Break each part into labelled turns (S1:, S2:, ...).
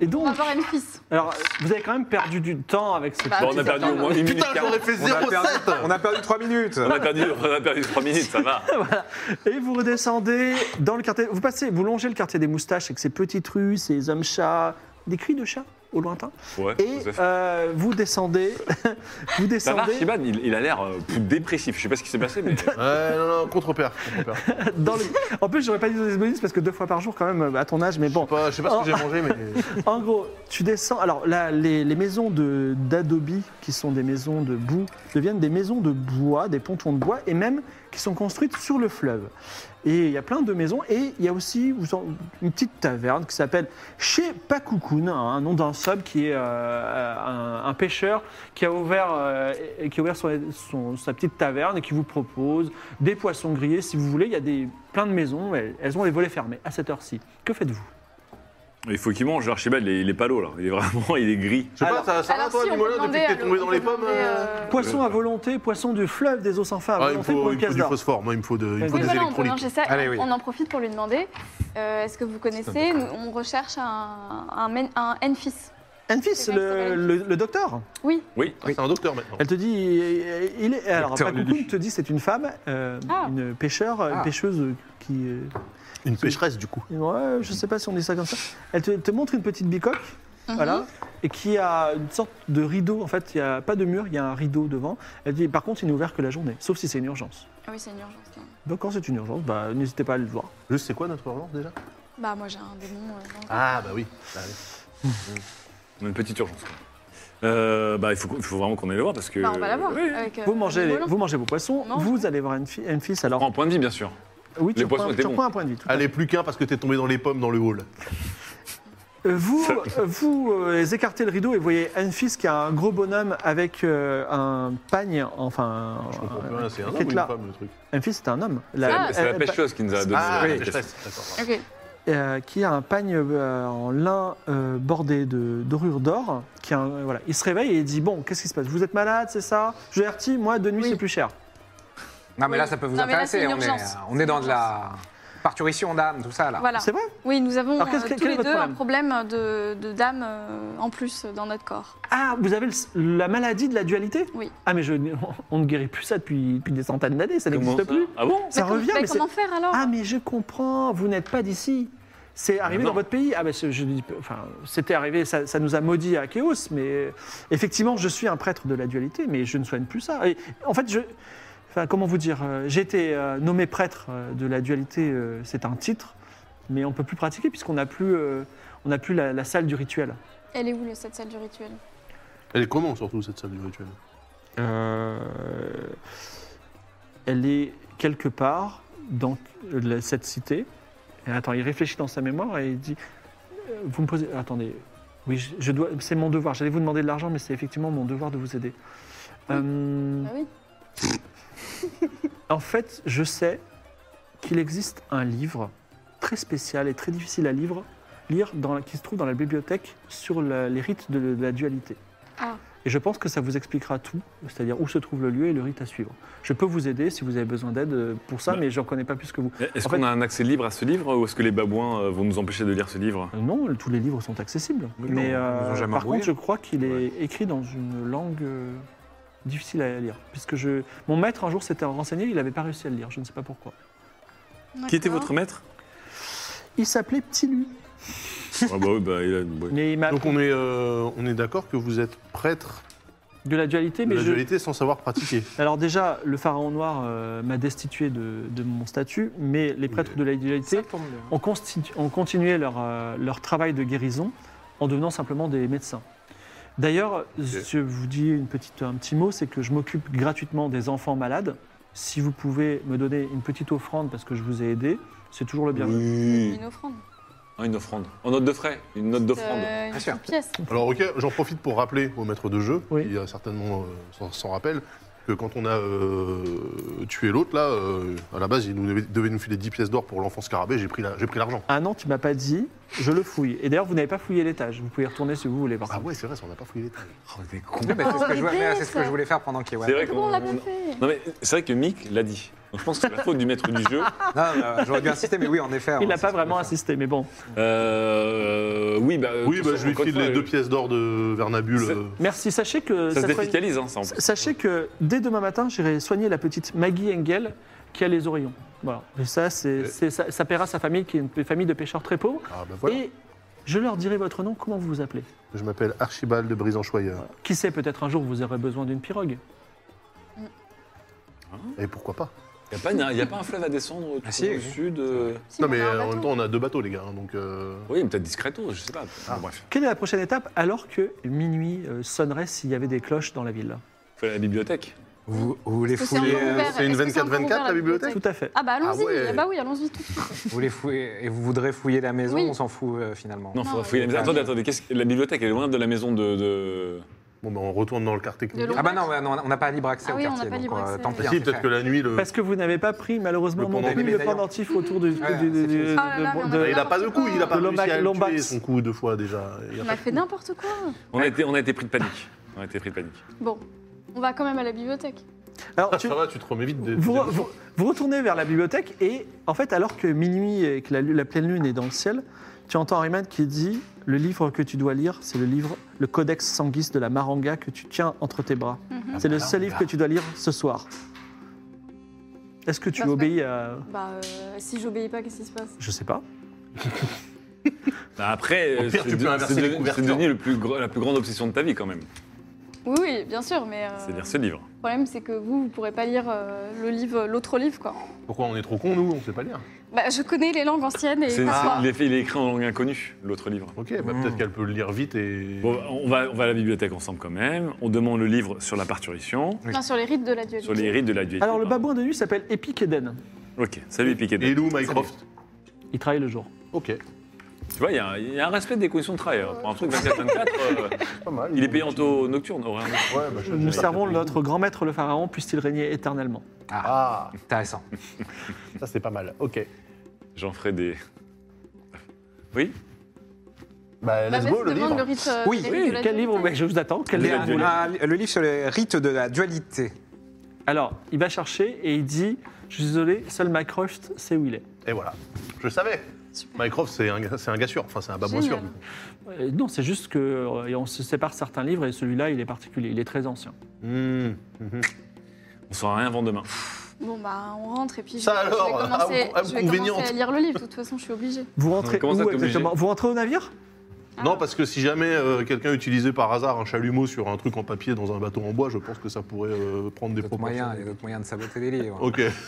S1: Et donc,
S2: avoir une cuisse.
S1: alors, vous avez quand même perdu du temps avec ce
S2: Bah,
S1: jeu.
S3: Bon, on a
S2: c'est
S3: perdu
S2: certain.
S3: au moins une minute.
S4: Putain, j'aurais
S3: quarante.
S4: fait 0,7
S5: On a, perdu, on a perdu 3 minutes.
S3: On a perdu, on a perdu 3 minutes, ça va.
S1: Et vous redescendez dans le quartier. Vous passez, vous longez le quartier des moustaches avec ces petites rues, ces hommes chats, des cris de chats au lointain.
S3: Ouais,
S1: Et
S3: tout à fait.
S1: euh, vous descendez, vous
S3: Ça va,
S1: descendez
S3: Archibald, il, il a l'air euh, plus dépressif. Je sais pas ce qui s'est passé, mais.
S4: Ouais, non, non, contre-père. contre-père. Je
S1: dans le. En plus, j'aurais pas dû donner ce bonus parce que deux fois par jour, quand même, à ton âge, mais bon.
S4: sais pas- Je sais pas ce que j'ai mangé, mais.
S1: En gros, tu descends. Alors, là, les, les maisons de- d'adobe, qui sont des maisons de boue, deviennent des maisons de bois, des pontons de bois, et même qui sont construites sur le fleuve. Et il y a plein de maisons, et il y a aussi vous en- une petite taverne qui s'appelle chez Pakoukoun, un nom d'un sub qui est euh, un, un pêcheur qui a ouvert, euh, et- qui a ouvert son- son- sa petite taverne et qui vous propose des poissons grillés si vous voulez. Il y a des, plein de maisons, elles, elles ont les volets fermés à cette heure-ci. Que faites-vous
S3: Il faut qu'il mange, Archibald, il est, il est pas l'eau là. Il est vraiment, il est gris.
S4: Je sais
S1: Alors-
S4: pas, ça, ça va
S2: Alors,
S4: toi,
S2: si, on peut
S4: Limolin, depuis
S2: demander
S4: que
S2: à
S4: t'es tombé
S2: l'eau-
S4: dans
S2: on
S4: les
S2: peut
S4: pommes
S2: demander,
S4: euh,
S2: euh,
S1: Poisson à volonté, poisson du fleuve, des eaux sans fin à
S4: Ah, il me
S1: volonté pour
S4: faut,
S1: une
S4: il me faut
S1: pièce
S4: du
S1: d'or.
S4: phosphore, moi il me faut, de, il me faut
S2: Oui,
S4: des
S2: voilà, on peut
S4: électroniques.
S2: manger ça.
S5: Allez, oui.
S2: On en profite pour lui demander euh, est-ce que vous connaissez nous, On recherche un, un, men- un Enfis.
S1: Enfis,
S2: C'est vrai
S1: le,
S2: que
S1: le- le docteur,
S2: Oui.
S3: Oui.
S4: Ah, c'est un docteur maintenant.
S1: elle te dit, il est. Alors,
S5: Docteur
S1: Pakoukoun
S5: Lulu.
S1: te dit, c'est une femme, euh,
S2: Ah.
S1: une pêcheur, une
S5: Ah.
S1: pêcheuse qui. euh,
S4: Une pécheresse du coup.
S1: Ouais, je sais pas si on dit ça comme ça. Elle te, te montre une petite bicoque,
S2: Mhm.
S1: voilà, et qui a une sorte de rideau. En fait, il n'y a pas de mur, il y a un rideau devant. Elle dit, par contre, il n'est ouvert que la journée, sauf si c'est une urgence.
S2: Ah oui, c'est une urgence. non.
S1: Donc, quand c'est une urgence, bah, n'hésitez pas à aller le voir.
S4: Juste, c'est quoi notre relance déjà
S2: Bah, moi j'ai un démon. euh, dans le-
S4: Ah, bah oui. Bah, allez.
S3: On a une petite urgence. Euh, bah, il faut, qu'on- il faut vraiment qu'on aille le voir parce que.
S2: Bah, on va l'avoir.
S3: Oui.
S2: avec, euh,
S1: Vous mangez, les-
S2: Nicolas.
S1: vous mangez vos poissons,
S2: mange.
S1: vous allez voir Enfis. Enfis,
S3: On prend
S1: alors,
S3: un point de vie, bien sûr.
S1: oui, tu
S3: les poissons
S1: reprends,
S3: étaient
S1: tu
S3: bons.
S1: reprends un point de vue. tout à
S4: Allez, plus qu'un parce que t'es tombé dans les pommes dans le hall.
S1: Euh, Vous, euh, vous euh, écartez le rideau et voyez Enfis qui a un gros bonhomme avec euh, un pagne, enfin.
S4: Je comprends plus
S1: un-
S4: rien, c'est un homme
S1: qui
S4: ou
S1: est
S4: une
S1: là.
S4: femme le truc
S1: Enfis, c'est un homme.
S3: C'est
S1: La-
S2: Ah,
S3: la- c'est la,
S1: euh,
S2: bah,
S3: pêcheuse qui nous a donné
S4: Ah,
S3: la
S4: la
S3: question.
S4: pécheresse, d'accord.
S2: Ok.
S1: euh, qui a un pagne euh, en lin euh, bordé de dorures d'or. Qui a un- euh, voilà. Il se réveille et il dit Bon, qu'est-ce qui se passe Vous êtes malade, c'est ça Je vertis, moi, de nuit,
S2: Oui.
S1: c'est plus cher.
S5: Non, mais
S2: Oui.
S5: là, ça peut vous
S2: Non, mais là, c'est
S5: intéresser.
S2: une
S5: on, est, euh,
S2: urgence.
S5: on est dans de la parturition d'âme, tout ça, là.
S2: Voilà.
S1: Ah, C'est vrai
S2: Oui, nous avons
S1: Alors, qu'est-ce
S2: euh,
S1: que-
S2: tous
S1: quel est
S2: les deux
S1: votre
S2: un problème de, de dame euh, en plus dans notre corps.
S1: Ah, vous avez le- la maladie de la dualité
S2: Oui.
S1: Ah, mais je, on ne guérit plus ça depuis, depuis des centaines d'années, ça n'existe plus.
S3: Ah bon
S1: Ça
S2: Mais com-
S1: revient,
S2: mais
S1: mais c'est.
S2: comment faire alors
S1: Ah, mais je comprends, vous n'êtes pas d'ici. C'est arrivé
S3: non.
S1: dans votre pays. Ah, ben, c'est- je dis, enfin, c'était arrivé, ça, ça nous a maudit à Chaos, mais euh, effectivement, je suis un prêtre de la dualité, mais je ne soigne plus ça. Et, en fait, je. Enfin, comment vous dire euh, J'ai été euh, nommé prêtre euh, de la dualité, euh, c'est un titre, mais on ne peut plus pratiquer puisqu'on n'a plus, euh, on n'a plus la, la salle du rituel.
S2: Elle est où le- cette salle du rituel
S4: Elle est comment surtout cette salle du rituel
S1: Euh, elle est quelque part dans la- cette cité. Et attends, il réfléchit dans sa mémoire et il dit euh, Vous me posez. Attendez, oui, je, je dois. C'est mon devoir. J'allais vous demander de l'argent, mais c'est effectivement mon devoir de vous aider. Euh,
S2: Bah oui.
S1: en fait, je sais qu'il existe un livre très spécial et très difficile à lire, lire dans- qui se trouve dans la bibliothèque sur la- les rites de, de la dualité.
S2: Ah.
S1: Et je pense que ça vous expliquera tout, c'est-à-dire où se trouve le lieu et le rite à suivre. Je peux vous aider si vous avez besoin d'aide euh, pour ça,
S3: Bah.
S1: mais je ne connais pas plus que vous.
S3: Est-ce
S1: En
S3: qu'on
S1: fait-
S3: a un accès libre à ce livre ou est-ce que les babouins euh, vont nous empêcher de lire ce livre
S1: Euh, Non, tous les livres sont accessibles.
S5: Mais
S1: mais
S5: non,
S1: euh,
S5: ils ont jamais
S1: par
S5: embrouillé.
S1: contre, je crois qu'il est écrit dans une langue euh, difficile à lire, puisque je... mon maître un jour s'était renseigné, il n'avait pas réussi à le lire, je ne sais pas pourquoi.
S3: Qui était
S2: D'accord.
S3: votre maître
S1: Il s'appelait Ptilu,
S3: Ah bah oui, bah, il a- ouais.
S1: mais il m'a
S4: Donc on est, euh, on est d'accord que vous êtes prêtre
S1: De la dualité, mais
S4: La
S1: je,
S4: dualité sans savoir pratiquer.
S1: Alors déjà, le pharaon noir euh, m'a destitué de, de mon statut, mais les prêtres de la dualité ont, constitu- ont continué leur, euh, leur travail de guérison en devenant simplement des médecins. D'ailleurs, je vous dis une petite, un petit mot, c'est que je m'occupe gratuitement des enfants malades. Si vous pouvez me donner une petite offrande parce que je vous ai aidé, c'est toujours le bienvenu.
S3: Oui.
S2: Une offrande.
S3: Ah, une offrande. En note de frais. Une note d'offrande.
S2: Euh, une
S4: Ah,
S5: Bien sûr.
S2: petite pièce.
S4: Alors ok, j'en profite pour rappeler au maître de jeu,
S1: Oui.
S4: qui a certainement euh, s'en- s'en rappelle, que quand on a euh, tué l'autre, là, euh, à la base, il nous devait- devait nous filer 10 pièces d'or pour l'enfant scarabée, j'ai pris la- j'ai pris l'argent.
S1: Ah non, tu m'as pas dit, je le fouille. Et d'ailleurs, vous n'avez pas fouillé l'étage. Vous pouvez y retourner si vous voulez. Par
S4: Ah
S1: contre.
S4: ouais, c'est vrai, ça, on n'a pas fouillé les trucs.
S3: Oh, des cons.
S5: Oui, mais c'est ce que je voulais-
S2: Arrêtez,
S5: c'est ce que je voulais faire pendant qu'il
S3: C'est vrai qu'on.
S2: Comment on l'a pas
S3: on-
S2: fait
S3: Non, mais c'est vrai que Mick l'a dit. Donc, je pense que c'est la faute du maître du jeu.
S5: Non, non, j'aurais dû insister, mais ah oui, en effet.
S1: Il
S5: on-
S1: n'a
S5: c'est
S1: pas
S5: ce qu'on
S1: vraiment
S5: veut faire.
S1: insisté, mais bon.
S3: Euh, oui, bah.
S4: Oui,
S3: tout
S4: bah,
S3: ça,
S4: je lui
S3: encore une
S4: file les
S3: fois,
S4: deux pièces d'or de Vernabule.
S3: C'est-
S4: euh,
S1: Merci. Sachez que
S3: Ça se
S1: cette fois-
S3: défiscalise, hein, ça. en plus.
S1: Sachez que dès demain matin, j'irai soigner la petite Maggie Engel qui a les oreillons. Voilà. Et ça, c'est, c'est- ça, ça paiera sa famille, qui est une famille de pêcheurs très pauvres.
S4: Ah bah voilà,
S1: Et je leur dirai votre nom, comment vous vous appelez.
S4: je m'appelle Archibald de Brisanchoyeur.
S1: Qui sait, peut-être un jour, vous aurez besoin d'une pirogue.
S4: Et pourquoi pas
S3: Il n'y a, pas une- y a pas un fleuve à descendre tout
S5: Ah, si,
S3: au
S5: oui.
S3: sud euh,
S2: Si,
S4: Non
S2: on
S4: mais
S2: a un
S4: euh, en
S2: bateau.
S4: même temps, on a deux bateaux les gars, hein, donc... euh,
S3: Oui, mais peut-être discreto, je sais pas. Bon, bref.
S1: Quelle est la prochaine étape alors que minuit euh, sonnerait s'il y avait des cloches dans la ville
S3: Faut aller à la bibliothèque.
S5: Vous, vous voulez
S2: Est-ce que c'est
S5: fouiller,
S2: encore
S5: euh,
S2: ouvert
S4: c'est une
S2: Est-ce que c'est encore
S4: 24-24,
S2: ouvert,
S4: la bibliothèque
S1: Tout à fait.
S2: Ah bah allons-y,
S4: Ah ouais.
S2: bah oui, allons-y tout de suite.
S5: vous voulez fouiller et vous voudrez fouiller la maison,
S2: Oui.
S5: on s'en fout euh, finalement.
S3: Non, faut
S2: Non,
S3: fouiller la maison.
S5: ouais.
S3: Attendez, attendez, qu'est-ce que- la bibliothèque, elle est loin de la maison de. de-
S4: Bon bah on retourne dans le quart technique.
S2: De l'eau.
S5: Ah bah non, ouais, non, on n'a pas libre accès
S2: Ah
S5: au
S2: oui, on n'a
S5: quartier,
S2: pas
S5: donc
S2: libre
S5: euh,
S2: accès.
S5: tant pis.
S4: Ah
S5: hein,
S4: si,
S5: c'est
S4: peut-être
S5: fait.
S4: que la nuit, le...
S1: Parce que vous n'avez pas pris malheureusement
S4: Le
S1: non
S4: pendentif.
S1: plus le
S5: Médaillon.
S1: pendentif autour du,
S5: Ouais,
S1: du- du-
S5: c'est
S1: du-
S5: fini.
S2: Ah là là,
S1: de-
S2: mais on
S1: de-
S2: a
S4: il a pas de coup, il a pas
S1: De
S4: réussi à le
S1: Lombax.
S4: tuer son coup deux fois déjà. Il a
S2: On
S4: pas
S2: a
S4: de
S2: fait
S4: coup.
S2: n'importe quoi.
S3: On, a été, on a été pris de panique. On a été pris de panique.
S2: Bon, on va quand même à la bibliothèque.
S1: Alors,
S4: Ah,
S1: tu-
S4: ça va, tu te remets vite. des-
S1: Vous,
S4: des-
S1: vous- vous retournez vers la bibliothèque et, en fait, alors que minuit et que la, lu- la pleine lune est dans le ciel, tu entends Harryman qui dit Le livre que tu dois lire, c'est le livre, le Codex Sanguis de la Maranga que tu tiens entre tes bras.
S2: Mhm.
S1: C'est le seul livre que tu dois lire ce soir. Est-ce que tu
S2: Parfait.
S1: obéis à.
S2: Bah euh, si j'obéis pas, qu'est-ce qui se passe
S1: Je sais pas.
S3: Bah, après,
S4: Au
S3: euh,
S4: pire,
S3: c'est
S4: tu
S3: de-
S4: peux inverser
S3: c'est
S4: les
S3: devenu, c'est
S4: couvertures.
S3: devenu le plus gros- la plus grande obsession de ta vie, quand même.
S2: Oui, oui, bien sûr, mais euh,
S3: C'est lire ce livre.
S2: le problème c'est que vous, vous pourrez pas lire euh, le livre, l'autre livre quoi.
S4: Pourquoi on est trop cons, nous On sait pas lire.
S2: Bah je connais les langues anciennes et
S3: C'est-
S2: pas
S3: c'est-
S2: toi.
S3: il, est fait- il est écrit en langue inconnue, l'autre livre.
S4: Ok, bah
S5: Hmm.
S4: peut-être qu'elle peut le lire vite et.
S3: Bon, on va, on va à la bibliothèque ensemble, quand même. On demande le livre sur la parturition,
S2: Non, sur les rites de la dualité.
S3: sur les rites de la dualité.
S1: Alors, le
S3: pardon.
S1: babouin de nuit s'appelle Epic Eden.
S3: Ok, salut Piquet.
S4: et Lou Mycroft.
S1: Il travaille le jour.
S4: Ok,
S3: Tu vois, il y, a un- il y a un respect des conditions de travail. hein. Pour un truc 24-24, euh,
S4: pas mal.
S3: il est payé en taux nocturne, horaire.
S4: Ouais, bah, je-
S1: Nous
S4: je-
S1: servons notre grand maître le pharaon, puisse-t-il régner éternellement.
S4: Ah,
S5: Intéressant.
S4: ça c'est pas mal. Ok.
S3: J'en ferai des.
S4: Bah,
S2: Bah,
S4: let's
S2: vas-y,
S4: go, le
S2: demande le
S4: livre.
S2: rite. euh,
S5: Oui,
S2: les
S5: oui,
S2: rites de la
S1: Quel livre
S2: dualité.
S1: Mais Je vous attends. Quel
S5: Les-
S1: livre vous voulez
S5: un- euh, le livre sur les rites de la dualité.
S1: Alors, il va chercher et il dit Je suis désolé, seul Mycroft sait où il est.
S4: Et voilà. Je savais.
S2: Super.
S4: Mycroft, c'est un, gars- c'est un gars sûr. Enfin, c'est un babouin sûr.
S2: Génial.
S4: du coup.
S1: Euh, non, c'est juste que euh, et on se sépare certains livres et celui-là, il est particulier, il est très ancien.
S4: Hmm, mhm.
S3: On saura rien avant demain.
S2: Bon bah on rentre et puis je,
S4: Ça
S2: je vais
S4: alors,
S2: commencer,
S4: à vous- à vous
S2: je vais commencer
S4: conveniente.
S2: à lire le livre. De toute façon, je suis obligée.
S1: Vous rentrez
S3: Comment ça,
S1: où
S3: t'es obligé
S1: exactement Vous rentrez au navire
S2: Ah.
S4: Non, parce que si jamais euh, quelqu'un utilisait par hasard un chalumeau sur un truc en papier dans un bateau en bois, je pense que ça pourrait euh, prendre des
S5: Il y a d'autres moyens,
S4: proportions.
S5: il y a d'autres moyens de saboter des livres.
S4: Ok.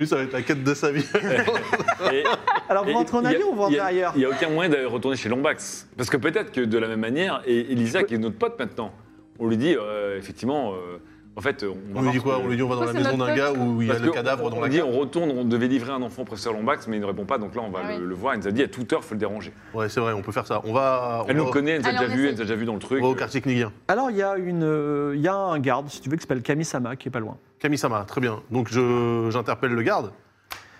S4: Lui, ça va être la quête de sa vie.
S3: Et-
S1: Alors, vous
S3: et-
S1: rentrez au
S3: il y a-
S1: navire ou vous
S3: il y
S1: rentrez
S3: a-
S1: ailleurs
S3: Il n'y a aucun moyen d'aller retourner chez Lombax. Parce que peut-être que de la même manière, et Elisa, qui est notre pote maintenant, on lui dit euh, effectivement, euh, en fait, on va
S4: On lui
S3: voir
S4: dit
S3: ce
S4: quoi
S3: que-
S4: On lui dit on va dans la
S2: Pourquoi
S4: maison
S2: c'est
S4: d'un
S2: notre
S4: gars
S2: pote
S4: où il y a
S3: Parce
S4: le
S3: que
S4: cadavre
S3: on-
S4: dans
S3: on
S4: la
S3: dit,
S4: cave.
S3: on retourne, on devait livrer un enfant au professeur Lombax, mais il ne répond pas, donc là on va
S2: Ah
S3: le,
S2: oui.
S3: le voir. Elle nous a dit à toute heure, faut le déranger.
S4: Ouais, c'est vrai, on peut faire ça. On va,
S3: Elle
S4: on
S3: nous
S4: va-
S3: connaît, elle nous a
S2: Allez,
S3: déjà
S2: on
S3: vu, elle
S2: essaye.
S3: nous a déjà vu dans le truc.
S4: on va Oh. au quartier Knigien.
S1: Alors, il y, a une, euh, il y a un garde, si tu veux, qui s'appelle Kamisama, qui est pas loin.
S4: Kamisama, très bien. Donc je- j'interpelle le garde.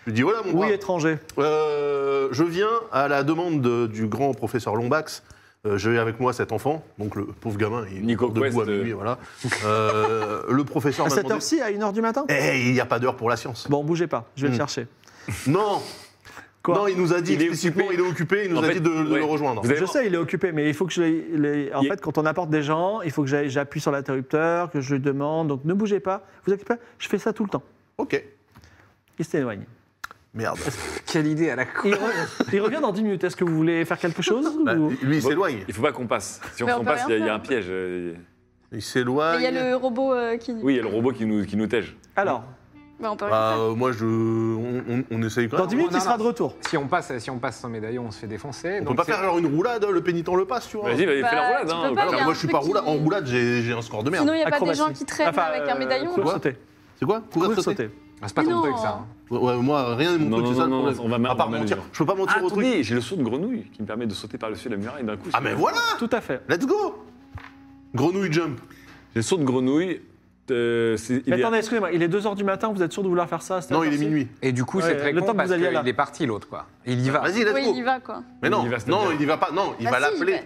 S4: Je lui dis voilà, mon
S1: Oui,
S4: brave.
S1: étranger.
S3: Ah,
S4: Euh, je viens à la demande de- du grand professeur Lombax. Euh, J'ai avec moi cet enfant, donc le pauvre gamin, il est
S3: Nico
S4: encore debout
S3: Quest,
S4: avec lui,
S3: euh.
S4: voilà. Euh, le professeur
S1: À
S4: m'a
S1: cette
S4: demandé...
S1: heure-ci, à 1h du matin
S4: Eh, il n'y a pas d'heure pour la science.
S1: Bon, bougez pas, je vais le
S4: Hmm.
S1: chercher.
S4: Non
S1: Quoi
S4: Non, il nous a dit
S3: Il est
S4: explicitement,
S3: occupé.
S4: il est occupé, il nous
S3: En
S4: a
S3: fait,
S4: dit de, de
S3: ouais.
S4: le rejoindre.
S3: Vous avez-
S1: Je sais, il est occupé, mais il faut que je. les- en
S3: Il-
S1: fait, quand on apporte des gens, il faut que j'aille- j'appuie sur l'interrupteur, que je lui demande. Donc, ne bougez pas, vous inquiétez pas, je fais ça tout le temps.
S4: Ok,
S1: Il s'éloigne.
S4: merde.
S5: Quelle idée à la con.
S1: Il, re- il revient dans 10 minutes. Est-ce que vous voulez faire quelque chose
S4: Bah,
S1: ou-
S4: lui, il s'éloigne.
S3: Il faut pas qu'on passe. Si on,
S2: Mais on
S3: on
S2: peut
S3: passe,
S2: rien
S3: il y a- il y, a
S2: faire.
S3: un piège. euh,
S4: Ah, Il
S2: Mais
S4: s'éloigne.
S2: Il y a le robot euh, qui.
S3: Oui, il y a le robot qui nous, qui nous tège.
S1: Alors,
S2: Bah, on peut
S4: Bah,
S2: rien faire.
S4: euh, moi, je, on, on- on essaye quand
S1: dans
S4: même.
S1: 10 minutes,
S5: non,
S1: il sera de
S5: non.
S1: retour.
S5: Si on passe, si on passe sans médaillon, on se fait défoncer.
S4: On
S5: donc
S4: peut pas
S5: c'est-
S4: faire genre une roulade, le pénitent le passe, tu vois.
S3: Vas-y, vas-y,
S2: Bah,
S3: fais la roulade.
S2: tu
S3: hein, quand
S2: peux pas, il y
S4: Alors,
S2: a
S3: même.
S4: moi,
S2: un
S4: je suis
S2: truc
S4: pas
S2: qui-
S4: roulade. En roulade, j'ai j'ai un score de merde.
S2: Sinon, il n'y a pas des
S1: Acrobatie.
S2: gens qui traînent
S1: Enfin,
S2: avec un
S1: euh,
S2: médaillon.
S1: Courir
S4: Quoi
S1: sauter.
S4: C'est quoi Courir,
S1: Courir
S4: sauter.
S1: sauter.
S5: Ah, c'est pas ton
S2: Mais
S5: truc
S2: non.
S5: ça. hein.
S4: Ouais, ouais, moi, rien n'est mon
S3: Non,
S4: truc,
S3: non,
S4: c'est ça le
S3: non,
S4: problème.
S3: non, on va mal-
S4: à part
S3: on va mal
S4: mentir.
S3: dire.
S4: Je peux pas mentir au Ah, truc.
S3: Ah, Attendez, j'ai le saut de grenouille qui me permet de sauter par-dessus la muraille d'un coup.
S4: Ah, mais voilà
S1: Tout à fait.
S4: Let's go Grenouille jump.
S3: J'ai le saut de grenouille. euh, c'est- il
S1: Mais
S3: est-
S1: attendez, excusez-moi, il est 2h du matin, vous êtes sûr de vouloir faire ça à cette
S4: Non, il est
S1: heure-ci
S4: minuit.
S5: Et du coup,
S1: Ouais,
S5: c'est très
S1: le temps
S5: con
S1: que
S5: parce
S1: vous alliez là.
S5: qu'il est parti l'autre quoi. Et il y va.
S4: Vas-y, let's
S2: Oui,
S4: go.
S2: il y va quoi.
S4: Mais non,
S3: Il va se
S4: non,
S3: taper.
S4: il y va pas. Non, il
S2: Bah
S4: va
S2: si, il
S4: l'appeler.
S2: va-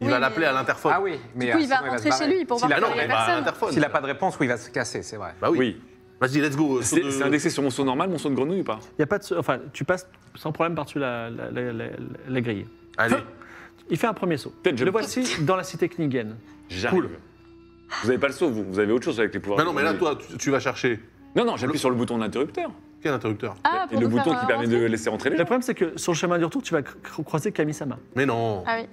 S4: Il
S2: oui,
S4: va
S2: mais-
S4: l'appeler à l'interphone.
S5: Ah oui, mais
S2: Du coup,
S5: euh,
S2: il va
S5: sinon, se
S2: rentrer chez
S5: barrer.
S2: lui pour
S5: S'il
S2: voir
S5: a
S4: Mais non,
S5: pas-
S2: il y a
S4: mais bah, à
S2: personne.
S4: l'interphone.
S5: S'il a pas de réponse, oui, il va se casser, c'est vrai.
S4: Bah oui.
S3: Oui.
S4: Vas-y, let's go. saut
S3: C'est
S4: de-
S3: c'est indexé sur mon saut normal, mon saut de grenouille ou pas
S1: Il y a pas de, enfin, tu passes sans problème par-dessus la, la, la- la- la grille.
S4: Allez.
S1: Il fait un premier saut.
S3: Peut-être je-
S1: Le voici dans la cité Knigen.
S3: J'arrive.
S4: Cool.
S3: Vous avez pas le saut, vous. Vous avez autre chose avec les pouvoirs.
S4: Bah
S3: de
S4: non, mais là,
S3: grenouille.
S4: toi, tu, tu vas chercher.
S3: Non, non, j'appuie sur le bouton d'interrupteur.
S4: Quel interrupteur
S2: Ah,
S3: Et
S2: pour
S3: le
S2: nous
S3: bouton
S2: faire,
S3: qui
S2: euh,
S3: permet de
S2: rentrer
S3: laisser rentrer les
S1: Le
S3: gens.
S1: problème, c'est que sur le chemin du retour, tu vas cr- cr- croiser Kamisama.
S4: Mais non.
S2: Ah oui.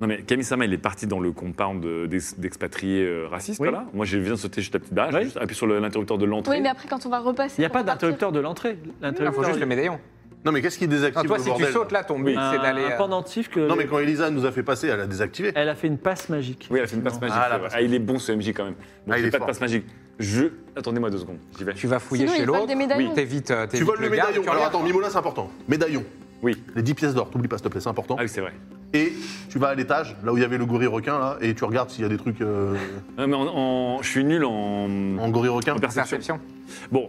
S3: Non, mais Camille Sama, il est parti dans le compound euh, d'ex- d'expatriés euh, racistes,
S1: Oui.
S3: là. Moi, je viens de sauter juste la petite barre,
S1: Oui.
S3: j'ai juste appuyé sur le- l'interrupteur de l'entrée.
S2: Oui, mais après, quand on va repasser.
S1: Il n'y a
S2: pour
S1: pas
S2: partir-
S1: d'interrupteur de l'entrée.
S5: Il faut
S1: L'interrupteur,
S5: juste le médaillon.
S4: Non, mais qu'est-ce qui
S5: Non,
S4: désactive
S5: toi,
S4: le
S5: si
S4: bordel
S5: tu sautes là, ton but,
S3: Oui.
S5: c'est d'aller.
S1: un,
S5: euh,
S1: un pendentif que
S4: Non, mais quand Elisa nous a fait passer, elle a désactivé.
S1: elle a fait une passe magique.
S3: Oui, elle a fait une passe magique.
S4: Ah,
S3: c'est
S4: la
S3: vrai.
S4: passe
S3: Ah, il est bon ce MJ quand même. Bon,
S4: Ah, il
S3: j'ai
S4: est
S3: pas de
S4: fort.
S3: passe magique. Je. Attendez-moi deux secondes. J'y vais.
S5: Tu vas fouiller
S2: Sinon,
S5: chez
S2: ils volent
S5: l'autre.
S2: des médaillons.
S5: Oui. T'évites, euh,
S4: Tu
S5: t'évites
S4: voles le
S5: garde,
S4: médaillon.
S5: tu
S4: Alors
S5: regardes.
S4: attends, Mimola, c'est important. Médaillon.
S3: Oui.
S4: Les 10 pièces d'or, t'oublies pas, s'il te plaît, c'est important.
S3: Ah oui, c'est vrai.
S4: Et tu vas à l'étage, là où il y avait le gorille requin, là, et tu regardes s'il y a des trucs euh,
S3: Non, mais en, en- je suis nul en.
S4: en gorille requin.
S3: en perception.
S5: Perception.
S3: Bon.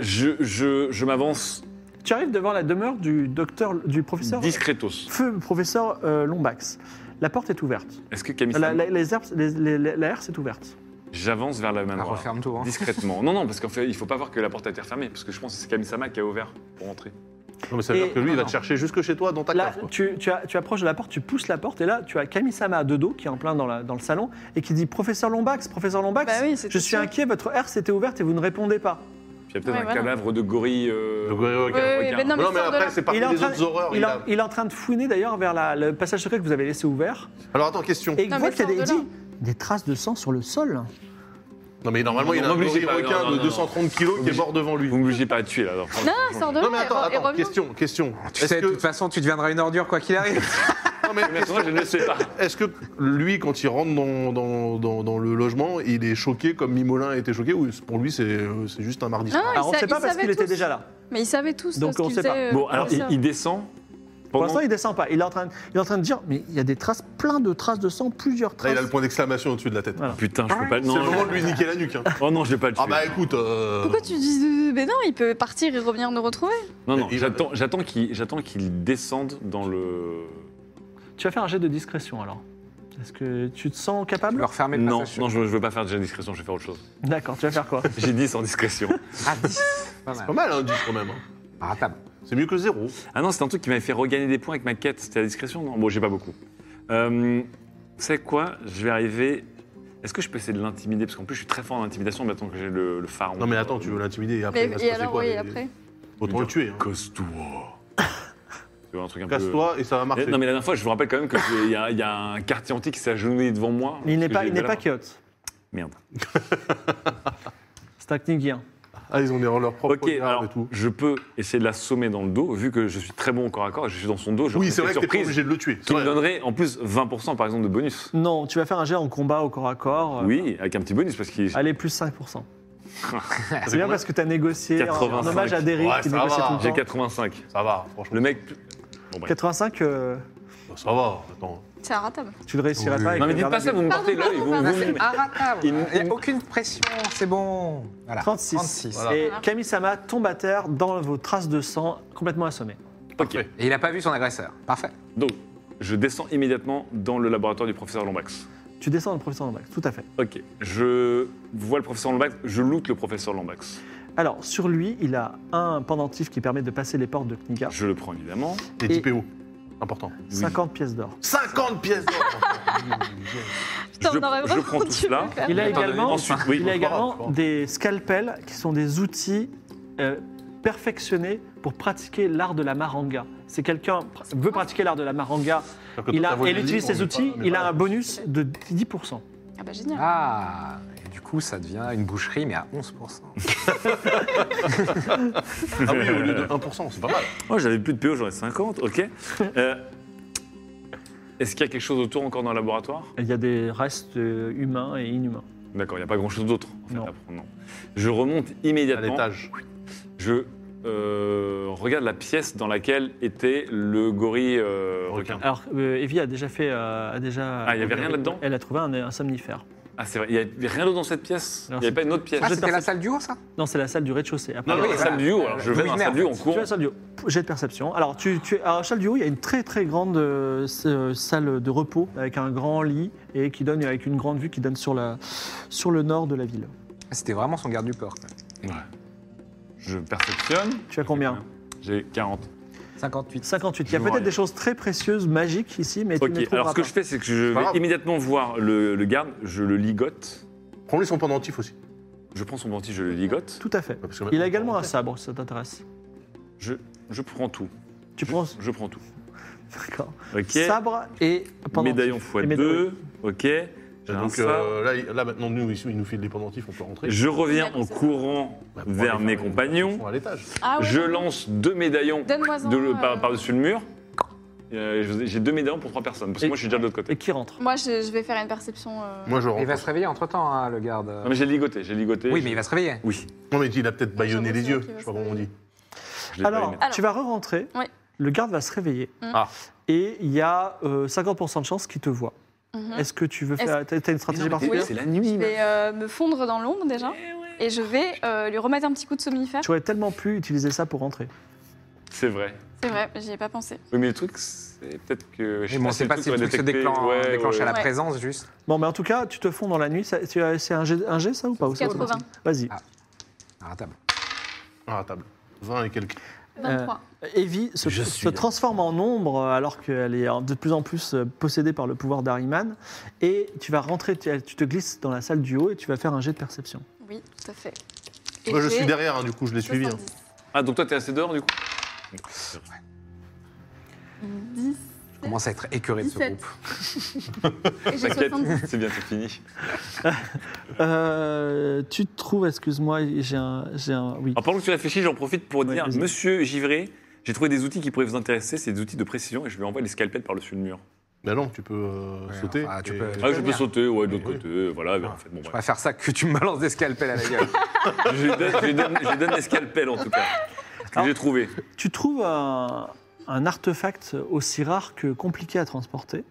S3: Je, je, je m'avance
S1: Tu arrives devant la demeure du docteur, du professeur
S3: discretos.
S1: Feu, professeur euh, Lombax. La porte est ouverte.
S3: Est-ce que Camille
S1: La,
S3: Sama.
S1: la- les herbes, les- les- les- la herse est ouverte.
S3: J'avance vers la
S5: Ah,
S3: manoir.
S5: referme tout. hein.
S3: Discrètement. Non, non, parce qu'en fait, il faut pas voir que la porte a été refermée, parce que je pense que c'est Kamisama qui a ouvert pour entrer.
S4: Non, mais ça veut
S1: Et-
S4: dire que lui,
S1: non,
S4: il va
S1: non.
S4: te chercher jusque chez toi, dans ta
S1: Là,
S4: cave. quoi.
S1: tu, tu as- tu approches de la porte, tu pousses la porte, et là, tu as Kamisama à deux dos, qui est en plein dans, la- dans le salon, et qui dit Professeur Lombax, professeur Lombax,
S2: Bah oui, c'est
S1: je
S2: tout
S1: suis
S2: ça.
S1: inquiet, votre herse était ouverte et vous ne répondez pas.
S3: Puis il y a peut-être
S2: Ouais,
S3: un
S2: voilà.
S3: cadavre de gorille. euh,
S4: Le gorille requin.
S2: Oui, oui,
S3: requin.
S2: mais
S4: Non,
S2: non, mais,
S4: mais
S2: sors de
S4: après,
S2: là.
S4: c'est parmi
S1: est en
S4: les
S1: train-
S4: autres horreurs.
S1: il
S4: il
S1: en-
S4: a-
S1: il est en train de fouiner d'ailleurs vers la- le passage secret que vous avez laissé ouvert,
S4: Alors attends, question.
S1: et il
S2: Non,
S1: voit
S2: mais
S1: qu'il y a des,
S2: sors de là. Ah,
S1: dit, des traces de sang sur le sol.
S4: Non, mais normalement, il a
S3: Non,
S4: un
S3: mais
S4: gorille
S3: c'est pas- non, non,
S4: requin de
S3: non.
S4: 230 kilos qui est
S3: Obligé.
S4: mort devant lui.
S3: Vous m'obligez pas à tuer là. alors, franchement.
S2: Non, sors de là.
S4: Non, mais attends,
S2: et re- et
S4: attends,
S2: reviens.
S4: question, question.
S3: Ah,
S5: Tu
S4: Est-ce
S5: sais, de
S4: que,
S5: toute façon, tu deviendras une ordure quoi qu'il arrive.
S4: non, mais
S3: Mais attends, je ne sais pas.
S4: est-ce que lui, quand il rentre dans, dans, dans- dans le logement, il est choqué comme Mimolin était choqué ou pour lui, c'est euh, c'est juste un mardi
S2: Non,
S4: soir
S2: non, il
S1: Alors on ne
S2: sa-
S1: sait pas
S2: il
S1: parce
S2: savait
S1: qu'il était
S2: tous.
S1: déjà là.
S2: Mais ils savaient tous
S1: Donc,
S2: ce
S1: on
S2: qu'ils
S1: sait pas.
S2: faisaient. euh,
S3: Bon, alors il,
S2: ça.
S3: il descend.
S1: Pour
S3: Pendant-
S1: l'instant, il descend pas. Il est, en train, de- il est en train de dire, mais il y a des traces, plein de traces de sang, plusieurs
S4: Là,
S1: traces.
S4: il a le point d'exclamation au-dessus de la tête.
S1: Voilà.
S3: Putain, je peux pas.
S4: C'est
S3: Non,
S4: le moment de lui niquer la nuque. hein.
S3: Oh non, je vais pas le tuer.
S4: Ah bah écoute, euh,
S2: Pourquoi tu dis. Mais non, il peut partir et revenir nous retrouver.
S3: Non, non,
S4: Il-
S3: j'attends, j'attends qu'il, j'attends qu'il descende dans le.
S1: Tu vas faire un jet de discrétion alors. Est-ce que tu te sens
S5: Tu
S1: capable
S5: veux refermer le
S3: Non,
S5: passage.
S3: non, je, je veux pas faire de jet discrétion, je vais faire autre chose.
S1: D'accord, tu vas faire quoi
S3: J'ai 10 en discrétion.
S5: Ah, dix. Pas mal.
S4: pas mal hein, 10 quand même. hein.
S5: Ah, attends.
S4: C'est mieux que zéro.
S3: Ah non, c'est un truc qui m'avait fait regagner des points avec ma quête. C'était la discrétion, non Bon, j'ai pas beaucoup. Euh, c'est quoi Je vais arriver. Est-ce que je peux essayer de l'intimider Parce qu'en plus, je suis très fort en intimidation maintenant que j'ai le, le pharaon.
S4: Non mais attends, tu veux l'intimider et
S2: Mais-
S4: après il va se
S2: Et
S4: passer
S2: alors,
S4: quoi
S2: oui,
S4: les-
S2: après.
S4: Autant le tuer. hein.
S3: Casse-toi. tu vois un truc un peu.
S4: Casse-toi et ça va
S3: Eh,
S4: marcher.
S3: Non mais la dernière fois, je vous rappelle quand même qu'il y, a- il y a un quartier antique qui s'est agenouillé devant moi.
S1: Il n'est
S3: Parce que
S1: pas,
S3: j'ai
S1: il n'est
S3: eu
S1: pas
S3: de la-
S1: Kyoto.
S3: Merde.
S1: C'est un Knigien.
S4: Ah ils ont des- leur propre
S3: Ok,
S4: regard
S3: alors
S4: et tout.
S3: je peux essayer de l'assommer dans le dos, vu que je suis très bon au corps à corps, et je suis dans son dos, je
S4: Oui c'est vrai que t'es pas
S3: surprise
S4: obligé de le tuer. c'est
S3: qui me
S4: vrai.
S3: donnerait en plus 20% par exemple de bonus.
S1: Non, tu vas faire un jet en combat au corps à corps. euh,
S3: Oui, avec un petit bonus parce qu'il...
S1: Allez, plus 5%. C'est bien
S4: combien
S1: parce que tu as négocié en- en
S3: 85.
S1: hommage à Derrick
S4: Ouais,
S1: qui
S4: ça
S1: négociait
S4: va,
S1: tout le
S3: J'ai
S1: temps.
S3: 85.
S4: Ça va franchement.
S3: Le mec...
S1: 85, euh,
S4: Bah, Ça va. Attends.
S2: C'est ratable.
S1: tu le réussiras
S5: Oui.
S1: pas. avec
S3: Non mais
S1: le
S3: dites pas
S1: verdict.
S3: ça, vous me portez l'œil, vous, vous- vous-
S5: Arratable.
S3: Il-
S5: Il n'y a aucune pression, c'est bon. Voilà.
S1: 36.
S5: 36.
S4: Voilà.
S1: Et Kamisama tombe à terre dans vos traces de sang, complètement assommé.
S3: Ok,
S5: Et il n'a pas vu son agresseur. Parfait.
S3: donc je descends immédiatement dans le laboratoire du professeur Lombax.
S1: Tu descends dans le professeur Lombax, tout à fait.
S3: Ok, je vois le professeur Lombax, je loot le professeur Lombax.
S1: Alors, sur lui, il a un pendentif qui permet de passer les portes de Kniga.
S3: Je le prends évidemment.
S4: Et
S1: Et-
S4: 10 PO. Important.
S1: 50 pièces d'or.
S4: 50 pièces d'or.
S2: Putain,
S3: je,
S2: on aurait
S3: je
S2: vraiment
S3: prends tout
S2: dû
S3: cela.
S2: le faire.
S1: Il a
S5: Attends,
S1: également,
S3: Ensuite, oui,
S1: il a
S4: faut voir,
S1: également
S4: faut voir.
S1: des scalpels qui sont des outils euh, perfectionnés pour pratiquer l'art de la maranga. Si quelqu'un pr- veut pratiquer l'art de la maranga, il, a, et il utilise ses outils, il a un bonus de 10%.
S2: Ah bah génial.
S5: Ah et Du coup, ça devient une boucherie, mais à 11%.
S4: Ah oui, au lieu de 1%, c'est pas mal.
S3: Oh, j'avais plus de PO, j'en ai 50, ok. Euh, Est-ce qu'il y a quelque chose autour encore dans le laboratoire
S1: Il y a des restes euh, humains et inhumains.
S3: D'accord, il n'y a pas grand-chose d'autre en fait,
S1: Non.
S3: à prendre. non. Je remonte
S4: À
S3: immédiatement.
S4: l'étage.
S3: Je euh, regarde la pièce dans laquelle était le gorille euh, requin.
S1: Alors, euh, Evie a déjà fait. euh, a déjà,
S3: Ah, il y avait rien là-dedans
S1: Elle a trouvé un, un somnifère.
S3: Ah, c'est vrai, il n'y avait rien d'autre dans cette pièce Il
S1: Non,
S3: n'y avait
S1: c'est-
S3: pas une autre pièce
S5: Ah, c'était la salle du haut, ça
S1: Non, c'est la salle du rez-de-chaussée. Après,
S3: Non,
S1: il y
S3: non,
S1: a-
S3: la
S5: voilà.
S3: salle du haut. Alors, je vais dans la
S5: D'origine,
S3: salle du haut,
S5: en
S3: on
S5: fait.
S3: court.
S1: Tu as la salle du haut. Jet de perception. Alors, tu, tu es à la salle du haut, il y a une très très grande euh, s- euh, salle de repos avec un grand lit et qui donne avec une grande vue qui donne sur, la, sur le nord de la ville.
S5: Ah, C'était vraiment son garde du corps. quoi.
S3: Je perceptionne.
S1: Tu as combien
S3: J'ai 40.
S5: 58.
S1: 58. Il y a
S3: Je
S1: peut-être
S3: m'enlève.
S1: des choses très précieuses, magiques ici, mais tu ne les
S3: Ok,
S1: trouveras
S3: alors ce que
S1: pas.
S3: je fais, c'est que je
S4: pas
S3: vais
S4: grave.
S3: immédiatement voir le, le garde, je le ligote.
S4: Prends-les son pendentif aussi.
S3: Je prends son dentiste, je le ligote.
S1: Tout à fait.
S4: Parce que
S1: Il
S4: maintenant-
S1: a également un sabre, ça t'intéresse.
S3: Je, je prends tout.
S1: Tu
S3: Je-
S1: prends.
S3: Je prends tout.
S1: D'accord.
S3: Ok.
S1: Sabre et pendentif.
S3: Médaillon
S1: Et
S3: x2.
S1: médaillon.
S3: Ok. J'ai
S4: Et
S3: un
S4: Donc
S3: sabre.
S4: euh, là, il- là, maintenant, nous, ils ils nous filent des pendentifs, on peut rentrer.
S3: Je reviens
S2: D'accord,
S3: en
S2: c'est ça.
S3: courant
S4: Bah, pour aller
S3: vers
S4: faire
S3: mes
S4: une
S3: compagnons.
S4: conversation à l'étage.
S2: Ah ouais.
S3: Je lance deux médaillons
S2: Donne-moi-en,
S3: de le- par-
S2: euh,
S3: par-dessus le mur. Euh, je- J'ai deux médaillons pour trois personnes, parce que
S1: Et-
S3: moi je suis déjà de l'autre côté.
S1: Et qui rentre
S2: Moi, je, je vais faire une perception. euh,
S4: Moi, je
S5: Il va
S4: rentre.
S5: se réveiller entre-temps, hein, le garde.
S3: Non mais j'ai ligoté, j'ai ligoté.
S5: Oui,
S3: je-
S5: mais il va se réveiller.
S3: Oui,
S4: Non, mais il a peut-être baïonné
S2: j'avoue,
S4: les
S2: c'est
S4: yeux.
S2: vrai qu'il
S4: Je
S2: va
S4: sais pas
S2: se
S4: comment on dit.
S3: je l'ai pas
S1: Alors,
S3: aimé.
S2: Alors.
S1: tu vas re-rentrer.
S2: Ouais.
S1: Le garde va se réveiller.
S3: Mm.
S4: Ah.
S1: Et il y a euh, 50% de chance qu'il te voit.
S2: mhm.
S1: Est-ce que tu veux faire. T'as t'as une
S3: Mais Mm. non,
S1: stratégie
S3: mais
S2: Oui.
S1: particulière
S3: C'est la nuit.
S2: Je
S3: mais-
S2: vais euh, me fondre dans l'ombre déjà. Et je vais euh, lui remettre un petit coup de somnifère.
S1: Tu aurais tellement pu utiliser ça pour rentrer.
S3: C'est vrai.
S2: C'est vrai, j'y ai pas pensé.
S3: Oui, mais le truc, c'est peut-être que.
S5: Mais bon,
S3: pas
S5: c'est pas
S3: le
S5: si le
S3: qu'on a
S5: truc se
S3: détecté.
S5: déclen-
S3: Ouais, ouais,
S5: déclenche à la
S2: ouais.
S5: présence, juste.
S1: Bon, mais en tout cas, tu te fonds dans la nuit. Ça- tu as- C'est un jet, un jet, ça ou pas
S2: 80.
S1: Vas-y.
S5: Ah. Ah, table.
S4: Ah, à table. 20 et quelques.
S2: 23.
S1: Euh, Evie se,
S3: Je
S1: se
S3: suis là.
S1: transforme en ombre euh, alors qu'elle est de plus en plus euh, possédée par le pouvoir d'Ariman. Et tu vas rentrer, tu tu te glisses dans la salle du haut et tu vas faire un jet de perception.
S2: Oui, tout à fait.
S4: Moi, je
S2: j'ai
S4: suis derrière, hein, du coup, je l'ai suivi. hein.
S2: 70.
S3: Ah, donc toi, t'es assez dehors, du coup
S2: 10.
S5: Je commence à être écœuré de ce
S2: 17.
S5: groupe.
S2: Et j'ai
S3: T'inquiète,
S2: 70.
S3: c'est bien, c'est fini.
S1: Euh, tu te trouves, excuse-moi, j'ai un, j'ai un. Oui.
S3: Alors, pendant que tu réfléchis, j'en profite pour
S1: Ouais,
S3: dire
S1: vas-y.
S3: Monsieur Givré, j'ai trouvé des outils qui pourraient vous intéresser. C'est des outils de précision et je lui envoie les scalpels par-dessus le mur.
S4: Mais non, tu peux euh,
S5: Ouais,
S4: sauter.
S5: enfin, tu
S4: et-
S5: peux-
S3: Ah,
S5: Très
S3: je peux
S5: bien.
S3: sauter, ouais, de l'autre
S4: Oui.
S3: côté. Voilà,
S5: Ah,
S3: en fait, bon,
S5: Je
S3: bref.
S5: vais faire ça que tu me balances des scalpels à la gueule.
S3: Je lui donne, je lui donne- je lui donne les scalpels, en tout cas. Que j'ai trouvé.
S1: Tu trouves un, un artefact aussi rare que compliqué à transporter.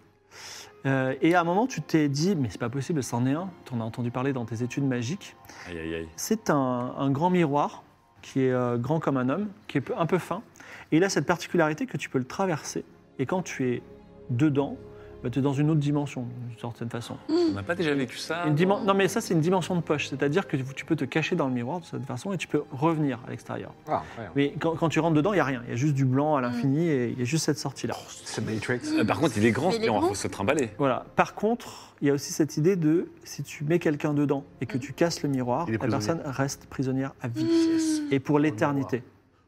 S1: Euh, et à un moment, tu t'es dit, mais c'est pas possible, c'en est un. Tu en as entendu parler dans tes études magiques.
S3: Aïe, aïe, aïe.
S1: C'est un, un grand miroir qui est euh, grand comme un homme, qui est peu- un peu fin. Et il a cette particularité que tu peux le traverser. Et quand tu es dedans, tu es dans une autre dimension, d'une certaine façon.
S3: On n'a pas déjà vécu ça
S1: Une dimen- non, mais ça, c'est une dimension de poche. C'est-à-dire que tu peux te cacher dans le miroir de cette façon et tu peux revenir à l'extérieur.
S5: Ah, ouais.
S1: Mais quand, quand tu rentres dedans, il n'y a rien. Il y a juste du blanc à l'infini et il y a juste cette sortie-là.
S5: C'est Matrix.
S3: Euh, Par contre, il est grand,
S2: Mais
S3: ce
S2: il est
S3: client, il
S2: grand.
S3: faut se trimballer.
S1: Voilà. Par contre, il y a aussi cette idée de si tu mets quelqu'un dedans et que tu casses le miroir,
S4: Mmh. Il est
S1: la personne reste prisonnière à vie. Et pour l'éternité.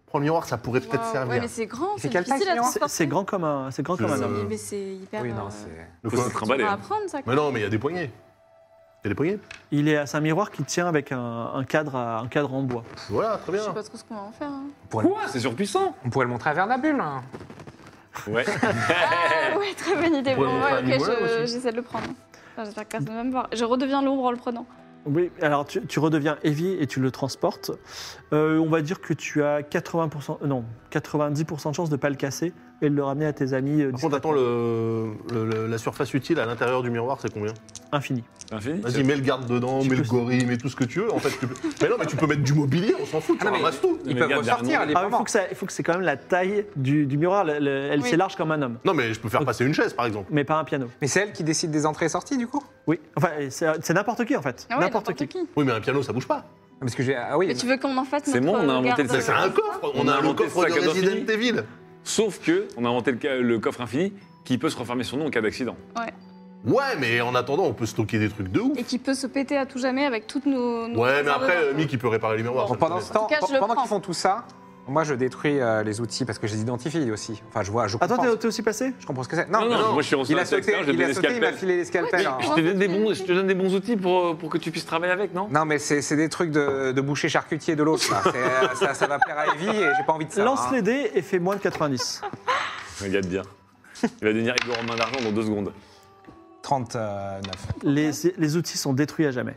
S4: Prends le miroir, ça pourrait peut-être
S2: Waouh,
S4: servir.
S2: Ouais, mais c'est grand,
S5: C'est
S2: c'est
S5: quelle taille,
S2: difficile à
S5: sinon
S2: transporter.
S1: C'est- C'est grand comme un, c'est grand comme un
S2: C'est-
S4: Euh,
S1: homme.
S2: Mais c'est hyper.
S5: Oui, non,
S2: euh,
S5: c'est.
S4: Le
S3: Il faut
S4: quoi
S3: se
S2: dur
S3: trimballer.
S2: à apprendre, ça.
S4: Mais non, mais il y a des poignées. Il y a des poignées.
S1: Il est, c'est un miroir qui tient avec un, un cadre, à- un cadre en bois.
S4: Voilà, très
S2: Je sais
S4: bien. Eh.
S2: pas trop ce qu'on va en faire. hein.
S3: Quoi C'est surpuissant
S5: On pourrait le montrer à Vernabule. hein.
S3: Ouais.
S2: Ah ouais, très bonne idée.
S4: On pourrait
S2: Bon,
S4: montrer
S2: ouais,
S4: à
S2: ok,
S4: Miguel
S2: je-
S4: aussi.
S2: j'essaie de le prendre. Enfin, J'espère que personne ne va me voir. Je redeviens l'ombre en le prenant.
S1: Oui. Alors tu, tu redeviens Evie et tu le transportes. Euh, on va dire que tu as 80%, euh, non, 90% de chance de pas le casser et de le ramener à tes amis. euh,
S4: Par contre, attends, le, le- le- la surface utile à l'intérieur du miroir, c'est combien
S1: infini.
S3: Infini
S4: Vas-y, mets le garde dedans,
S1: Tu
S4: mets le
S1: peux-
S4: gorille, mets tout ce que tu veux. En fait, tu peux- mais non, mais tu peux mettre du mobilier, on s'en fout, tu
S5: Ah non, mais-
S4: ramasses tout.
S5: Ils
S3: Mais
S5: peuvent
S3: regarde,
S5: ressortir,
S3: Arnaud.
S5: les
S1: Ah, il faut que ça, il faut que c'est quand même la taille du, du miroir. Le- le- elle
S2: Oui.
S1: c'est large comme un homme,
S4: Non, mais je peux faire
S1: Ok.
S4: passer une chaise, par exemple.
S1: mais pas un piano.
S5: Mais c'est elle qui décide des entrées et sorties, du coup Ah,
S1: Oui. Enfin, c'est c'est n'importe qui en fait.
S2: Ah ouais,
S1: n'importe qui.
S4: Oui, mais un piano, ça bouge pas.
S5: Ah, Parce que j'ai. Ah oui.
S2: Mais tu veux qu'on en fasse
S3: C'est
S2: notre
S3: moi, on a inventé
S2: garde-
S3: le
S4: Ça, C'est un coffre. On a
S3: On a
S4: le
S3: inventé
S4: coffre
S3: ça,
S4: de
S3: Gaddafi.
S4: Resident Evil.
S3: Sauf que on a inventé le, ca- le coffre infini qui peut se refermer sur nous en cas d'accident.
S4: Ouais, mais en attendant, on peut stocker des trucs de ouf.
S2: Et qui peut se péter à tout jamais avec toutes nos. nos
S4: Ouais, mais
S2: réserves
S4: après,
S2: d'or.
S4: euh, Mick, il peut réparer les miroirs.
S5: Bon,
S4: ça, je
S5: pendant
S4: connais.
S5: ce temps,
S2: En tout cas, je le
S5: pendant
S2: prends.
S5: qu'ils font tout ça, Moi, je détruis euh, les outils parce que je les identifie aussi. Enfin, je vois, je comprends.
S1: Attends, t'es t'es aussi passé
S5: je comprends ce que c'est.
S3: Non, non, moi, je suis rentré
S5: il
S3: à
S5: a sauté,
S3: l'extérieur, j'ai
S5: il a
S3: donné
S5: sauté, il m'a
S3: scalpel.
S5: filé les scalpels. hein.
S4: Oh,
S3: Je te, donne des bons, je te donne des bons outils pour, euh, pour que tu puisses travailler avec, non
S5: Non, mais c'est c'est des trucs de, de boucher charcutier de l'autre. là. C'est- euh, ça, ça va plaire à Evie et j'ai pas envie de ça.
S1: Lance
S5: hein.
S1: les dés et fais moins de 90.
S3: Regarde bien. Il va devenir Igor en main d'argent dans deux secondes.
S5: hein. 39.
S1: Les, les outils sont détruits à jamais.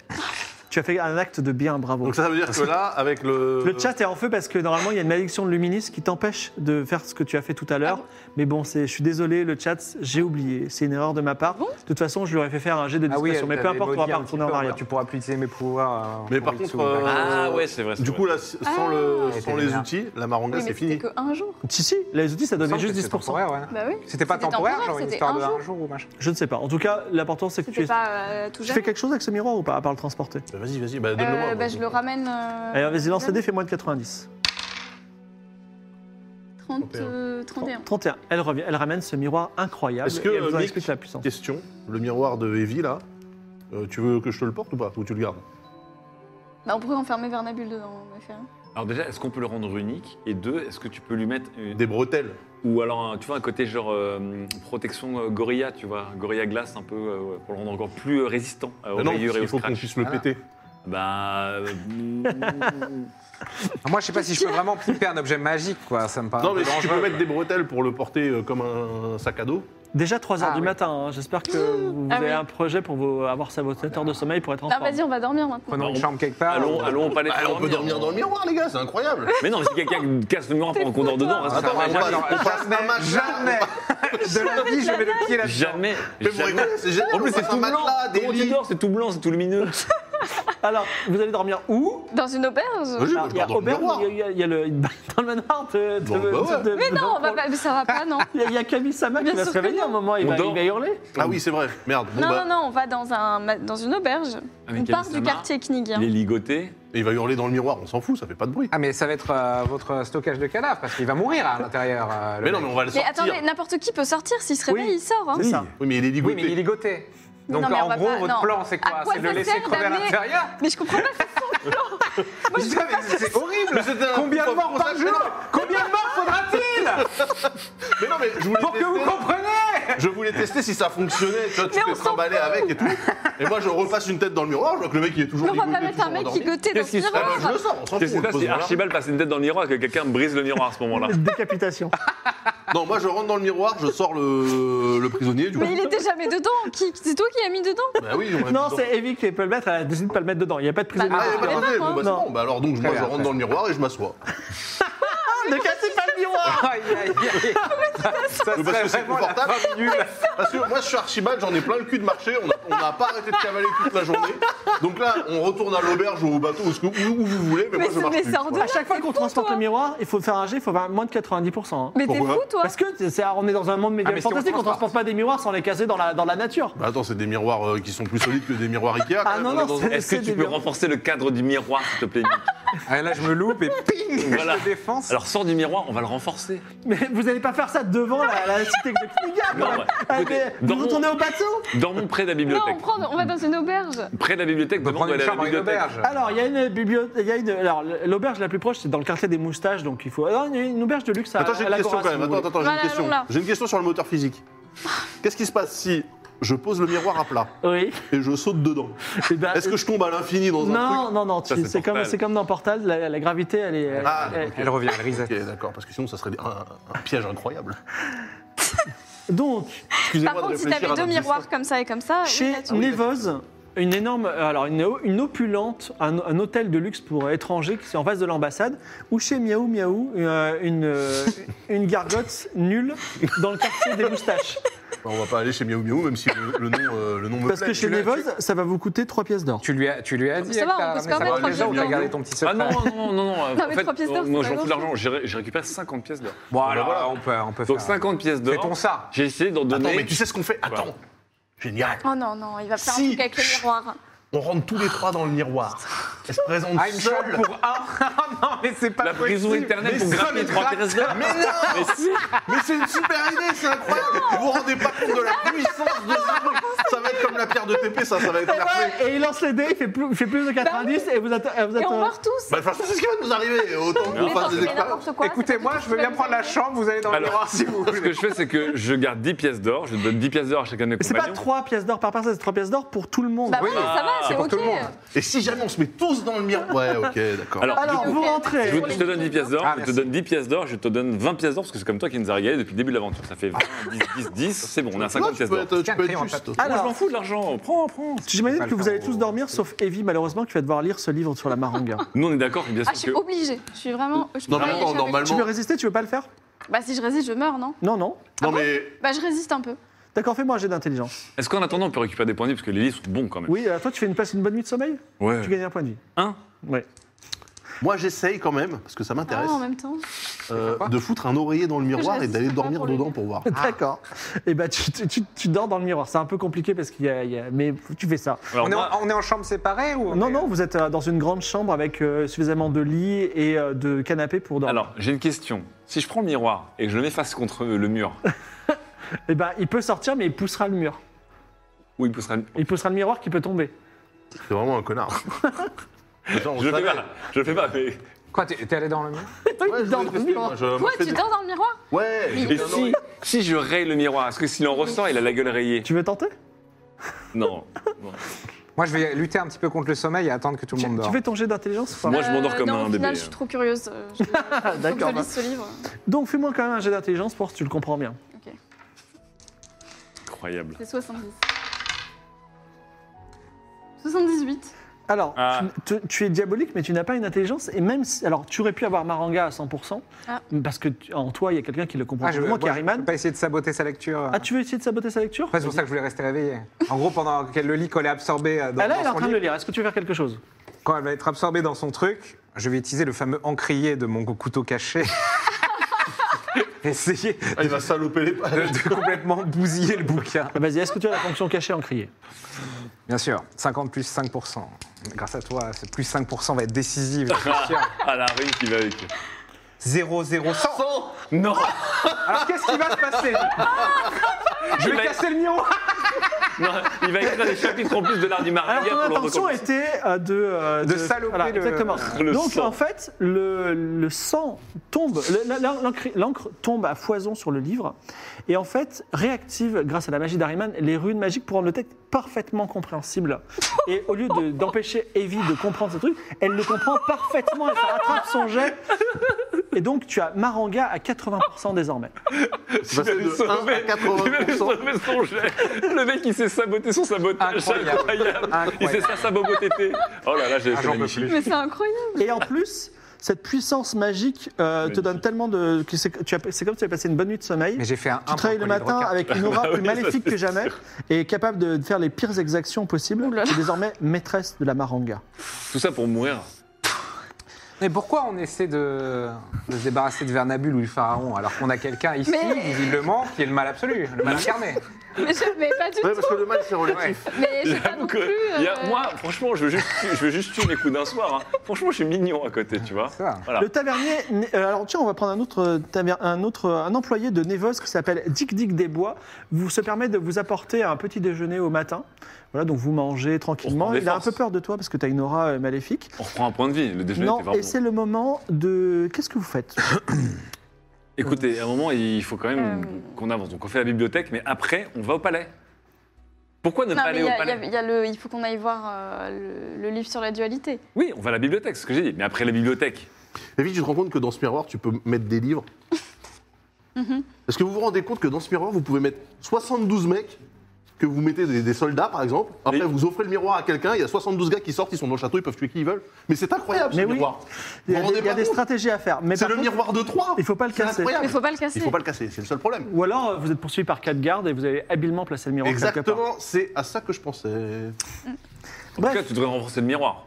S1: Tu as fait un acte de bien, bravo.
S4: Donc ça veut dire que là, avec
S5: euh,
S4: le.
S1: Le chat est en feu parce que normalement il y a une malédiction de Luminis qui t'empêche de faire ce que tu as fait tout à
S2: Ah
S1: l'heure. Mais bon, c'est, je suis désolé, le chat, j'ai oublié. C'est une erreur de ma
S2: Ah
S1: part. de toute façon, je lui aurais fait faire un jet de
S5: Ah
S1: discrétion. mais peu
S5: t'avais
S1: importe, on va
S5: maudit
S1: pas
S5: un petit
S1: retourner en
S5: peu,
S1: arrière.
S5: Tu pourras plus utiliser mes pouvoirs. euh,
S4: Mais
S5: pour
S4: par
S5: Mitsu,
S4: contre, euh,
S5: d'accord.
S3: Ah ouais, c'est vrai. c'est
S4: Du
S3: vrai.
S4: coup, là, sans le, sans les
S5: merde.
S4: outils, la maranga,
S2: Ah. Oui,
S4: c'est
S2: mais
S4: fini.
S2: c'était que un jour.
S1: Si, si, les outils, ça
S5: Il me
S1: donnait
S5: semble
S1: juste
S5: que c'est
S1: 10%.
S5: temporaire, ouais.
S2: Bah oui.
S5: C'était pas
S2: C'était
S5: temporaire,
S2: temporaire,
S5: genre une
S2: c'était
S5: histoire
S2: un
S5: de un
S2: jour.
S5: jour ou machin.
S1: Je ne sais pas. En tout cas, l'important, c'est que tu,
S2: C'était
S1: es...
S2: pas euh, tout
S1: tu
S2: jamais.
S1: fais quelque chose avec ce miroir ou pas, à part le transporter
S4: Bah, Vas-y, vas-y, bah,
S2: Euh,
S4: donne-le moi.
S2: bah, je le ramène. euh,
S1: Alors vas-y, lance les
S2: jamais.
S1: dés, fais moins de 90.
S2: 30, euh, 31.
S1: 31. Elle, revient, elle ramène ce miroir incroyable.
S4: Est-ce que,
S1: et elle vous en
S4: euh,
S1: explique la puissance.
S4: Question le miroir de Evie, là, euh, tu veux que je te le porte ou pas Ou tu le gardes
S2: Bah, on pourrait enfermer Vernabule dedans, on va faire.
S3: Alors déjà, est-ce qu'on peut le rendre unique Et deux, est-ce que tu peux lui mettre une-
S4: Des bretelles.
S3: ou alors un- tu vois un côté genre euh, protection euh, gorilla, tu vois, gorilla glace un peu euh, ouais, pour le rendre encore plus euh, résistant euh, aux
S4: Bah non,
S3: rayures et
S4: il
S3: aux
S4: faut qu'on
S3: scratchs.
S4: puisse le
S5: Voilà.
S4: péter.
S3: Bah euh,
S5: Ah, Moi, je sais pas si je peux vraiment pimper un objet magique, quoi. Ça me paraît.
S4: Non,
S5: un
S4: mais
S5: peu
S4: si tu
S5: dangereux,
S4: peux mettre
S5: quoi.
S4: des bretelles pour le porter euh, comme un sac à dos,
S1: Déjà 3h
S5: Ah,
S1: du
S5: oui.
S1: matin. hein. J'espère que vous
S2: Ah,
S1: avez
S2: oui.
S1: un projet pour vos- avoir sa votre 7 heures de sommeil pour être en
S2: Ah,
S1: forme.
S2: vas-y, on va dormir maintenant.
S5: Prenons
S3: Bah,
S5: une
S3: on-
S5: chambre quelque part.
S3: allons, allons au palais.
S4: Bah, on peut dormir dans le miroir, les gars, c'est incroyable.
S3: Mais non, mais si quelqu'un casse le miroir pendant qu'on dort dedans, on reste
S4: hein. Attends,
S3: enfermé.
S4: on
S5: Jamais,
S4: passe- on passe un
S5: jamais,
S4: match-
S5: jamais. De la vie, je mets le pied là-dessus.
S3: jamais,
S4: Mais vous
S3: jamais.
S4: rigolez, c'est génial.
S3: En plus,
S4: on
S3: c'est
S4: passe
S3: tout
S4: un
S3: blanc.
S4: matelas, des
S3: Comment tu
S4: lits.
S3: dors C'est tout blanc, c'est tout lumineux.
S1: Alors, vous allez dormir où
S2: Dans une auberge
S4: Vas-y,
S1: Alors,
S4: moi,
S1: Il
S4: je
S1: y a
S4: dors dans le
S1: Aubert,
S4: miroir.
S1: il y a, il y a le, dans le manoir de. de-
S4: Bon, bah ouais.
S1: de- de-
S2: Mais non, on va
S1: de-
S2: pas, mais ça va pas, non.
S1: Il y a- il y a Camille Sama qui
S2: Bien
S1: va se
S2: sûr que
S1: réveiller à un moment, il
S3: On
S1: va, il
S3: dort.
S1: va hurler.
S4: Ah oui, c'est vrai. Merde. Bon,
S2: Non,
S4: bah,
S2: non, non, on va dans, un, ma- dans une auberge.
S3: mais
S2: on part
S3: Kamisama,
S2: du quartier Knigien.
S3: Il est ligoté.
S4: Il va hurler dans le miroir, on s'en fout, ça fait pas de bruit.
S5: Ah, mais ça va être euh, votre stockage de cadavres parce qu'il va mourir à l'intérieur. euh, le
S4: Mais non,
S5: mec.
S4: mais on va le
S2: Mais
S4: sortir.
S2: attendez, n'importe qui peut sortir, s'il se
S1: Oui.
S2: réveille, il sort. Hein.
S1: C'est ça.
S4: Oui, mais il est ligoté.
S5: Oui, mais il est ligoté.
S2: Mais
S5: Donc
S2: non, mais on
S5: en
S2: va
S5: gros,
S2: pas-
S5: votre
S2: non.
S5: plan, c'est
S2: À
S5: quoi
S2: quoi
S5: C'est de
S2: ça
S5: le laisser
S2: sert
S5: crever à
S2: d'amener-
S5: l'intérieur
S2: Mais je comprends pas.
S5: Putain, mais C'est horrible Combien de morts par jour Combien de morts faudra-t-il
S4: Mais non, mais je voulais,
S5: Pour que vous
S4: tester,
S5: compreniez
S4: je voulais tester si ça fonctionnait. Tu vois, tu
S2: Mais on
S4: t'es
S2: s'en
S4: trimballé avec et tout. Et moi, je repasse une tête dans le miroir, je vois que le mec, il est toujours
S2: Mais on va
S4: ligoté,
S2: pas mettre un
S4: toujours
S2: mec qui
S4: endormi.
S2: gotait dans
S3: Qu'est-ce
S2: ce
S3: qui se
S4: Ah bah, je
S2: miroir.
S4: le sors, on s'en
S3: Qu'est-ce qui se
S4: fout. on le
S3: passe
S4: pose
S3: si
S4: dans la-
S3: Archibald passe une tête dans le miroir et que quelqu'un brise le miroir à ce moment-là
S1: Décapitation.
S4: Ah Non, moi je rentre dans le miroir, je sors le, le prisonnier du coup.
S2: Mais il était jamais dedans. Qui- C'est toi qui l'as mis dedans.
S4: Bah oui, on va
S1: Non,
S4: dedans.
S1: c'est Evie qui peut le mettre, elle a décidé de pas le mettre dedans. Il n'y a pas de prisonnier.
S4: Ah, il y a pas de problème.
S2: Ah, d'accord.
S4: Bon, bah, c'est
S1: Non.
S4: bon. Bah, alors donc moi
S5: bien,
S4: je rentre
S5: très
S4: dans le miroir et je m'assois.
S1: ne cassez pas le miroir
S5: Aïe, aïe, aïe Ça
S4: Mais parce
S5: serait
S4: que c'est
S5: vraiment la
S4: confortable.
S5: fin nulle.
S4: Parce que moi je suis Archibald, j'en ai plein le cul de marcher, on a- on n'a pas arrêté de cavaler toute la journée. Donc là, on retourne à l'auberge ou au bateau ou ce que- où, où vous voulez, mais,
S2: Mais
S4: moi je
S2: c'est-
S4: marche
S2: mais
S4: plus.
S2: sors de
S4: Voilà.
S2: là.
S1: À chaque fois qu'on transporte le miroir, il faut faire un jet, il faut avoir moins de 90%. hein.
S2: Mais t'es fou,
S4: Pourquoi
S2: toi.
S1: Parce que c'est- c'est- on est dans un monde
S4: Ah,
S1: médiéval
S5: mais si on
S1: fantastique, on ne
S5: transporte.
S1: transporte pas des miroirs sans les casser dans la, dans la nature.
S4: Bah attends, c'est des miroirs euh, qui sont plus solides que des miroirs Ikea. quand
S1: Ah
S4: même,
S1: non,
S4: on est
S1: non,
S4: dans-
S1: c'est-
S3: Est-ce que
S1: des
S3: tu peux
S1: miroirs.
S3: renforcer le cadre du miroir, s'il te plaît Nick
S5: Ah, Là, je me loupe et ping
S3: Voilà.
S5: Je le défonce.
S3: Alors sors du miroir, on va le renforcer.
S1: Mais vous n'allez pas faire ça devant la, la cité de Kniga,
S3: Non,
S1: quand même.
S3: ouais.
S1: Ah,
S3: Écoutez,
S1: mais Vous
S3: dans-
S1: retournez au bateau
S3: Dormons près de la
S2: Non,
S3: bibliothèque.
S2: on, prend, on va dans une auberge.
S3: Près de la bibliothèque,
S5: On peut
S3: devant
S5: prendre
S3: de
S5: une
S3: la
S5: chambre à une
S3: bibliothèque.
S5: auberge.
S1: Alors, il y a une bibliothèque. Il y a une. Alors, l'auberge la plus proche, c'est dans le quartier des moustaches, donc il faut. Ah, il y a une auberge de luxe à
S4: Attends, j'ai
S1: à
S4: une
S1: la
S4: question
S1: Cora,
S4: quand
S1: si
S4: même.
S1: vous
S4: Attends, attends, j'ai
S2: Voilà,
S4: une question.
S2: allons là.
S4: J'ai une question sur le moteur physique. Qu'est-ce qui se passe si je pose le miroir à plat
S1: voulez. Oui.
S4: et je saute dedans
S1: Eh
S2: Ah,
S1: ben,
S2: euh,
S4: Est-ce que je tombe à l'infini dans un truc
S1: Non, non, non, tu-
S3: c'est
S1: c'est comme,
S3: Portal.
S1: c'est comme dans Portal, la, la gravité, elle est. elle-
S4: Ah,
S2: Euh,
S1: elle-
S5: Elle revient, elle reset.
S4: Ok, d'accord, parce que sinon ça serait un, un piège incroyable.
S1: Donc,
S4: Excusez-moi
S2: Par
S4: de
S2: contre, si
S4: réfléchir
S2: t'avais
S4: à
S2: deux
S4: notre
S2: miroirs comme ça et comme ça, oui,
S1: chez
S2: là-dessus.
S1: Névoz, une énorme. euh, Alors, une, une opulente, un, un hôtel de luxe pour euh, étrangers qui est en face de l'ambassade, ou chez Miaou Miaou, euh, une, euh, une gargote nulle dans le quartier des moustaches.
S4: distance. On va pas aller chez Miaou Miaou, même si le, le nom, euh, le nom me
S1: Parce que
S4: plaît.
S1: chez
S5: tu l'as-
S1: Névoz, ça va vous coûter 3 pièces d'or.
S5: Tu lui as, tu lui as dit
S2: Ça
S5: que
S2: va,
S5: t'as
S2: on peut
S5: ramené
S2: se
S5: ça
S2: permettre
S5: dans
S4: un
S5: les gens ou
S4: jeu
S5: t'as
S4: de
S5: gardé
S4: jeu.
S5: ton petit
S3: Ah
S5: secret
S3: non, non, non, non.
S2: Non,
S3: en
S2: mais
S3: fait,
S2: trois pièces d'or,
S3: moi
S2: c'est
S3: j'en
S2: pas
S3: fous de
S2: grave.
S3: l'argent, j'ai ré- j'ai récupéré 50 pièces d'or.
S5: Bon, alors
S4: voilà.
S5: on peut, on peut
S3: Donc
S5: faire.
S3: 50 pièces d'or.
S5: C'est ton ça.
S3: J'ai essayé d'en donner.
S4: Attends, mais tu sais ce qu'on fait Attends Génial
S2: Oh non, non, il va faire
S4: Si.
S2: un truc avec les miroirs.
S4: On rentre tous les trois dans le miroir. Elle se présente
S5: Ah, une
S4: seule.
S5: chambre pour un. non, mais c'est pas
S3: La prison
S5: possible.
S3: éternelle pour
S5: Mais
S3: grimper
S5: seul,
S3: trois
S5: gratte-
S3: pièces d'or.
S4: Mais non Mais, c'est une super idée, c'est incroyable Vous vous rendez pas compte de la puissance de ce truc Ça va être comme la pierre milliards de TP, ça, ça va être la fête.
S1: Et il lance les dés, il fait plus, il fait plus de 90 et vous êtes. et vous
S2: Bah Et
S1: êtes-
S2: on meurt tous.
S4: Bah, de toute façon, c'est ce qui va nous arriver. Autant qu'on
S2: Mais
S4: fasse
S2: attends,
S4: des
S2: mais
S4: expériences. Ah,
S2: n'importe quoi,
S5: Écoutez,
S2: c'est pas
S5: moi,
S2: tout
S5: je veux
S2: qui va
S5: bien
S2: nous
S5: prendre la
S2: arriver.
S5: chambre, vous allez dans le
S3: Alors,
S5: miroir si vous
S3: Ce que
S5: voulez.
S3: je fais, c'est que je garde 10 pièces d'or, je donne 10 pièces d'or à chacun de mes
S1: Mais C'est
S3: compagnons.
S1: pas 3 pièces d'or par personne, c'est 3 pièces d'or pour tout le monde.
S2: Bah oui, ça va, c'est
S5: pour
S2: ok. Ah,
S5: tout le monde.
S4: Et si jamais on se met tous dans le miroir Ouais, ok, d'accord.
S3: Alors,
S1: Alors,
S2: du coup,
S1: vous
S2: ok,
S1: rentrez.
S3: Je, vous- je te donne 10 pièces d'or,
S5: Ah,
S3: je te
S5: merci.
S3: donne 10 pièces d'or, je te donne 20 pièces d'or, parce que c'est comme toi qui nous a régalé depuis le début de l'aventure. Ça fait 20, 10, 10, 10, c'est bon, on a
S4: Tu
S3: 50
S4: vois, tu
S3: pièces
S4: peux
S3: d'or.
S4: être, tu peux être
S5: Quatre
S4: juste.
S3: Moi, je
S1: Alors,
S3: m'en fous de l'argent, prends, prends.
S1: j'imagine que
S5: le
S1: vous
S5: faire
S1: allez tous
S5: au-
S1: dormir, sauf Evie, malheureusement, qui va devoir lire ce livre sur la maranga.
S3: Nous, on est d'accord, bien
S2: Ah, je suis
S3: sûr que.
S2: obligée. Je suis vraiment. Je peux
S4: Non,
S2: pas
S4: mais
S2: y
S4: attends,
S2: échapper.
S4: normalement-
S1: tu veux résister, tu veux pas le faire
S2: Bah, si je résiste, je meurs, non
S1: Non, non.
S4: Non, mais
S2: Bah, je résiste un peu.
S1: D'accord, fais-moi un jet d'intelligence.
S3: Est-ce qu'en attendant, on peut récupérer des points de vie, parce que les livres sont bons quand même Hein?
S1: Oui, euh, toi, tu fais une, place, une bonne nuit de sommeil
S3: Ouais.
S1: Tu gagnes un point de vie.
S3: Un
S1: Ouais.
S4: moi, j'essaye quand même, parce que ça
S2: Ah,
S4: m'intéresse.
S2: en même temps.
S4: euh, de foutre un oreiller dans le miroir et
S2: résiste
S4: d'aller
S2: pas
S4: dormir
S2: pour le
S4: dedans
S2: lire.
S4: pour voir.
S1: D'accord. Et ben, tu, tu- tu- tu dors dans le miroir. C'est un peu compliqué parce qu'il y a, il y a- Mais tu fais ça.
S3: Alors,
S5: On est,
S3: moi,
S5: en, on est en chambre séparée ou on
S1: Non,
S5: est-
S1: non, vous êtes euh, dans une grande chambre avec euh, suffisamment de lits et euh, de canapés pour dormir.
S3: alors, j'ai une question. Si je prends le miroir et que je le mets face contre le mur,
S1: Eh ben, il peut sortir, mais il poussera le mur.
S3: où il poussera le
S1: Il poussera le miroir qui peut tomber.
S4: C'est vraiment un connard. Genre, on
S3: Je le fais
S4: savait.
S3: pas, je le fais pas, mais.
S5: Quoi, t'es t'es allé dans le mur
S4: Ouais, je
S1: il dort dans
S4: voulais
S1: le
S4: tester,
S1: miroir.
S4: moi, je- moi,
S2: Quoi,
S4: je fais
S2: tu
S4: des-
S2: dors dans le miroir
S4: Ouais, j'ai
S3: Et
S4: bien
S3: si, si je raye le miroir, est-ce que s'il en ressort, il a la gueule rayée
S1: Tu veux tenter
S3: Non. non.
S5: Moi, je vais lutter un petit peu contre le sommeil et attendre que tout le
S1: tu,
S5: monde
S1: tu
S5: dorme.
S1: fais ton jet d'intelligence ou pas
S3: Moi, je m'endors comme
S2: Euh, non,
S3: un
S2: au final,
S3: bébé. hein.
S2: je suis trop curieuse. euh, Je, faut que
S1: D'accord, bah.
S2: je lise ce livre.
S1: Donc fais-moi quand même un jet d'intelligence pour que tu le comprends bien.
S3: Incroyable.
S2: C'est 70. 78.
S1: Alors,
S3: Ah.
S1: tu, tu- tu es diabolique, mais tu n'as pas une intelligence. Et même si, alors, tu aurais pu avoir Maranga à 100%,
S2: Ah.
S1: parce que tu- en toi, il y a quelqu'un qui le comprend
S5: Ah, je
S1: vraiment, qui est
S5: moi, je peux
S1: Harryman.
S5: pas essayer de saboter sa lecture.
S1: Ah, tu veux essayer de saboter sa lecture
S5: Après, c'est pour ça que je voulais rester réveillé. En gros, pendant que le lit, quand elle est absorbée euh, dans,
S1: Ah, là, elle est
S5: dans
S1: en
S5: son
S1: train de
S5: lit,
S1: le lire. Est-ce que tu veux faire quelque chose
S5: quand elle va être absorbée dans son truc, je vais utiliser le fameux encrier de mon couteau caché. Essayer
S4: Ah, il va saloper les
S5: de, de complètement bousiller le bouquin.
S1: Ah, Vas-y, est-ce que tu as la fonction cachée en crier
S5: Bien sûr, 50 plus 5%. Grâce à toi, ce plus 5% va être décisif.
S3: Ah, la rue qui va avec.
S5: 0, 0, 100
S3: Non
S5: Alors qu'est-ce qui va se passer Je vais
S3: vais-
S5: casser le miroir
S3: Non, il va écrire des chapitres en plus de l'art du
S1: Alors,
S3: mariage
S1: ton
S3: pour le
S1: intention
S3: recommencer.
S1: était euh, de, euh,
S5: De saloper le-
S1: Exactement.
S3: le
S1: Donc,
S3: sang.
S1: en fait, le, le sang tombe, le- la- la- l'encre- l'encre tombe à foison sur le livre, et en fait, réactive, grâce à la magie d'Ariman, les runes magiques pour rendre le texte parfaitement compréhensible. Et au lieu de- d'empêcher Evie de comprendre ce truc, elle le comprend parfaitement, et ça rattrape son jet. Et donc, tu as Maranga à 80% désormais.
S4: Tu vas de 1 à
S3: Il va lui
S4: 80%.
S3: sauver son jet. Le mec, il s'est saboté son sabotage. C'est
S5: Incroyable.
S3: Incroyable. Il s'est
S5: Incroyable.
S3: sa saboté. Oh là là, j'ai
S5: Ah,
S3: fait
S5: j'en
S3: la
S5: peux
S3: michi.
S5: plus.
S2: Mais c'est incroyable.
S1: Et en plus, cette puissance magique euh, te donne tellement de. que C'est tu as- c'est comme si tu avais passé une bonne nuit de sommeil.
S5: Mais j'ai fait un
S1: Tu travailles le matin avec une aura
S3: Bah oui,
S1: plus maléfique
S3: ça,
S1: que
S3: c'est
S1: jamais et capable de faire les pires exactions possibles.
S2: Ouh là là.
S1: Tu es désormais maîtresse de la maranga.
S3: Tout ça pour mourir.
S5: Mais pourquoi on essaie de, de se débarrasser de Vernabule ou du Pharaon alors qu'on a quelqu'un ici,
S2: Mais-
S5: visiblement, qui est le mal absolu, le mal incarné
S2: Mais, je- mais pas du
S4: Ouais,
S2: tout.
S4: parce que le mal, c'est relatif.
S2: Mais je sais pas non plus.
S3: Que- il y a-
S2: euh,
S3: Moi, franchement, je veux juste, tuer- je veux juste tuer mes coups d'un soir. hein. Franchement, je suis mignon à côté, tu vois.
S5: Ça.
S3: Voilà.
S1: Le tavernier. n'est- euh, Alors tiens, on va prendre un autre, taver- un autre euh, un employé de Nevos qui s'appelle Dick Dick des Bois. Vous se permet de vous apporter un petit déjeuner au matin. Voilà, donc vous mangez tranquillement.
S3: des
S1: Il a un peu
S3: forces.
S1: peur de toi parce que tu as une aura euh, maléfique.
S3: On reprend un point de vie. Le déjeuner était
S1: Non,
S3: vraiment.
S1: et c'est le moment de. Qu'est-ce que vous faites
S3: Écoutez, à un moment, il faut quand même
S2: Euh.
S3: qu'on avance. Donc, on fait la bibliothèque, mais après, on va au palais. Pourquoi ne
S2: Non,
S3: pas
S2: mais
S3: aller
S2: il y
S3: au
S2: a- il y a-
S3: palais
S2: il y a le- il faut qu'on aille voir euh, le, le livre sur la dualité.
S3: Oui, on va à la bibliothèque, c'est ce que j'ai dit. Mais après la bibliothèque,
S4: Et vite, tu te rends compte que dans ce miroir, tu peux mettre des livres.
S1: Mhm.
S4: Est-ce que vous vous rendez compte que dans ce miroir, vous pouvez mettre 72 mecs que vous mettez des, des soldats, par exemple. Après,
S3: Mais-
S4: vous offrez le miroir à quelqu'un, il y a 72 gars qui sortent, ils sont dans le château, ils peuvent tuer qui ils veulent. Mais c'est incroyable,
S1: Mais
S4: ce
S1: oui.
S4: miroir.
S1: Il y a,
S4: Vous vous
S1: des,
S4: rendez
S1: il y a
S4: pas
S1: des
S4: compte
S1: stratégies à faire. Mais
S4: C'est
S1: par
S4: le
S1: contre,
S4: miroir de 3
S1: il faut pas le
S4: C'est
S1: casser.
S4: incroyable.
S2: Mais faut pas le casser.
S4: Ah, Il faut pas le casser, c'est le seul problème.
S1: Ou alors euh, vous êtes poursuivi par quatre gardes et vous avez habilement placé le miroir quelque part.
S4: Exactement, c'est à ça que je pensais.
S3: en
S1: Bref.
S3: tout cas, tu devrais renforcer le miroir.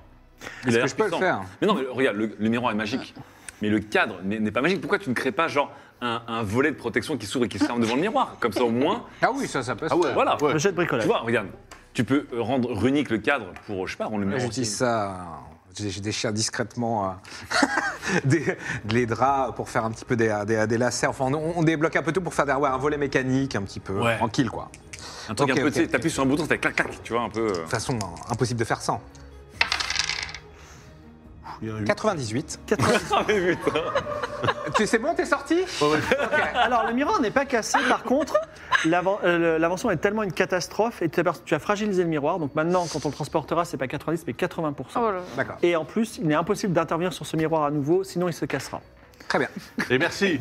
S3: Il
S5: Est-ce
S3: a
S5: que
S3: l'air
S5: je peux le
S3: puissant.
S5: faire
S3: Mais non, mais regarde, le, le miroir est magique. Mais le cadre n'est n'est pas magique. Pourquoi tu ne crées pas genre un, un volet de protection qui s'ouvre et qui se ferme devant le miroir Comme ça, au moins,
S5: Ah oui, ça, ça peut se
S4: Ah ouais,
S5: faire.
S3: voilà.
S4: ouais.
S1: Le jet de bricolage.
S3: tu vois, regarde. Tu peux rendre runique le cadre pour, je sais pas, on le met en-
S5: J'utilise ça, j'ai j'ai déchiré discrètement euh, des, les draps pour faire un petit peu des, des, des lacets. Enfin, on, on débloque un peu tout pour faire des- ouais, un volet mécanique, un petit peu
S3: Ouais.
S5: tranquille, quoi.
S3: Un truc
S5: Ok,
S3: un peu,
S5: ok,
S3: tu sais,
S5: ok.
S3: t'appuies sur un bouton, ça fait clac, clac, tu vois, un peu. euh.
S5: toute façon, impossible de faire 100.
S4: Il y a eu-
S5: 98.
S3: Ah, mais putain.
S5: Tu- C'est bon, t'es sorti
S1: Alors, le miroir n'est pas cassé, par contre, l'avan- euh, le- l'invention est tellement une catastrophe et tu t'aperçois- tu as fragilisé le miroir. Donc maintenant, quand on le transportera, c'est pas 90, mais 80%.
S2: Oh là là.
S5: D'accord.
S1: Et en plus, il est impossible d'intervenir sur ce miroir à nouveau, sinon il se cassera.
S5: Très bien.
S4: Et merci.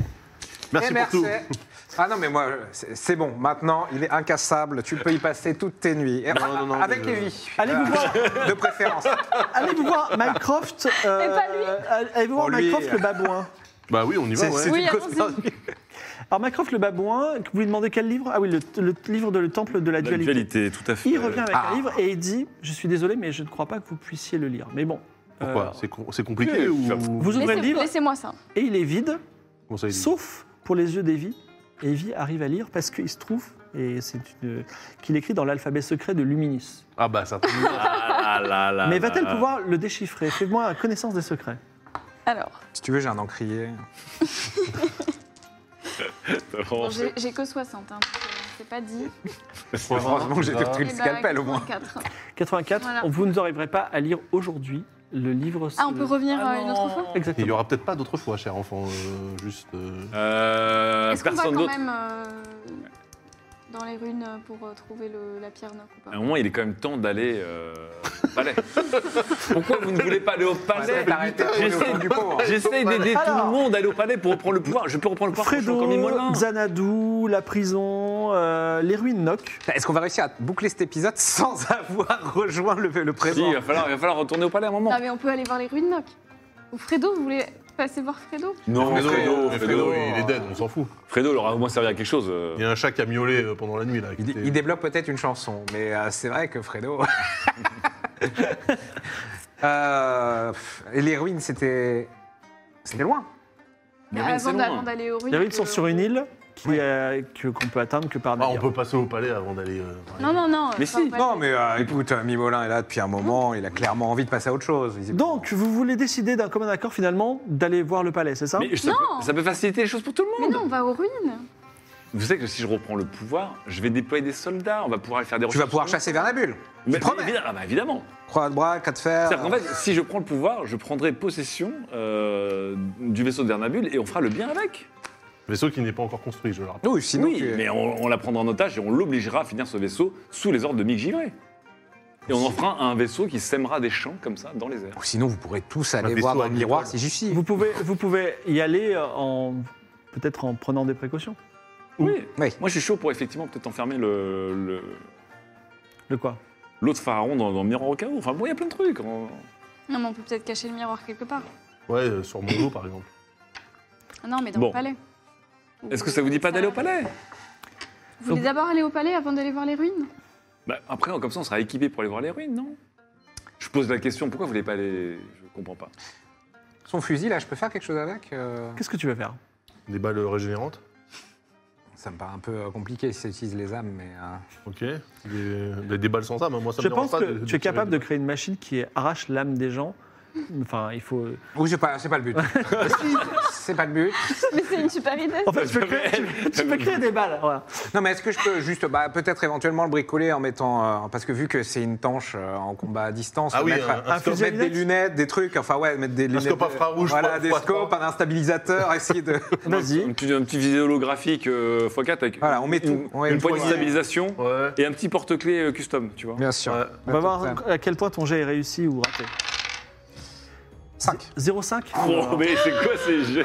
S4: Merci
S5: Et
S4: pour tout.
S5: Ah non, mais moi, c'est c'est bon. Maintenant, il est incassable. Tu peux y passer toutes tes nuits. Et enfin,
S4: non, non,
S5: avec
S4: mais je-
S5: Evie.
S1: Allez vous voir.
S5: De préférence.
S1: Allez vous voir Mycroft. euh,
S2: Et pas lui.
S1: euh, Allez vous voir
S5: Bon, lui,
S1: Mycroft
S5: euh,
S1: le babouin.
S4: Bah oui, on y va,
S5: C'est
S4: ouais.
S5: c'est
S2: Oui,
S5: une cause
S2: allons-y.
S5: perdue.
S1: Alors, Mycroft le babouin, vous lui demandez quel livre Ah oui, le, le livre de Le Temple de la,
S3: La
S1: dualité.
S3: dualité, tout à fait.
S1: Il revient avec
S5: Ah.
S1: un livre et il dit Je suis désolé, mais je ne crois pas que vous puissiez le lire. Mais bon.
S4: Pourquoi
S1: euh,
S4: C'est com- C'est compliqué
S3: que-
S4: ou
S1: vous ouvrez le
S2: Laissez-
S1: livre
S2: Laissez-moi ça.
S1: et il est vide,
S4: Comment ça, il dit
S1: sauf pour les yeux d'Evie. Et Evie arrive à lire parce qu'il se trouve, et c'est une- qu'il écrit dans l'alphabet secret de Luminis.
S4: Ah bah ça. tombe bien.
S3: Ah là là
S1: mais
S3: là
S1: va-t-elle
S3: là.
S1: pouvoir le déchiffrer Fais-moi un connaissance des secrets.
S2: Alors,
S5: Si tu veux, j'ai un encrier.
S3: T'as vraiment
S2: bon,
S3: fait-
S2: j'ai j'ai que 60, hein, donc, euh, c'est pas dit.
S5: Heureusement que j'ai
S4: grave.
S5: détruit le
S2: Eh ben,
S5: scalpel au moins.
S2: 84.
S1: 84,
S2: Voilà.
S1: vous ne arriverez pas à lire aujourd'hui le livre.
S2: Ah, on peut revenir euh, une autre fois
S4: Il y
S1: Exactement.
S4: aura peut-être pas d'autres fois, cher enfant. euh, juste. euh,
S3: Euh,
S2: Est-ce qu'on va
S3: personne
S2: quand
S3: d'autre.
S2: même euh, dans les ruines euh, pour euh, trouver le- la pierre noire ou pas
S3: À un moment, il est quand même temps d'aller euh, au palais. Pourquoi vous ne voulez pas aller au palais
S5: Ouais, t'arrêtes de tourner autour du pot, hein.
S3: J'essaie d'aider tout
S1: Alors.
S3: le monde à aller au palais pour reprendre le pouvoir. Je peux reprendre le pouvoir franchement, comme il me l'a.
S2: hein.
S1: Fredo, Xanadu, la prison, euh, les ruines Noc.
S5: Est-ce qu'on va réussir à boucler cet épisode sans avoir rejoint le, le
S3: Si,
S5: présent
S3: il va falloir, il va falloir retourner au palais à un moment.
S2: Non, mais on peut aller voir les ruines Noc. Ou Fredo, vous voulez passer voir Fredo
S3: Non,
S5: Fredo,
S3: Fredo, Fredo,
S4: mais Fredo, il est dead, on s'en fout.
S3: Fredo, il aura au moins servi à quelque chose. euh.
S4: Il y a un chat qui a miaulé euh, pendant la nuit là. qui
S5: Il,
S4: était-
S5: il débloque peut-être une chanson, mais euh, c'est vrai que Fredo. Euh, pff, les ruines, c'était. C'était loin.
S3: Mais oui, c'est
S2: Bah, Avant d'a-
S3: loin.
S2: avant d'aller aux ruines.
S1: Les ruines sont
S2: que-
S1: sur une île qui, euh, que- qu'on peut atteindre que par
S4: Ah, on
S1: navire.
S4: peut passer au palais avant d'aller. euh,
S2: Non, non, non.
S3: Mais
S2: ça,
S3: si,
S2: on va-
S5: Non, mais euh, écoute, euh, Mimolin est là depuis un moment, il a clairement envie de passer à autre chose. visiblement.
S1: Donc, vous voulez décider d'un commun accord finalement d'aller voir le palais, c'est ça
S3: Mais ça,
S2: Non.
S3: peut, ça peut faciliter les choses pour tout le
S2: Mais
S3: monde.
S2: non, on va aux ruines.
S3: Vous savez que si je reprends le pouvoir, je vais déployer des soldats, on va pouvoir aller faire des
S5: tu vas pouvoir chasser Vernabule.
S3: Mais,
S5: tu
S3: mais
S5: promets.
S3: évidemment, ah bah évidemment.
S5: Croix de bras, quatre de fer.
S3: C'est-à-dire qu'en fait, si je prends le pouvoir, je prendrai possession euh, du vaisseau de Vernabule et on fera le bien avec.
S4: Vaisseau qui n'est pas encore construit, je le rappelle.
S5: Oui, sinon
S3: oui,
S5: tu-
S3: mais on, on la prendra en otage et on l'obligera à finir ce vaisseau sous les ordres de Mick Givray. Et on en fera un vaisseau qui sèmera des champs comme ça dans les airs.
S5: Ou sinon, vous pourrez tous aller
S4: vaisseau
S5: voir dans le
S4: agricole.
S5: miroir si j'y suis.
S1: Vous pouvez, vous pouvez y aller euh, en peut-être en prenant des précautions.
S3: Oui.
S5: Oui.
S3: Moi, je suis chaud pour effectivement peut-être enfermer le- le-
S1: Le quoi
S3: l'autre pharaon dans, dans le miroir au chaos. Enfin, bon, il y a plein de trucs. On-
S2: Non, mais on peut peut-être cacher le miroir quelque part.
S4: Ouais, euh, sur mon dos par exemple.
S2: Ah Non, mais dans
S3: Bon.
S2: le palais.
S3: Est-ce que ça vous dit pas d'aller au palais
S2: Vous voulez d'abord aller au palais avant d'aller voir les ruines
S3: Bah, après, comme ça, on sera équipé pour aller voir les ruines, non Je pose la question, pourquoi vous voulez pas aller Je comprends pas.
S5: Son fusil, là, je peux faire quelque chose avec euh,
S1: Qu'est-ce que tu veux faire
S4: Des balles régénérantes.
S5: Ça me paraît un peu euh, compliqué si ça utilise les âmes, mais. euh,
S4: Ok. Des, des- des balles sans âme. hein. Moi, ça
S1: Je
S4: me dérange
S1: pense
S4: pas
S1: que
S4: de- de
S1: tu es
S4: tirer
S1: capable de
S4: des
S1: créer une machine qui arrache l'âme des gens. Enfin, il faut.
S5: Oui, c'est pas, c'est pas le but. Si, c'est pas le but.
S2: Mais c'est une super idée.
S1: En fait, tu peux créer, tu- tu peux créer des balles. voilà.
S5: Non, mais est-ce que je peux juste, bah, peut-être éventuellement le bricoler en mettant, euh, parce que vu que c'est une tanche euh, en combat à distance,
S4: Ah oui,
S5: mettre,
S4: un- un
S5: mettre
S1: fusil à
S5: des
S1: lunettes
S5: lunettes, des trucs, enfin ouais, mettre des lunettes.
S4: scope infrarouge,
S5: Voilà,
S4: fois-
S5: des
S4: fois
S5: scopes, un instabilisateur, essayer de.
S3: Un
S1: Vas-y.
S3: petit, un petit vidéolographique euh, x4 avec
S5: Voilà, on met tout.
S3: une,
S5: On met
S3: une
S5: tout,
S3: poignée de
S5: ouais.
S3: stabilisation
S4: balles. Ouais.
S3: et un petit porte-clés euh, custom, tu vois.
S5: Bien sûr.
S4: Ouais.
S1: On va voir à quel point ton jet est réussi ou raté.
S5: 5.
S1: 0,5
S3: Oh, mais c'est quoi ces jeux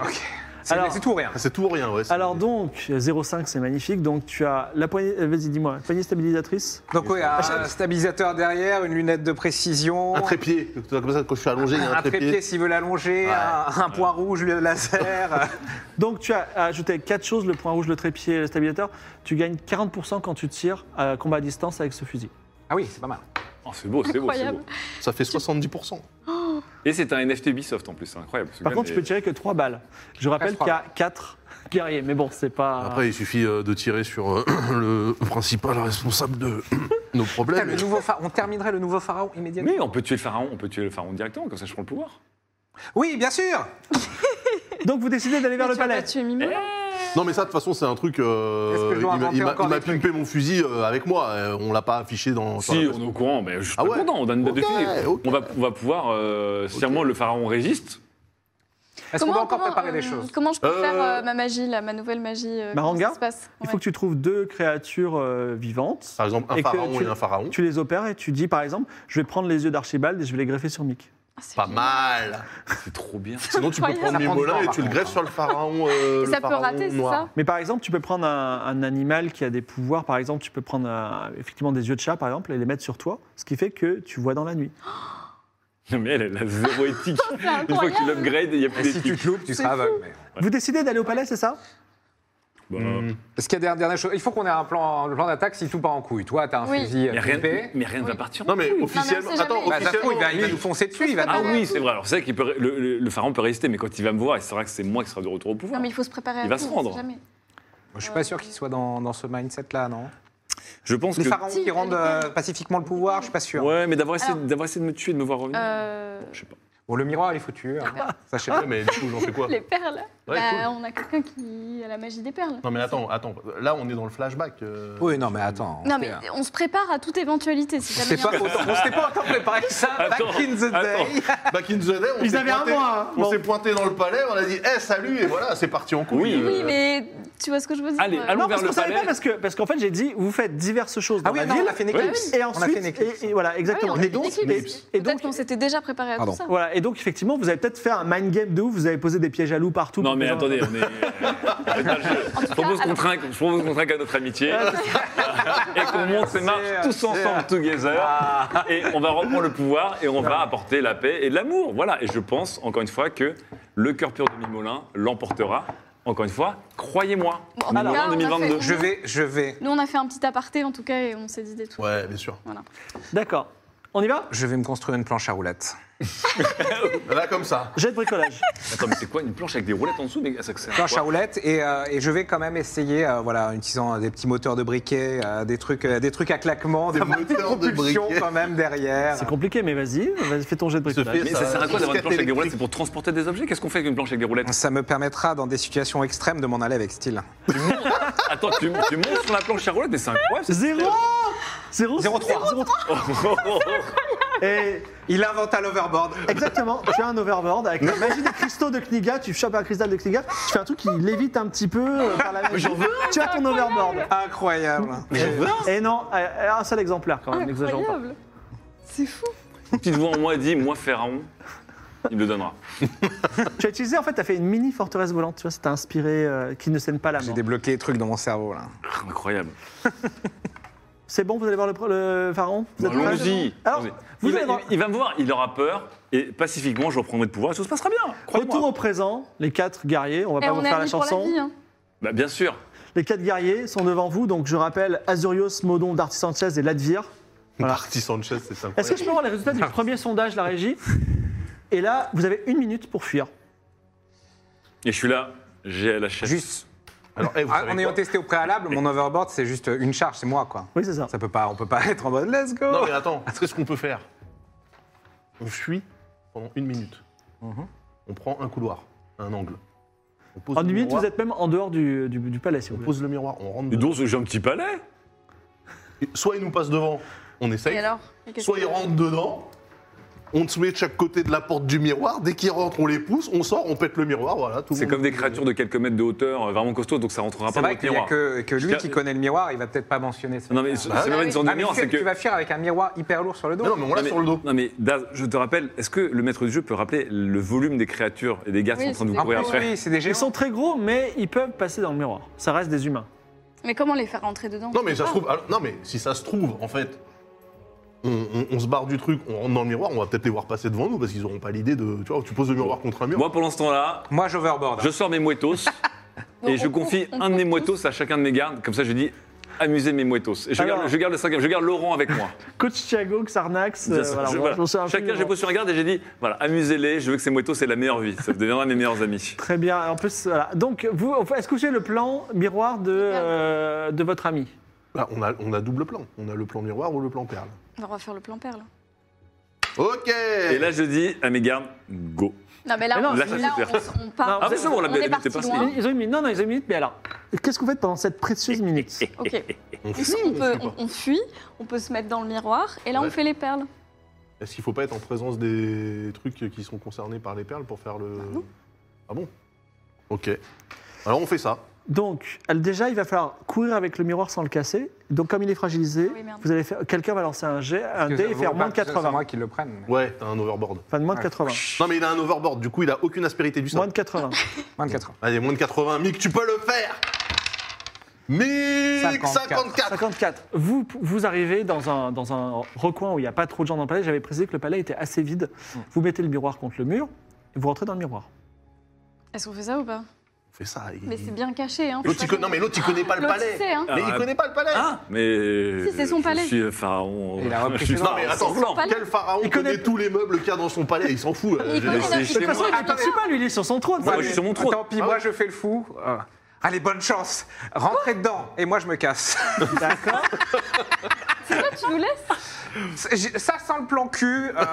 S5: C'est
S1: Alors-
S5: c'est tout ou rien.
S4: Ah, C'est tout ou rien, ouais. c'est-
S1: Alors donc, 0,5 c'est magnifique. Donc tu as la poignée, euh, vas-y dis-moi, la poignée stabilisatrice.
S5: Donc ouais, un stabilisateur derrière, une lunette de précision.
S4: Un trépied. Comme ça, quand je suis allongé, il y a un,
S5: Un trépied s'il veut l'allonger, un, un point rouge, le laser.
S1: Donc tu as ajouté quatre choses, le point rouge, le trépied et le stabilisateur. Tu gagnes 40% quand tu tires à combat à distance avec ce fusil.
S5: ah oui, c'est pas mal.
S3: Oh, C'est beau, c'est beau, c'est beau.
S2: Incroyable.
S4: Ça fait 70%.
S3: Et c'est un NFT Ubisoft en plus, c'est incroyable.
S1: Par contre, tu peux tirer que 3 balles. Je rappelle
S5: Ah, trois
S1: qu'il y a 4 guerriers, mais bon, c'est pas...
S4: Après, il suffit euh, de tirer sur euh, le principal responsable de nos
S5: Putain, le
S4: problèmes.
S5: nouveau phara- on terminerait le nouveau pharaon immédiatement.
S3: Mais on peut tuer le pharaon, on peut tuer le pharaon directement, comme ça je prends le pouvoir.
S5: Oui, bien sûr.
S1: Donc vous décidez d'aller vers
S2: Mais
S1: le
S2: tu vas
S1: palais.
S2: Eh, pas tuer Mimolin.
S4: Non, mais ça, de toute façon, c'est un truc. euh,
S5: Est-ce que je dois
S4: il m'a- il
S5: inventer
S4: m'a
S5: encore
S4: il m'a
S5: des trucs
S4: pimpé mon fusil euh, avec moi. euh, on l'a pas affiché dans. sur
S3: Si,
S4: la-
S3: on est au courant, mais je suis
S4: Ah
S3: très
S4: ouais
S3: content, on donne une date de
S4: Ok,
S3: fini.
S4: ok.
S3: On, va, on va pouvoir, euh, si
S4: Ok.
S3: vraiment le pharaon résiste,
S5: Est-ce qu'on
S2: Comment-
S5: va encore
S2: comment,
S5: préparer des
S2: euh,
S5: choses
S2: Comment je peux
S4: Euh,
S2: faire euh, ma magie, là, ma nouvelle magie euh,
S1: Maranga
S2: qu'est-ce qui se passe
S1: Il faut que tu trouves deux créatures euh, vivantes.
S4: Par exemple, un
S1: Et que
S4: pharaon
S1: tu-
S4: et un pharaon.
S1: Tu les opères et tu dis, par exemple, je vais prendre les yeux d'Archibald et je vais les greffer sur Mick.
S2: Ah,
S4: Pas mal
S3: c'est trop bien.
S4: Sinon, tu peux
S2: Incroyable.
S4: prendre
S5: Ça prend du temps,
S4: Mimola et
S5: par
S4: tu le
S5: contre.
S4: greffes sur le pharaon. euh,
S2: Et
S4: le
S2: ça peut
S4: pharaon
S2: rater, c'est
S4: noir.
S2: ça
S1: Mais par exemple, tu peux prendre un, un animal qui a des pouvoirs. Par exemple, tu peux prendre un- effectivement des yeux de chat, par exemple, et les mettre sur toi, ce qui fait que tu vois dans la nuit.
S3: Non, mais elle, elle a zéro éthique. Une fois que tu
S2: incroyable.
S3: l'upgrades, il n'y a plus
S5: Et Ah, si tu
S3: d'éthique.
S5: te loupes, tu seras aveugle. mais-
S1: Vous décidez d'aller au palais, c'est ça
S3: Bah,
S4: Hmm.
S5: Est-ce qu'il y a des dernières choses Il faut qu'on ait un plan, le plan d'attaque si tout part en couille. Toi, t'as un
S2: Oui.
S5: fusil euh,
S3: Mais rien,
S5: épée.
S3: mais rien ne va
S2: Oui.
S3: partir.
S4: Non, mais
S2: on
S4: officiellement.
S2: sait
S4: Attends,
S2: jamais.
S5: Bah, ça se trouve, il
S4: officiellement.
S5: va, il va nous foncer dessus. Il va
S3: Ah
S5: nous-
S3: oui, c'est vrai. Alors c'est vrai qu'il peut, le, le- le pharaon peut résister, mais quand il va me voir, il saura que c'est moi qui sera de retour au pouvoir.
S2: Non, mais il faut se préparer à
S3: Il va
S2: tout,
S3: se
S2: on sait
S3: rendre.
S2: jamais.
S5: Je suis pas sûr qu'il soit dans, dans ce mindset-là, non
S3: Je pense
S5: Les
S3: que.
S5: pharaons
S2: Si,
S5: qui rendent
S2: elle est-
S5: euh, pacifiquement le pouvoir, je suis pas sûr.
S3: Ouais, mais d'avoir essayé,
S2: Alors-
S3: d'avoir essayé de me tuer, de me voir revenir.
S2: Euh,
S3: Je sais pas.
S5: Bon, le miroir, il est foutu.
S2: Ah,
S5: hein. Ça, je sais pas.
S4: Ouais, mais du coup, j'en fais quoi
S2: Les perles.
S4: Ouais,
S2: Bah,
S4: cool.
S2: On a quelqu'un qui a la magie des perles.
S4: Non, mais attends, attends. Là, on est dans le flashback. euh.
S5: Oui, non, mais attends.
S2: Non,
S5: on
S2: mais
S5: fait-
S2: on se prépare à toute éventualité. Si
S5: On s'était
S2: jamais
S5: pas, on s'était pas autant préparé que ça back
S3: Attends,
S5: in the day.
S4: Back in the day, Bah, on
S1: Ils
S4: s'est
S1: avaient un
S4: pointé-
S1: mois, hein.
S4: On
S1: Bon.
S4: s'est pointé dans le palais, on a dit Eh, salut Et voilà, c'est parti en couille.
S3: Oui.
S2: Oui,
S4: Euh,
S2: mais tu vois ce que je veux dire
S3: Allez,
S2: euh,
S3: allons
S1: Non, parce
S3: vers le
S1: qu'on savait
S3: palais.
S1: pas, parce que parce qu'en fait, j'ai dit, vous faites diverses choses dans
S5: Ah oui,
S1: la
S5: non,
S1: ville.
S5: on a fait une éclipse.
S1: Et
S5: On a
S1: ensuite,
S5: fait une éclipse.
S1: et- et voilà,
S2: Ah oui,
S1: exactement.
S2: on a
S1: et
S2: fait
S1: donc,
S2: des clips.
S1: et- et donc,
S2: Peut-être qu'on s'était déjà préparé à
S5: Pardon.
S2: tout ça.
S1: voilà. Et donc, effectivement, vous avez peut-être fait un mind game de ouf. Vous avez posé des pièges à loups partout.
S3: Non
S1: pour
S3: mais
S1: que les gens-
S3: attendez, on est. c'est pas le jeu. Je propose qu'on trinque, je propose qu'on trinque à notre amitié et qu'on monte ces marches tous ensemble, together, et on va reprendre le pouvoir et on va apporter la paix et de l'amour. Voilà. Et je pense encore une fois que le cœur pur de Mimolin l'emportera. Encore une fois, croyez-moi.
S2: Bon, en tout
S3: Mimolin
S2: cas, on a fait-
S3: 2022.
S5: Je vais, je vais,
S2: Nous, on a fait un petit aparté en tout cas et on s'est dit des trucs.
S4: Ouais, bien sûr.
S1: D'accord. On y va
S5: je vais me construire une planche à roulettes.
S4: Là, comme ça.
S1: Jet de bricolage.
S3: Attends, mais c'est quoi une planche avec des roulettes en dessous mais ça, c'est un
S5: Planche
S3: quoi
S5: à roulettes et, euh, et je vais quand même essayer, euh, voilà, en utilisant des petits moteurs de briquet, euh, des trucs, euh, des trucs à claquement, des, petites
S4: moteurs de
S5: propulsions
S4: briquet.
S5: quand même derrière.
S1: C'est compliqué, mais vas-y, vas-y, fais ton jet de
S4: Il se
S1: bricolage.
S4: fait-
S3: Mais ça sert à quoi d'avoir une planche avec des
S4: électrique.
S3: roulettes C'est pour transporter des objets Qu'est-ce qu'on fait avec une planche avec des roulettes
S5: Ça me permettra dans des situations extrêmes de m'en aller avec style.
S3: Attends, tu, tu montes sur la planche à roulettes, mais c'est incroyable. c'est-
S1: Zéro Zéro
S5: Zéro trois.
S1: zéro trois. Et
S5: Il inventa l'overboard.
S1: exactement, tu as un overboard avec la magie des cristaux de Kniga, tu chopes un cristal de Kniga, tu fais un truc qui lévite un petit peu euh, par la magie. Tu as ton overboard.
S5: Incroyable.
S1: Et non, euh, un seul exemplaire quand même, n'exagérons pas.
S2: Incroyable. C'est fou.
S3: Petite voix en moi dit, moi Ferraon, il me le donnera.
S1: Tu as utilisé, en fait, tu as fait une mini forteresse volante, tu vois, ça t'a inspiré, euh, qui ne saigne pas la
S5: J'ai
S1: mort.
S5: débloqué des trucs dans mon cerveau là.
S3: Incroyable.
S1: C'est bon, vous allez voir le, le pharaon Vous êtes prêts
S3: Allons-y.
S1: Alors,
S3: Allons-y.
S1: vous
S3: il, va,
S1: allez voir-
S3: il- il va me voir, il aura peur, et pacifiquement, je reprendrai le pouvoir, et tout se passera bien.
S1: Retour
S3: Croyez-moi.
S1: au présent, les quatre guerriers, on va
S2: Eh,
S1: pas vous
S2: on est
S1: faire la
S2: amis pour la
S1: chanson.
S2: vie. hein.
S3: Bah, bien sûr.
S1: Les quatre guerriers sont devant vous, donc je rappelle Azurios, Modon, Darty Sanchez et Ladvir. Voilà.
S4: Parti Sanchez, c'est sympa.
S1: Est-ce que je peux avoir les résultats du premier sondage, la régie Et là, vous avez une minute pour fuir.
S3: Et je suis là, j'ai la chaîne.
S5: Juste.
S4: Alors, eh, vous
S5: Ah,
S4: savez
S5: en
S4: quoi
S5: ayant testé au préalable, mon overboard c'est juste une charge, c'est moi quoi.
S1: Oui, c'est ça.
S5: Ça peut pas, on peut pas être en mode let's go.
S4: Non, mais attends, qu'est-ce qu'on peut faire On fuit pendant une minute. On prend un couloir, un angle. On pose
S1: En
S4: le
S1: une minute,
S4: miroir,
S1: vous êtes même en dehors du, du- du palais, si vous
S4: On
S1: voulez.
S4: pose le miroir, on rentre.
S3: Et
S4: dedans.
S3: donc, j'ai un petit palais.
S4: Soit il nous passe devant, on
S2: Et
S4: essaye.
S2: alors Et qu'est-ce
S4: Soit il
S2: que-
S4: rentre dedans, on se met de chaque côté de la porte du miroir. Dès qu'il rentre, on les pousse, on sort, on pète le miroir. Voilà, tout le
S3: C'est
S4: monde-
S3: comme des créatures de quelques mètres de hauteur, euh, vraiment costaudes, donc ça rentrera
S5: C'est
S3: pas dans
S5: vrai
S3: le
S5: qu'il y a
S3: miroir.
S5: que, que lui
S3: Je-
S5: qui connaît le miroir, il va peut-être pas mentionner ça.
S3: Non, mais c'est c'est
S2: Ah
S3: même
S2: oui.
S3: une sorte de
S5: Ah, mais
S3: miroir,
S5: tu,
S3: c'est que.
S5: tu vas fuir avec un miroir hyper lourd sur le dos.
S4: Non, mais on
S3: Non,
S4: l'a
S3: mais-
S4: sur le dos.
S3: Non mais Daz, je te rappelle, est-ce que le maître du jeu peut rappeler le volume des créatures et des gars qui
S2: Oui,
S3: sont en train de
S2: c'est
S3: vous
S5: En
S3: courir
S5: plus,
S3: après
S5: oui, c'est des
S1: Ils
S5: géants.
S1: sont très gros, mais ils peuvent passer dans le miroir. Ça reste des humains.
S2: Mais comment les faire rentrer dedans
S4: Non mais ça se trouve. alors- non mais si ça se trouve, en fait, on, on- on se barre du truc, on rentre dans le miroir, on va peut-être les voir passer devant nous parce qu'ils auront pas l'idée de. Tu vois, tu poses le miroir contre un mur.
S3: Moi, pour l'instant là,
S5: Moi j'overboard.
S3: je sors mes muetos
S2: Bon,
S3: et je
S2: Ah, on court-
S3: confie
S2: on
S3: un de mes
S2: court tous.
S3: muetos à chacun de mes gardes. Comme ça, je dis amusez mes muetos. Et je,
S1: Alors-
S3: garde, je garde le cinquième, je garde Laurent avec moi.
S1: Coach Thiago, Xarnax, euh,
S3: Bien sûr,
S1: voilà,
S3: je-
S1: on-
S3: voilà.
S1: on s'en
S3: Chacun,
S1: fout,
S3: j'ai
S1: on-
S3: posé sur un garde et j'ai dit voilà, amusez-les. Je veux que ces muetos, c'est la meilleure vie. Ça deviendra mes meilleurs amis.
S1: Très bien. En plus, voilà. donc, vous, enfin, est-ce que vous avez le plan miroir de, euh, de votre ami
S4: Bah, on, a, on a double plan. On a le plan miroir ou le plan perle.
S2: On va refaire le plan perle.
S4: Ok
S3: Et là, je dis à mes gardes, go.
S2: Non, mais là,
S1: Mais non,
S2: on,
S3: là, ça,
S2: là,
S3: c'est
S2: on- on part.
S1: Non, Ah, mais
S3: c'est bon, on l'a bien
S2: est
S3: débuté
S2: parti
S3: parce
S2: loin.
S3: que-
S1: Ils ont une minute, non, non, ils ont une minute, mais alors, qu'est-ce que vous faites pendant cette précieuse minute
S2: Ok.
S4: On
S2: On,
S4: fuit ou
S2: on
S4: on
S2: peut,
S4: fuit pas
S2: on, on fuit, on peut se mettre dans le miroir, et là,
S4: Ouais.
S2: on fait les perles.
S4: Est-ce qu'il faut pas être en présence des trucs qui sont concernés par les perles pour faire le.
S2: non.
S4: Ah bon Ok. Alors on fait ça.
S1: Donc, elle- déjà, il va falloir courir avec le miroir sans le casser. Donc, comme il est fragilisé,
S2: Oui, merde.
S1: vous allez faire, quelqu'un va lancer un jet, un
S5: Parce que
S1: dé et
S5: vous-
S1: faire
S5: vous-
S1: moins de
S5: c'est- C'est
S1: 80.
S5: moi qui le prenne.
S4: Ouais, t'as un overboard.
S1: Enfin, de moins de
S5: Ouais.
S1: 80.
S4: Non mais il a un overboard, du coup il a aucune aspérité du sang.
S1: Moins de 80.
S5: 24 ans.
S4: Allez, moins de 80. Mick, tu peux le faire Mick 54,
S5: 54.
S1: 54. Vous, vous arrivez dans un, dans un recoin où il n'y a pas trop de gens dans le palais. J'avais précisé que le palais était assez vide.
S3: Mmh.
S1: Vous mettez le miroir contre le mur et vous rentrez dans le miroir.
S2: Est-ce qu'on fait ça ou pas
S4: On fait ça. il-
S2: Mais c'est bien caché, hein. faut
S4: L'autre,
S2: pas
S4: il con-
S2: qu'on-
S4: Non mais l'autre il connaît pas le
S2: L'autre,
S4: palais.
S2: sait, hein.
S4: Mais il
S3: Ah,
S4: connaît pas le palais.
S3: Ah, mais.
S2: Si, c'est son
S3: je
S2: palais.
S3: suis pharaon.
S5: Il a repris
S3: Je suis
S5: ses
S4: Non mais
S3: pharaon
S4: attends,
S3: sanglant.
S2: palais.
S4: quel pharaon
S1: Il connaît-
S4: connaît tous les meubles qu'il y a dans son palais Il s'en fout. euh,
S2: Il
S4: je-
S2: connaît
S3: c'est
S2: notre-
S3: chez
S2: il
S1: De toute
S2: connaît
S1: façon, il
S2: notre-
S1: ne participe pas, lui, il est sur son trône.
S3: Moi,
S1: ça.
S3: je suis sur mon trône. Ah
S5: Tant pis, moi je fais le fou. Euh, allez, bonne chance. Rentrez dedans et moi je me casse.
S1: D'accord.
S2: C'est toi, tu nous laisses
S5: C'est- j'ai- Ça sent le plan cul. euh,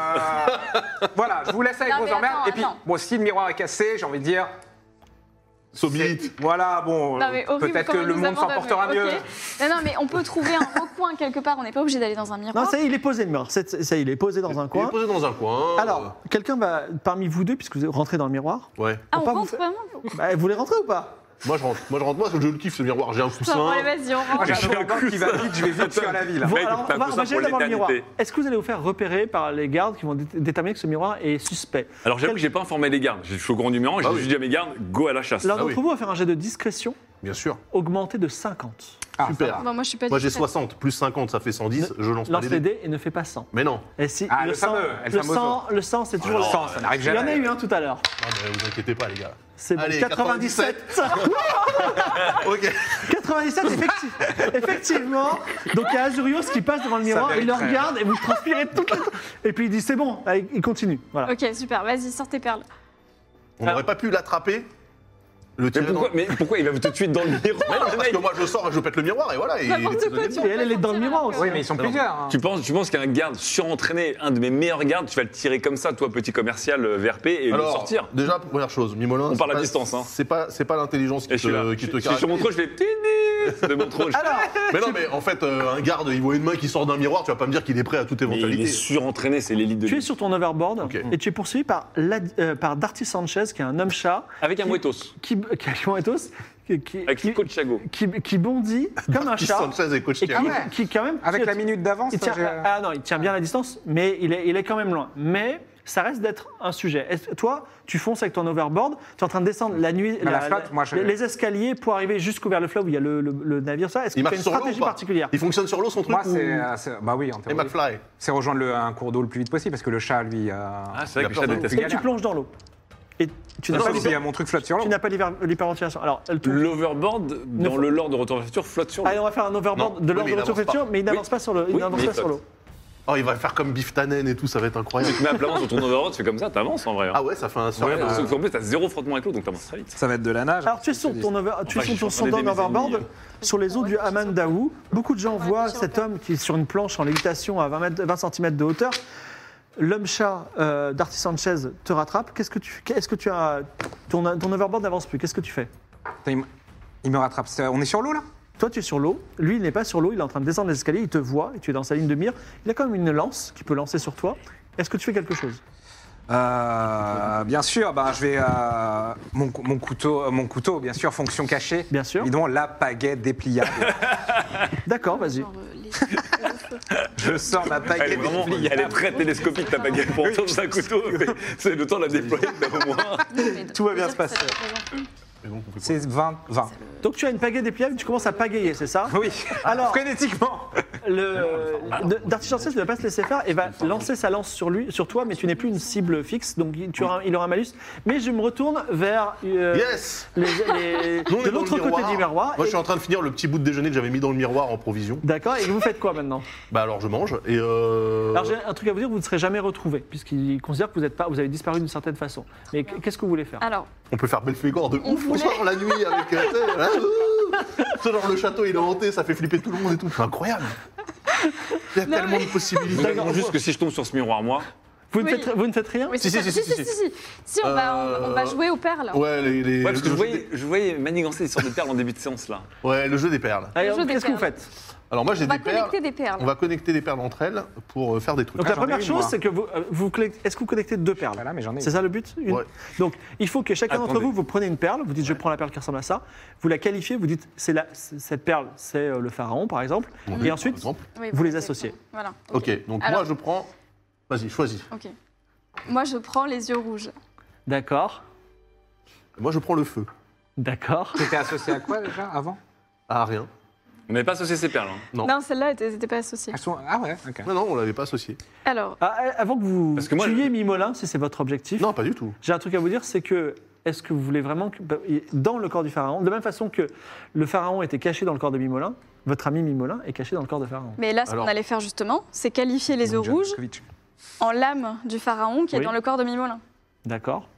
S5: voilà, je vous laisse avec
S2: Non,
S5: vos
S2: mais
S5: emmerdes.
S2: attends,
S5: Et puis,
S2: attends.
S5: bon, si le miroir est cassé, j'ai envie de dire.
S4: So be
S5: c'est-
S4: it.
S5: Voilà, bon,
S2: Non, mais
S5: euh,
S2: horrible
S5: peut-être
S2: quand
S5: que
S2: il
S5: le
S2: nous
S5: monde s'en
S2: abandonne,
S5: portera
S2: ok.
S5: mieux.
S2: Non, non, mais on peut trouver un recoin quelque part, on n'est pas obligé d'aller dans un miroir.
S1: Non, ça y est, il est posé le miroir. C'est- Ça y est, il est posé dans un
S4: Il est
S1: coin.
S4: posé dans un coin. euh,
S1: Alors, quelqu'un va, parmi vous deux, puisque vous rentrez dans le miroir,
S4: Ouais.
S2: ah,
S1: faut
S2: on
S1: pas vous
S2: rentre
S1: faire-
S2: vraiment
S1: bah, vous voulez rentrer ou pas
S4: Moi je rentre. Moi je rentre. Moi parce que je le kiffe ce miroir. J'ai un
S2: Bon,
S4: coussin.
S2: allez, vas-y, on
S5: Ah,
S2: rentre.
S5: J'ai
S3: Attends,
S5: chaud au ventre qui va vite, je vais vite
S3: attends.
S5: faire la vie là.
S1: Bon,
S3: mec,
S1: alors, on
S3: t'as
S1: va,
S3: un
S1: on va
S3: coussin
S1: jeter
S3: pour
S1: d'abord le miroir.
S3: l'éternité.
S1: Est-ce que vous allez vous faire repérer par les gardes qui vont dé- déterminer que ce miroir est suspect
S3: Alors j'avoue que j'ai pas informé les gardes. Je suis au grand du mur et j'ai
S4: Ah oui.
S3: juste dit à mes gardes, go à la chasse.
S1: L'un
S4: Ah oui.
S1: d'entre vous va faire un jet de discrétion
S4: Bien sûr.
S1: augmenté de 50.
S5: Ah,
S4: Super.
S2: Bon, moi, je suis pas
S4: Moi j'ai
S2: discrète.
S4: 60 plus 50, ça fait 110. Je lance pas
S1: Lance
S4: les
S1: les
S4: dés.
S1: dés et ne fait pas 100.
S4: Mais non.
S1: Et si
S5: Ah,
S1: le,
S5: le
S1: sang,
S5: fameux, El
S1: le
S5: Famoso.
S1: sang, le sang, c'est toujours le
S4: Oh,
S5: Ça,
S1: sang.
S5: ça n'arrive
S1: Il y en a
S5: jamais.
S1: eu un tout à l'heure.
S4: Non, mais vous inquiétez pas, les gars.
S1: C'est bon.
S4: Allez,
S1: 97.
S4: 97. ok.
S1: 97, effecti- effectivement. Donc il y a Azurios qui passe devant le miroir,
S5: mérite
S1: il le
S4: hein.
S5: très-
S1: regarde et vous transpirez tout. Et puis il dit c'est bon, Allez, il continue. Voilà.
S2: Ok, super, vas-y, sors tes perles.
S4: On n'aurait pas pu l'attraper le
S3: Ah. Mais
S4: tirer
S3: pourquoi,
S4: dans-
S3: mais pourquoi il va tout de suite dans le
S4: Mais non,
S3: miroir
S4: parce que moi je sors et je pète le miroir et voilà. Et
S2: N'importe quoi, tu
S1: Et elle, elle est dans le miroir aussi.
S5: Oui, mais ils sont plusieurs. hein.
S3: Tu penses, tu penses qu'un garde surentraîné, un de mes meilleurs gardes, tu vas le tirer comme ça, toi, petit commercial euh, VRP, et
S4: Alors,
S3: le sortir
S4: déjà, première chose, Mimolin.
S3: On
S4: c'est
S3: parle à
S4: pas-
S3: distance, hein.
S4: C'est pas, c'est pas l'intelligence
S3: Et
S4: qui
S3: je suis là.
S4: te,
S3: Je
S4: qui te
S3: je suis sur mon
S4: caractérise.
S3: trône, je vais. De mon trône, je-
S1: Alors,
S4: Mais non, mais en fait, euh, un garde, il voit une main qui sort d'un miroir, tu vas pas me dire qu'il est prêt à toute
S3: Mais il est
S4: éventualité.
S3: surentraîné, c'est l'élite de
S1: tu es
S3: l'île.
S1: sur ton overboard
S4: Ok.
S1: et tu es poursuivi par, la- euh, par Darty Sanchez, qui est un homme chat,
S3: Avec un muetos,
S1: qui, qui, qui, qui, qui,
S3: avec le coach Chago.
S1: qui- qui bondit comme un
S4: Qui
S1: chat.
S4: Sanchez et coach
S1: Et qui,
S4: Thiago.
S5: Ah ouais.
S1: qui, quand même.
S5: Avec la minute d'avance,
S1: il tient,
S5: j'ai-
S1: ah non, il tient bien la distance, mais il est, il est quand même loin. Mais ça reste d'être un sujet. Est-ce- toi, tu fonces avec ton overboard, tu es en train de descendre la nuit,
S5: Bah, la flotte, moi, je-
S1: les, les escaliers pour arriver jusqu'au vers le fleuve où il y a le, le- le navire. Ça, est-ce que
S4: Il
S1: tu as
S4: marche
S1: une
S4: sur l'eau
S1: stratégie
S4: ou pas
S1: particulière
S4: Il fonctionne sur l'eau son truc
S5: Moi, c'est.
S4: ou-
S5: euh, c'est- bah oui, en
S4: Et
S5: théorie.
S4: McFly.
S5: C'est rejoindre le- un cours d'eau le plus vite possible parce que le chat, lui. euh,
S3: Ah, c'est vrai
S4: Il
S3: que
S4: a
S3: le chat
S4: peur de
S3: déteste.
S5: l'eau.
S1: Et tu plonges dans l'eau. Et tu n'as
S5: non,
S1: pas
S5: parce qu'il y a
S1: l'hyper-
S5: mon truc flotte sur l'eau.
S1: tu n'as pas l'hyper- l'hyperventilation. Alors, le truc-
S3: L'overboard, dans le lore de Retour à la Future, flotte sur l'eau.
S1: Allez, on va faire un overboard de
S4: Non, oui,
S1: l'ordre
S4: mais
S1: de
S4: il
S1: retour
S4: avance pas.
S1: futur, mais il n'avance pas sur le- il
S3: Oui,
S1: n'avance
S3: mais
S1: pas
S3: il
S1: sur l'eau.
S4: Oh, il va faire comme Biff Tannen et tout, ça va être incroyable.
S3: Tu te mets à plat ventre sur ton overboard, tu fais comme ça, t'avances en vrai. hein.
S4: Ah ouais, ça fait un surf.
S3: Ouais, sauf qu'en plus, t'as zéro frottement avec l'eau, donc t'avances très vite.
S5: Ça va être de la nage.
S1: Alors tu es sur ton, over- tu es sur
S3: Enfin, je
S1: ton,
S3: suis en train
S1: ton
S3: d'aider mes euh.
S1: overboard
S3: ennemis.
S1: sur les eaux du Haman Daou. Beaucoup de gens
S2: Ouais,
S1: voient
S2: je suis en
S1: cet
S2: train.
S1: homme qui est sur une planche en lévitation à 20, mètres- 20 cm de hauteur. L'homme chat euh, d'Arty Sanchez te rattrape. Qu'est-ce que tu, qu'est-ce que tu as Ton, ton overboard n'avance plus. Qu'est-ce que tu fais
S5: Putain, Il me- il me rattrape. C'est- On est sur l'eau là
S1: Toi, tu es sur l'eau. Lui, il n'est pas sur l'eau. Il est en train de descendre les escaliers. Il te voit. Et tu es dans sa ligne de mire. Il a quand même une lance qui peut lancer sur toi. Est-ce que tu fais quelque chose
S5: Euh, bien sûr, bah, je vais euh, mon, cou- mon couteau, euh, mon couteau, bien sûr, fonction cachée.
S1: Bien sûr.
S5: Évidemment, la pagaie dépliable.
S1: D'accord, vas-y.
S2: Genre, euh, les-
S5: je sors ma
S3: Elle est
S5: pagaie
S3: vraiment,
S5: dépliable.
S3: elle est très télescopique ta baguette pour entendre un couteau. mais C'est le temps de la déployer au moins.
S5: Tout va bien se passer. C'est 20, 20.
S1: Donc, tu as une pagaie dépliable. Tu commences à pagayer, c'est ça
S5: Oui.
S1: Alors-
S5: frénétiquement.
S1: Le euh, de- Darty Sanchez ne va pas se laisser faire et va lancer sa lance sur lui, sur toi, mais tu n'es plus une cible fixe, donc il- tu auras, il aura un malus. Mais je me retourne vers euh,
S4: Yes
S1: les- les-
S4: Nous, on
S1: de
S4: est dans le
S1: l'autre côté du miroir.
S4: Moi,
S1: et-
S4: je suis en train de finir le petit bout de déjeuner que j'avais mis dans le miroir en provision.
S1: D'accord. Et vous faites quoi maintenant
S4: Bah alors, je mange et. Euh...
S1: Alors j'ai un truc à vous dire, vous ne serez jamais retrouvés, puisqu'il considère que vous êtes pas, vous avez disparu d'une certaine façon. Mais qu- qu'est-ce que vous voulez faire
S2: Alors,
S4: On peut faire Belphégor de
S2: On
S4: ouf. On
S2: voulait.
S4: sort la nuit avec. euh, tu sais, hein, ouh. C'est genre le château il est hanté, ça fait flipper tout le monde et tout. C'est incroyable. Il y a
S2: Non,
S4: tellement
S2: mais-
S4: de possibilités.
S3: Nous avons juste que si je tombe sur ce miroir, moi,
S1: Vous ne
S2: Oui.
S1: faites, vous ne faites rien
S2: Oui, c'est
S4: Si,
S2: ça.
S4: si,
S2: si,
S4: si,
S2: si,
S4: si,
S2: si, si. Si, on va, on, on va
S4: Euh,
S2: jouer au père, là.
S4: Ouais, les, les-
S3: Ouais, parce que je
S4: le jeu
S3: voyais, je voyais manigancer des sortes de perles en début de séance là.
S4: des- ouais, le jeu des perles.
S1: Allez,
S2: Le jeu des
S1: Qu'est-ce que vous
S2: perles.
S1: faites
S4: Alors moi, j'ai
S2: On va
S4: des perles.
S2: collecter des perles.
S4: On va connecter des perles entre elles pour euh, faire des trucs.
S1: Donc
S5: Ah,
S1: la
S5: j'en ai
S1: première
S5: une,
S1: chose,
S5: moi.
S1: c'est que vous, euh, vous collectez- est-ce que vous connectez deux perles
S5: Voilà, mais j'en ai
S1: C'est
S5: une.
S1: ça le but Une-
S4: Ouais.
S1: Donc il faut que chacun d'entre
S3: Attendez.
S1: vous, vous prenez une perle, vous dites je prends la perle qui ressemble à ça, vous la qualifiez, vous dites c'est la- c'est- cette perle, c'est euh, le pharaon par exemple, et ensuite
S4: Par exemple.
S2: Oui,
S1: vous les
S2: exactement.
S1: associez.
S2: Voilà.
S4: Ok, donc
S2: Alors-
S4: moi, je prends. Vas-y, choisis.
S2: Ok. Moi, je prends les yeux rouges.
S1: D'accord,
S4: Moi, je prends le feu.
S1: d'accord.
S5: T'étais associé à quoi déjà avant
S4: Ah, rien.
S3: On n'avait pas associé ces perles. hein.
S4: Non.
S2: Non, celles-là, elles n'étaient pas associées.
S5: Elles sont- Ah ouais, ok.
S4: Non, non, on l'avait pas associé.
S2: Alors,
S1: Ah, euh, avant que vous
S3: Parce que moi,
S1: tuiez
S3: je-
S1: Mimolin, si c'est votre objectif,
S4: Non, pas du tout.
S1: j'ai un truc à vous dire, c'est que est-ce que vous voulez vraiment que bah, il- dans le corps du pharaon, de la même façon que le pharaon était caché dans le corps de Mimolin, votre ami Mimolin est caché dans le corps de pharaon.
S2: mais là, ce qu'on
S4: Alors-
S2: allait faire justement, c'est qualifier les yeux
S5: John
S2: rouges
S5: Malkovich.
S2: en l'âme du pharaon qui
S1: Oui.
S2: est dans le corps de Mimolin.
S1: D'accord.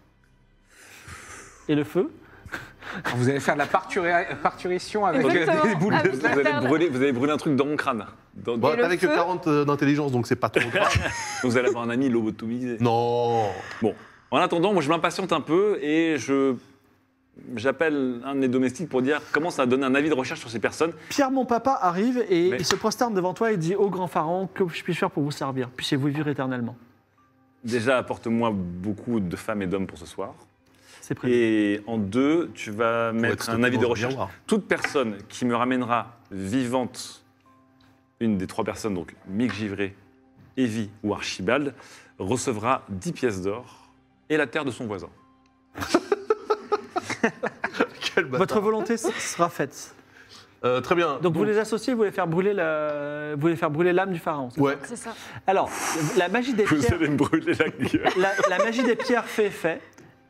S1: Et le feu
S5: Alors, Vous allez faire de la parturi- parturition avec
S3: Donc,
S2: Exactement.
S3: des boules,
S2: Ah,
S3: vous,
S2: putain,
S3: allez
S2: merde.
S3: brûler, vous allez brûler un truc dans mon crâne. Dans-
S4: Bon,
S2: Et le
S4: t'avais que
S2: feu
S4: 40 euh, d'intelligence, donc c'est pas trop grave.
S3: Vous allez avoir un ami lobotomisé.
S4: non.
S3: Bon, en attendant, moi je m'impatiente un peu et je j'appelle un de mes domestiques pour dire comment ça donne un avis de recherche sur ces personnes.
S1: Pierre, mon papa, arrive et
S3: Mais-
S1: il se prosterne devant toi et dit Ô grand pharaon, que je puis faire pour vous servir Puissiez-vous vivre éternellement.
S3: Déjà, apporte-moi beaucoup de femmes et d'hommes pour ce soir.
S1: C'est prévu.
S3: Et en deux, tu vas mettre
S4: être
S3: un avis de
S4: dans un
S3: recherche.
S4: miroir.
S3: Toute personne qui me ramènera vivante une des trois personnes, donc Mick Givré, Evie ou Archibald, recevra 10 pièces d'or et la terre de son voisin.
S4: Quel bâtard.
S1: Votre volonté s- sera faite.
S4: Euh, très bien.
S1: Donc vous les associez, vous voulez faire brûler la- vous voulez faire brûler l'âme du pharaon. c'est ça
S4: Ouais.
S2: C'est ça.
S1: Alors, la magie des
S3: Vous
S1: pierres,
S3: allez me brûler la gueule.
S1: la, la magie des pierres fait effet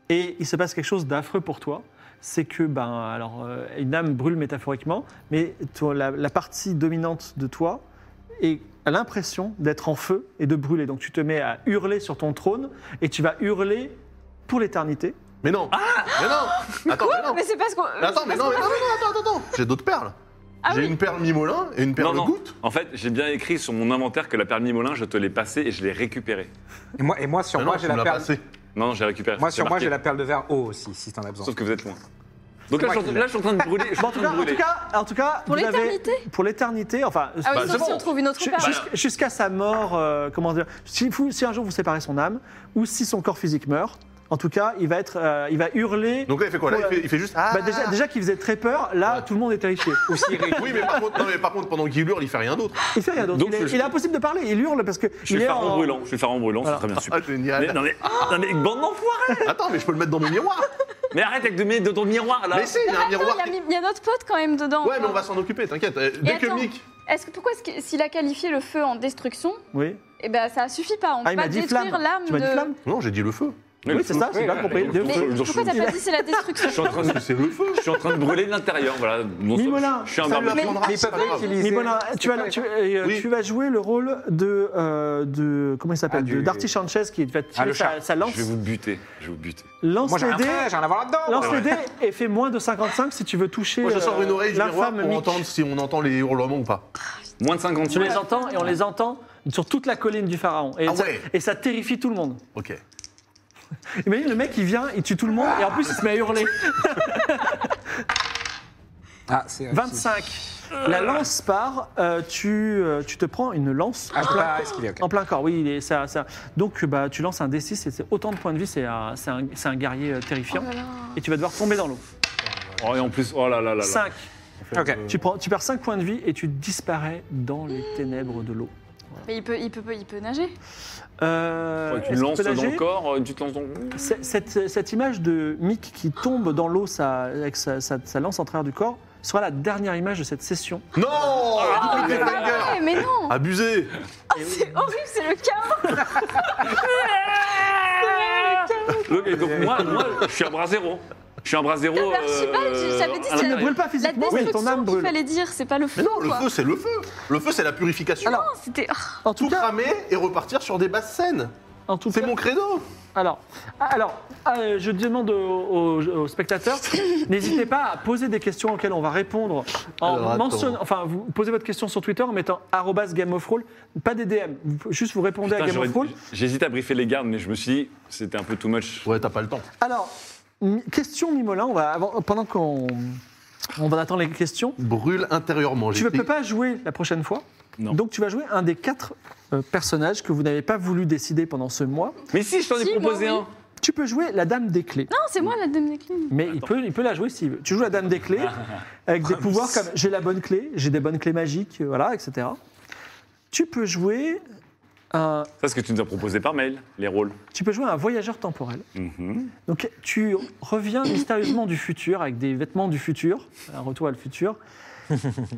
S1: et il se passe quelque chose d'affreux pour toi. C'est que ben alors euh, une âme brûle métaphoriquement, mais toi, la, la partie dominante de toi est a l'impression d'être en feu et de brûler. Donc tu te mets à hurler sur ton trône et tu vas hurler pour l'éternité.
S4: Mais non. mais non. Attends, mais non.
S2: Mais c'est parce qu'on.
S4: Mais Attends, mais non, mais non, mais non, attends, attends, attends. J'ai d'autres perles.
S2: Ah
S4: J'ai
S2: oui.
S4: une perle Mimolin et une perle Goutte.
S3: En fait, j'ai bien écrit sur mon inventaire que la perle Mimolin, je te l'ai passée et je l'ai récupérée.
S5: Et moi, et moi sur
S4: Ah
S5: moi,
S4: non,
S5: j'ai
S4: tu me l'as
S5: la perle.
S4: passé.
S3: Non, non, j'ai récupéré.
S5: Moi,
S3: c'est
S5: sur moi,
S3: marqué.
S5: j'ai la perle de verre haut aussi, si t'en as besoin.
S3: Sauf que vous êtes loin. Donc là,
S5: moi
S3: je, suis en-
S5: qui l'ai.
S3: là, je suis en train de brûler. Je suis
S1: Bon,
S3: en
S1: en, tout
S3: train de
S1: cas, en
S3: brûler.
S1: tout cas, en tout cas,
S2: Pour
S1: vous avez-
S2: l'éternité
S1: Pour l'éternité, enfin.
S2: Ah oui,
S3: Bah,
S2: sauf
S3: c'est
S2: si
S3: bon.
S2: on trouve une autre
S1: ju-
S2: perle.
S1: jusqu- Jusqu'à sa mort, euh, comment dire si, vous- si un jour vous séparez son âme, ou si son corps physique meurt, en tout cas, il va être, euh, il va hurler.
S4: Donc là, il fait quoi là il fait, il fait juste. Ah
S1: Bah, déjà, déjà qu'il faisait très peur, là, tout le monde est terrifié.
S5: Aussi riche.
S4: Oui, mais par, contre, non, mais par contre, pendant qu'il hurle, il fait rien d'autre.
S1: Il fait rien d'autre.
S3: Donc,
S1: Il, est-
S3: je-
S1: il est impossible de parler. Il hurle parce que.
S3: Je suis
S1: il est
S3: pharaon
S1: en-
S3: brûlant. Je suis pharaon brûlant,
S1: Voilà.
S3: c'est très bien.
S4: Ah,
S3: Super.
S4: génial.
S3: Mais, non, mais, non, mais bande d'enfoirés
S4: Attends, mais je peux le mettre dans mon miroir.
S3: Mais arrête avec de, mes- de ton miroir là
S4: Mais si, il y a un
S2: Attends,
S4: miroir.
S2: Ah, il y a
S4: qui-
S2: mi- il y, a notre pote quand même dedans.
S4: Ouais, mais on va s'en occuper, t'inquiète. Euh, Dès que
S2: attends.
S4: Mick.
S2: Est-ce que pourquoi est-ce que- s'il a qualifié le feu en destruction,
S1: Oui.
S2: eh ben ça suffit pas. On
S1: Ah,
S2: peut
S1: il
S2: pas
S1: m'a dit
S2: détruire
S1: flamme.
S2: l'âme
S1: Tu
S2: de.
S1: m'as dit flamme
S4: Non, j'ai dit le feu.
S1: Oui, c'est ça, c'est bien compris.
S3: Je
S2: Mais
S3: je-
S2: pourquoi t'as pas dit c'est la
S3: je suis
S2: destruction
S3: en train de-
S4: C'est le feu.
S3: je suis en train de brûler de l'intérieur, voilà. Non,
S1: Mimolin,
S3: je suis un
S4: Ça lui
S3: barbu.
S4: apprendra,
S5: Mais ils
S4: c'est
S5: peuvent
S4: pas grave.
S5: réutiliser.
S1: Mais voilà,
S5: C'est
S1: tu vas,
S5: pas-
S1: tu, euh,
S4: Oui.
S1: tu vas jouer le rôle de, euh, de comment il s'appelle,
S5: Ah,
S1: de
S5: du-
S1: Darty Sanchez qui va tirer
S5: Ah, le
S1: sa,
S5: chat.
S1: sa lance.
S3: Je vais vous buter. Je vais vous buter.
S1: Lance
S5: Moi, j'ai
S1: les
S5: un
S1: dés.
S5: frère, j'ai rien à voir là-dedans.
S1: Lance
S5: moi.
S1: les dés et fais moins de 55 si tu veux toucher.
S4: Moi, je sors
S1: euh,
S4: une oreille du miroir
S1: l'infâme
S4: pour
S1: Mick.
S4: entendre si on entend les hurlements ou pas.
S3: Moins de 50
S1: Tu les entends et on les entend sur toute la colline du pharaon. Et,
S4: Ah
S1: ça,
S4: ouais.
S1: et ça terrifie tout le monde.
S4: Ok.
S1: Imagine le mec, il vient, il tue tout le monde et en plus il se met à hurler.
S5: Ah, c'est réussi.
S1: 25. La lance part, euh, tu, euh, tu te prends une lance
S5: Ah,
S1: en
S5: je sais
S1: plein,
S5: pas, est-ce qu'il est ok
S1: en plein corps. Oui, il est- ça, ça. Donc bah, tu lances un D6 et c'est autant de points de vie, c'est un, c'est un- c'est un guerrier euh, terrifiant.
S2: Oh
S1: Et tu vas devoir tomber dans l'eau.
S3: Oh, et en plus, oh là là là là.
S1: 5.
S5: Ok.
S1: Tu, prends, tu perds 5 points de vie et tu disparais dans les ténèbres de l'eau.
S2: Mais il peut, il peut, il peut nager.
S1: Euh,
S3: Ouais, Tu
S1: est-ce qu'on
S3: lances
S1: peut
S3: dans
S1: nager
S3: le corps, euh, tu te lances dans le
S1: C'est- Cette, cette image de Mick qui tombe dans l'eau sa- avec sa, sa- sa lance en travers du corps sera la dernière image de cette session.
S4: Non Double cliffhanger.
S2: Ouais, mais non,
S4: Abusé
S2: c'est horrible, c'est le chaos.
S3: Donc, donc moi, moi, je suis un bras zéro. Je suis un bras zéro. Euh,
S2: mais Archibald, j'avais dit,
S1: Il ne
S3: à
S2: c'est-
S3: l'intérieur.
S1: brûle pas
S2: Ah La
S1: physiquement, mais ton âme
S2: destruction qu'il
S1: brûle.
S2: fallait dire, c'est pas le feu.
S4: Mais non, le
S2: quoi.
S4: feu, c'est le feu. Le feu, c'est la purification.
S5: Alors,
S2: C'était.
S1: En tout
S4: tout
S1: cas,
S4: cramer et repartir sur des basses scènes.
S1: en tout
S4: C'est
S1: cas-
S4: mon credo.
S1: Alors, alors euh, je demande aux, aux- aux spectateurs, n'hésitez pas à poser des questions auxquelles on va répondre. En
S4: Alors, attends.
S1: mentionnant, enfin, vous posez votre question sur Twitter en mettant arrobas Game of Roll, pas des DM, vous- juste vous répondez
S3: Putain,
S1: à Game
S3: j'aurais-
S1: of Roll.
S3: J'hésite à briefer les gardes, mais je me suis dit, c'était un peu too much.
S4: Ouais, t'as pas le temps.
S1: Alors, mi- question Mimolin, on va, avant- pendant qu'on on va attendre les questions,
S4: Brûle intérieurement.
S1: tu
S4: j'ai
S1: ne
S4: écrit.
S1: peux pas jouer la prochaine fois.
S3: Non.
S1: Donc tu vas jouer un des quatre euh, personnages que vous n'avez pas voulu décider pendant ce mois.
S3: Mais si, je t'en ai
S2: Si, moi,
S3: proposé
S2: oui.
S3: un.
S1: Tu peux jouer la Dame des Clés.
S2: Non, c'est moi la Dominique Lynn.
S1: Mais il peut, il peut la jouer s'il veut. Tu joues la dame des clés, avec des pouvoirs comme j'ai la bonne clé, j'ai des bonnes clés magiques, euh, voilà, etc. Tu peux jouer un,
S3: Ça, ce que tu nous as proposé par mail, les rôles.
S1: tu peux jouer un voyageur temporel.
S3: Mhm.
S1: Donc tu reviens mystérieusement du futur, avec des vêtements du futur, un retour à le futur,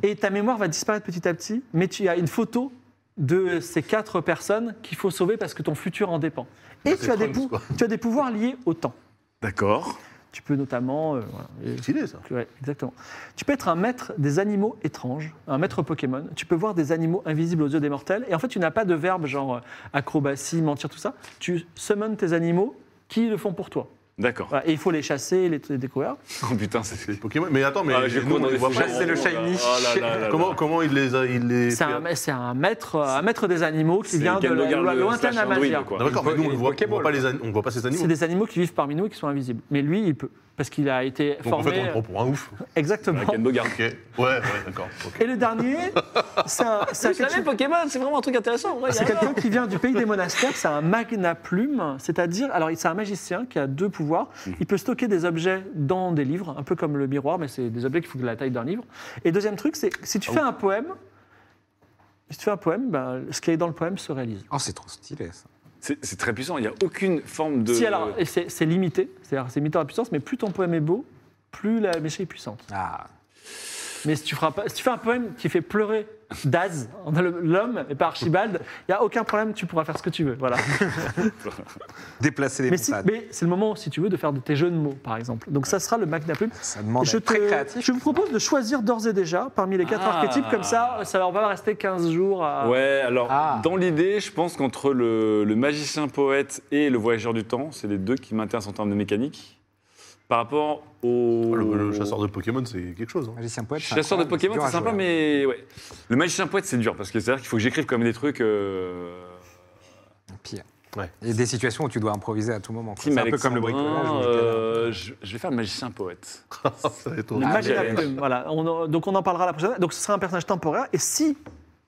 S1: et ta mémoire va disparaître petit à petit, mais tu as une photo de ces quatre personnes qu'il faut sauver parce que ton futur en dépend. Et tu as, des
S4: Trunks,
S1: pou-
S4: quoi.
S1: tu as des pouvoirs liés au temps.
S3: D'accord.
S1: Tu peux notamment... euh, voilà, et-
S4: C'est stylé, ça.
S1: Ouais, exactement. Tu peux être un maître des animaux étranges, un maître Pokémon. Tu peux voir des animaux invisibles aux yeux des mortels. Et en fait, tu n'as pas de verbe genre euh, acrobatie, mentir, tout ça. Tu summons tes animaux qui le font pour toi.
S3: D'accord.
S1: Voilà, et il faut les chasser, les, les découvrir.
S3: Oh putain, c'est.
S4: Pokémon. Mais attends, mais.
S3: Ah, je
S4: nous,
S3: cours dans
S4: on
S3: des
S4: les voit pas.
S3: fourrures.
S5: Chasser le shiny.
S3: Oh là là là là.
S4: Comment, comment il les a. Il les...
S1: C'est un,
S4: fait-
S1: ma- c'est un maître, euh, un maître des animaux qui
S3: C'est
S1: vient de
S3: Ken
S1: la,
S3: Logan,
S1: la
S3: le
S1: lointaine
S3: slash
S1: Amazia.
S3: android, quoi.
S4: D'accord, mais nous, on ne voit, on voit
S5: Pokéball.
S4: pas les an- on voit pas ces animaux.
S1: C'est des animaux qui vivent parmi nous et qui sont invisibles. Mais lui, il peut. Parce qu'il a été
S4: Donc en
S1: formé. euh,
S4: fait, on le prend pour un ouf.
S1: Exactement.
S3: Ken Bogard.
S4: Ok. Ouais, ouais, d'accord. ok.
S1: Et le dernier, c'est un, c'est un-
S6: Pokémon, c'est vraiment un truc intéressant. ouais, y a
S1: C'est
S6: rien.
S1: quelqu'un qui vient du pays des monastères, c'est un magna plume, c'est-à-dire, alors c'est un magicien qui a deux pouvoirs. Il peut stocker des objets dans des livres, un peu comme le miroir, mais c'est des objets qui font de la taille d'un livre. Et deuxième truc, c'est si tu fais un poème, si tu fais un poème, ben, ce qui est dans le poème se réalise.
S5: Oh, c'est trop stylé ça.
S3: C'est c'est très puissant. Il n'y a aucune forme de.
S1: Si alors, et c'est c'est limité, c'est-à-dire c'est limité en puissance, mais plus ton poème est beau, plus la méchée est puissante.
S5: Ah.
S1: Mais si tu, feras pas, si tu fais un poème qui fait pleurer Daz, l'homme, et pas Archibald, il n'y a aucun problème, tu pourras faire ce que tu veux. Voilà.
S5: Déplacer les
S1: Mais, si-
S5: montagnes.
S1: mais c'est le moment, si tu veux, de faire de tes jeux de mots, par exemple. Donc ça sera le Magna Plume.
S5: Ça demande
S1: Je,
S5: d'être très
S1: te-
S5: créatif.
S1: je vous propose de choisir d'ores et déjà parmi les quatre
S3: Ah.
S1: archétypes, comme ça, ça va- on va rester 15 jours à...
S3: Ouais, alors,
S5: Ah.
S3: dans l'idée, je pense qu'entre le, le magicien poète et le voyageur du temps, c'est les deux qui m'intéressent en termes de mécanique. Par rapport au.
S4: Oh, Le, le chasseur de Pokémon, c'est quelque chose. hein.
S5: Magicien poète. c'est
S3: Chasseur de
S5: incroyable,
S3: Pokémon,
S5: dur à
S3: c'est sympa,
S5: jouer.
S3: mais ouais. Le magicien poète, c'est dur parce que c'est-à-dire qu'il faut que j'écrive comme des trucs. euh,
S5: Pire.
S4: Ouais.
S5: Il y a des situations où tu dois improviser à tout moment. quoi.
S3: Tim
S5: C'est un peu comme le
S3: Alexandrin,
S5: bricolage. ou le
S3: euh, je, je vais faire le magicien poète.
S4: Ça va être
S1: Le
S4: horrible.
S3: Ah,
S1: Magna
S3: j'avais-
S1: Plume, voilà. On en- donc on en parlera la prochaine fois. Donc ce sera un personnage temporaire, et si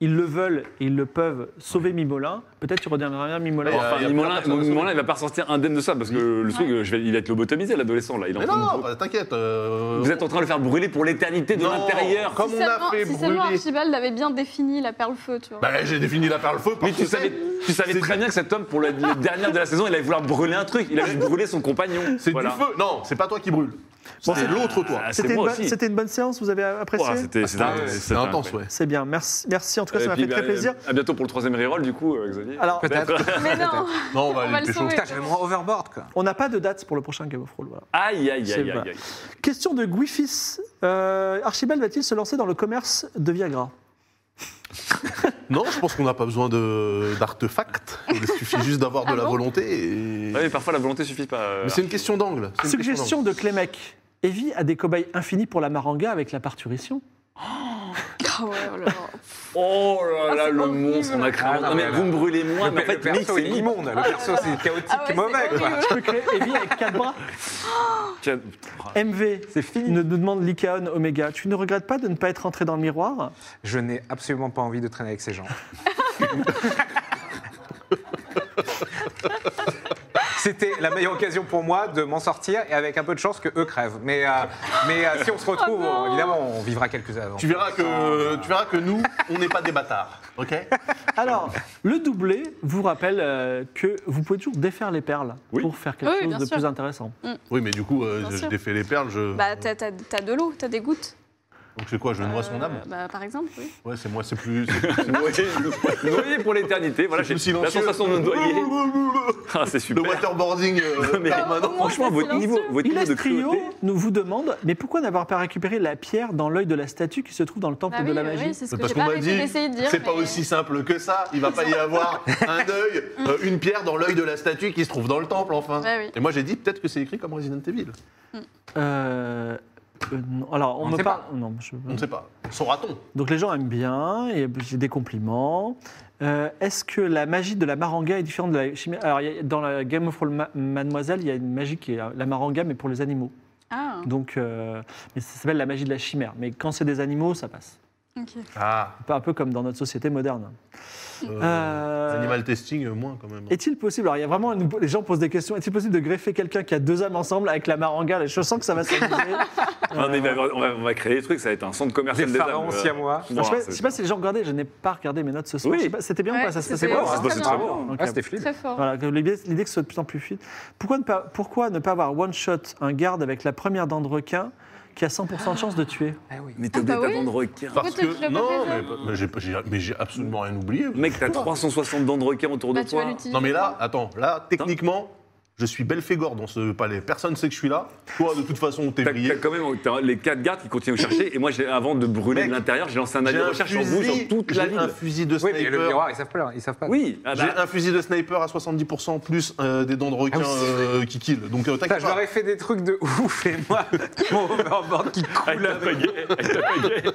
S1: ils le veulent et ils le peuvent sauver Mimolin, peut-être tu redeviendras bien Mimolin.
S4: Ouais,
S3: enfin,
S4: il y a
S3: Mimolin,
S4: plein de personnes à
S3: Mimolin, il va pas ressortir indemne de ça parce que le truc, je vais- il va être lobotomisé, l'adolescent là. Il est en
S4: Mais
S3: train
S4: non,
S3: de-
S4: non, bah, t'inquiète. euh,
S3: Vous êtes en train de le faire brûler pour l'éternité de
S4: non,
S3: l'intérieur.
S4: Comme
S2: si
S4: on
S2: seulement,
S4: a fait
S2: si seulement
S4: brûler.
S2: Archibald avait bien défini la perle feu, tu vois.
S4: Bah, j'ai défini la perle feu.
S3: Mais
S4: parce
S3: tu
S4: que
S3: savais,
S4: c'est-
S3: tu savais
S4: c'est-
S3: très bien que cet homme, pour la la dernière de la saison, il allait vouloir brûler un truc. Il allait brûler son compagnon.
S4: C'est
S3: Voilà.
S4: du feu. Non, c'est pas toi qui brûle.
S1: Bon,
S4: c'est
S1: c'est-
S4: l'autre toi.
S3: Ah,
S1: C'était
S3: c'est
S1: une,
S3: moi
S1: bonne-
S3: aussi.
S1: c'était une bonne séance, vous avez apprécié
S3: Ouah, C'était c'était un-
S4: Ah, C'est intense, ouais.
S1: C'est bien, merci, merci. En tout cas, ça
S3: Et
S1: m'a
S3: puis,
S1: fait très
S3: bah,
S1: plaisir.
S3: À bientôt pour le troisième reroll, du coup, euh, Xavier.
S1: Alors,
S5: Peut-être.
S3: Bah,
S2: Mais non,
S4: Non, on va
S2: on va
S4: aller
S2: le
S4: pécho.
S2: sauver.
S5: Putain, je vais me rendre overboard quoi.
S1: On n'a pas de date pour le prochain Game of Thrones, voilà.
S3: Aïe, aïe,
S1: C'est
S3: aïe,
S1: pas-
S3: aïe, aïe.
S1: Question de Guifis. Euh, Archibald va-t-il se lancer dans le commerce de Viagra
S4: Non, je pense qu'on n'a pas besoin de- d'artefacts. Il suffit juste d'avoir de
S2: Ah
S4: la
S2: bon
S4: volonté. et-
S3: Ouais, mais parfois la volonté suffit pas. euh,
S4: Mais c'est une question d'angle. c'est une question
S1: Suggestion de Clémec. Evie a des cobayes infinis pour la maranga avec la parturition.
S2: Ah ouais, oh là là.
S3: Oh là
S2: Ah,
S3: là,
S2: c'est
S3: le
S2: horrible.
S3: monstre, on a créé.
S5: Ah, non,
S3: Non, mais
S5: mais
S3: vous me brûlez moins,
S5: Le
S3: mais en
S5: pe- le
S3: fait, Mick,
S5: perso
S3: c'est
S5: il est
S3: Mick.
S5: immonde. Le perso c'est chaotique
S2: Ah ouais,
S5: et
S2: c'est
S5: mauvais quoi.
S2: horrible.
S1: Je peux créer Evie avec quatre bras.
S3: Tiens,
S1: MV
S5: C'est fini.
S1: ne nous demande Lycaon Omega. Tu ne regrettes pas de ne pas être rentré dans le miroir
S5: Je n'ai absolument pas envie de traîner avec ces gens. C'était la meilleure occasion pour moi de m'en sortir et avec un peu de chance que eux crèvent. Mais, euh, mais euh, si on se retrouve,
S2: non.
S5: évidemment, on vivra quelques avant.
S4: Tu verras que tu verras que nous, on n'est pas des bâtards, ok
S1: Alors, le doublé vous rappelle euh, que vous pouvez toujours défaire les perles
S3: Oui.
S1: pour faire quelque
S2: Oui,
S1: chose
S2: bien
S1: de
S2: sûr.
S1: plus intéressant.
S4: Oui, mais du coup, euh,
S2: Bien
S4: je- je
S2: sûr.
S4: défais les perles. Je...
S2: Bah, t'as t'as- t'as de l'eau, t'as des gouttes.
S4: Donc c'est quoi Je noie son âme
S2: Euh, bah, par exemple, oui.
S4: Ouais, c'est moi, c'est plus.
S3: Noyer, noyer pour l'éternité, voilà, j'ai
S4: c'est plus
S3: la sensation de noyer. Ah, c'est
S4: Le
S3: super.
S4: waterboarding. euh,
S3: Mais
S2: au moins,
S3: franchement,
S2: c'est
S3: votre niveau,
S2: silencieux.
S3: votre niveau de
S1: Iles Trio
S3: cruauté.
S1: nous vous demande mais pourquoi n'avoir pas récupéré la pierre dans l'œil de la statue qui se trouve dans le temple
S2: Bah
S1: de
S2: oui,
S1: la
S2: oui,
S1: magie
S2: c'est ce que
S4: Parce
S2: j'ai
S4: qu'on
S2: pas
S4: m'a
S2: arrêté
S4: dit,
S2: d'essayer de dire.
S4: c'est pas
S2: mais-
S4: aussi simple que ça. Il va pas y avoir un œil, euh, une pierre dans l'œil de la statue qui se trouve dans le temple, enfin.
S2: Mm. Ouais, oui.
S4: Et moi j'ai dit peut-être que c'est écrit comme Resident Evil.
S1: Euh, euh, non, alors, on,
S5: On ne
S1: me
S5: sait
S1: parle. Non, je-
S4: On ne sait pas. Saura-t-on
S1: Donc les gens aiment bien, et j'ai des compliments. Euh, Est-ce que la magie de la maranga est différente de la chimie Alors, il y a- dans la Game of Thrones Ma- Mademoiselle, il y a une magie qui est euh, la maranga, mais pour les animaux.
S2: Ah,
S1: Donc, euh, mais ça s'appelle la magie de la chimère. Mais quand c'est des animaux, ça passe.
S2: ok.
S4: Ah,
S1: Un peu- Un peu comme dans notre société moderne.
S4: euh,
S1: Euh,
S4: animal testing, euh, moins quand même.
S1: Est-il possible, alors il y a vraiment, une- les gens posent des questions, est-il possible de greffer quelqu'un qui a deux âmes ensemble avec la maranga là, Je sens que ça va s'amuser.
S3: Non, mais on, va, on va- on va créer des trucs, ça va être un centre commercial
S5: Des
S3: des
S5: pharaons
S3: âmes, euh.
S5: siamois.
S3: Bon,
S1: Alors, je ne sais,
S3: c'est-
S1: pas- je sais pas si les gens regardaient, je n'ai pas regardé mes notes ce soir.
S3: Oui. bah,
S1: Je sais pas, C'était bien ou
S2: Ouais,
S1: pas Ça se passait
S2: c'était-
S1: bien
S2: ouais,
S3: c'est très
S2: bien.
S3: bon.
S1: Ok.
S5: Ah, c'était flippant.
S2: Très fort.
S1: Voilà, que l'idée l'idée que ce soit de plus en plus fluide. Pourquoi ne pas, pourquoi ne pas avoir one shot un garde avec la première dent de requin qui a 100% de chance de tuer
S3: Mais t'as
S2: Ah, bah
S3: oublié ta
S2: oui.
S3: dent de requin.
S4: Parce
S2: Pourquoi tu
S4: que.
S2: l'as pas
S4: Non, mais,
S2: fait,
S4: mais j'ai- j'ai- mais j'ai absolument rien oublié.
S3: Mec, t'as 360 dents de requin autour
S2: Bah,
S3: de
S2: tu vas
S3: toi.
S2: l'utiliser.
S4: Non mais là, attends, là, techniquement, je suis Belphégor dans ce palais. Personne sait que je suis là. Toi, de toute façon, t'es
S3: T'as
S4: brillé.
S3: t'as quand même t'as les quatre gardes qui continuent à chercher. Et moi, j'ai- avant de brûler
S4: Mec,
S3: de l'intérieur, j'ai lancé un avis de recherche en rouge sur toute la
S4: j'ai un
S3: ville.
S4: fusil de
S5: Oui, mais le
S4: sniper.
S5: miroir, ils savent pas. Ils savent pas.
S3: Oui, ah
S4: J'ai
S3: bah,
S4: un fusil de sniper à 70% plus euh, des dents de requin
S5: Ah oui, c'est
S4: euh, qui kill. Donc euh,
S5: Putain,
S4: t'inquiète
S5: je
S4: pas.
S5: leur ai fait des trucs de ouf et moi, mon overboard qui coule avec.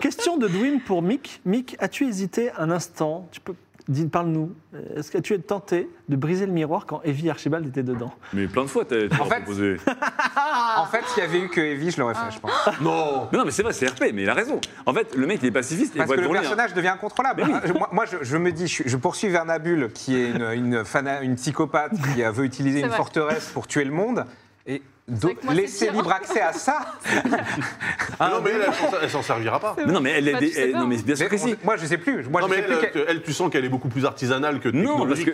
S1: Question de Dwin pour Mick. Mick, as-tu hésité un instant Tu peux dis- Parle-nous. Euh, Est-ce que tu es tenté de briser le miroir quand Evie et Archibald étaient dedans
S3: mais plein de fois, t'as t'as
S5: fait-
S3: proposé.
S5: En fait, s'il y avait eu que Evie, je l'aurais fait, je pense.
S4: Non
S3: Non, non, mais c'est vrai, c'est RP, mais il a raison. En fait, le mec, il est pacifiste. et il
S5: Parce
S3: voit
S5: que le
S3: tourner, hein.
S5: personnage devient incontrôlable.
S3: Mais oui.
S5: Je- Moi, moi, je, je me dis, je, suis- je poursuis Vernabule, qui est une, une, fana- une psychopathe qui euh, veut utiliser
S2: C'est
S5: une
S2: vrai.
S5: forteresse pour tuer le monde. Et do-
S2: vrai que moi, c'est
S5: laisser
S2: pire.
S5: libre accès à ça.
S4: Non mais elle, elle s'en- elle s'en servira pas.
S3: Mais non, mais elle est.
S2: Bah,
S3: des-
S2: tu sais
S3: elle-
S2: pas,
S3: non, mais
S2: hein.
S3: bien sûr
S5: Mais
S3: que si.
S5: on- moi, je sais plus. Moi,
S4: Non
S5: je
S4: mais
S5: sais plus
S4: elle,
S5: quel-
S4: elle, tu sens qu'elle est beaucoup plus artisanale que
S3: Non, parce que.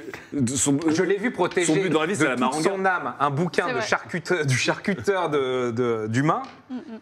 S3: son-
S5: Je l'ai vu protéger
S3: Son but dans la vie,
S5: de
S3: c'est la
S5: toute
S3: maranga.
S5: son âme un bouquin
S2: C'est
S5: de
S2: vrai. Mm,
S5: charcuteur, du charcuteur de- de- d'humains.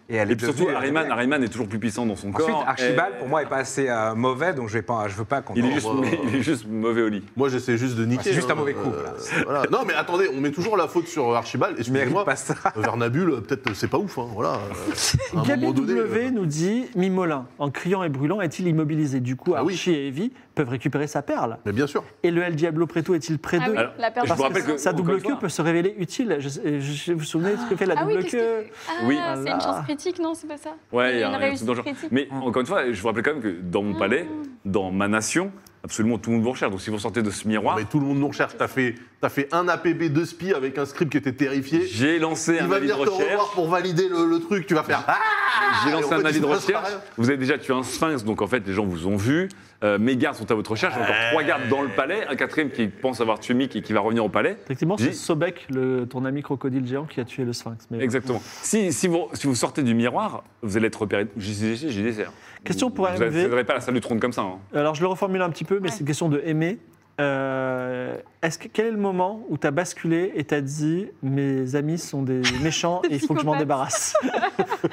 S5: Et elle
S3: Et puis surtout,
S5: devenue-
S3: Harryman, Harryman est toujours plus puissant dans son
S5: Ensuite,
S3: corps.
S5: Archibald,
S3: Et-
S5: pour moi, est pas assez euh, mauvais, donc je vais pas, je veux pas qu'on.
S3: Il est, juste,
S4: Oh, bah, bah, bah.
S3: il est juste mauvais au lit.
S4: Moi j'essaie juste de niquer.
S5: c'est juste un
S4: hein,
S5: mauvais coup, voilà.
S4: voilà. Non mais attendez, on met toujours la faute sur Archibald.
S5: Il mérite
S4: Excusez-moi.
S5: pas ça.
S4: Vernabule, peut-être c'est pas ouf, hein, voilà. Euh, à un
S1: Gabi
S4: moment donné,
S1: W
S4: euh,
S1: nous dit Mimolin, en criant et brûlant, est-il immobilisé Du coup,
S4: Ah oui.
S1: Archie et Evie peuvent récérer sa perle.
S4: Mais bien sûr.
S1: Et le El Diablo Preto est-il près
S2: Ah
S1: d'eux
S2: oui,
S3: Alors,
S2: la perte
S3: je vous
S2: de
S3: rappelle
S2: sang.
S3: que-
S1: Sa
S3: Encore
S1: double
S3: une
S1: queue
S3: fois.
S1: peut se révéler utile. Je, je- vous vous souvenez de ce que fait la
S2: Ah oui,
S1: double
S2: qu'est-ce
S1: queue
S2: que... ah,
S3: Oui.
S2: c'est une chance critique, non C'est pas ça
S3: Ouais, il y a
S2: Une
S3: un truc
S2: réussite
S3: dangereux.
S2: critique. Mmh.
S3: Mais encore une fois, je vous rappelle quand même que dans mon palais, dans ma nation, absolument tout le monde vous recherche. Donc si vous sortez de ce miroir,
S4: Mais tout le monde nous recherche. T'as fait, t'as fait un APB de spi avec un script qui était terrifié.
S3: j'ai lancé
S4: Il
S3: un
S4: va
S3: avis de
S4: venir te revoir
S3: recherche.
S4: pour valider le, le truc. Tu vas faire. Ah
S3: J'ai
S4: Et en
S3: lancé
S4: fait,
S3: un
S4: il
S3: avis
S4: se
S3: de
S4: passe
S3: recherche.
S4: rien.
S3: Vous avez déjà tué un sphinx, donc en fait, les gens vous ont vu. Euh, mes gardes sont à votre recherche. Encore trois gardes dans le palais. Un quatrième qui pense avoir tué Mick et qui va revenir au palais.
S1: Effectivement, c'est
S3: J'ai-
S1: Sobek, le, ton ami crocodile géant, qui a tué le sphinx. Mais...
S3: Exactement. Si, si, vous, si vous sortez du miroir, vous allez être repéré. J'ai j'ai- j'ai des airs.
S1: Question pour
S3: Vous
S1: AMV.
S3: n'accéderez pas à la salle du trône comme ça. hein.
S1: Alors, je le reformule un petit peu, mais
S2: Ouais.
S1: c'est une question de aimer. Euh, est-ce que, quel est le moment où tu as basculé et t'as dit mes amis sont des méchants et il faut que je m'en
S2: psychopathes.
S1: débarrasse
S2: Moi,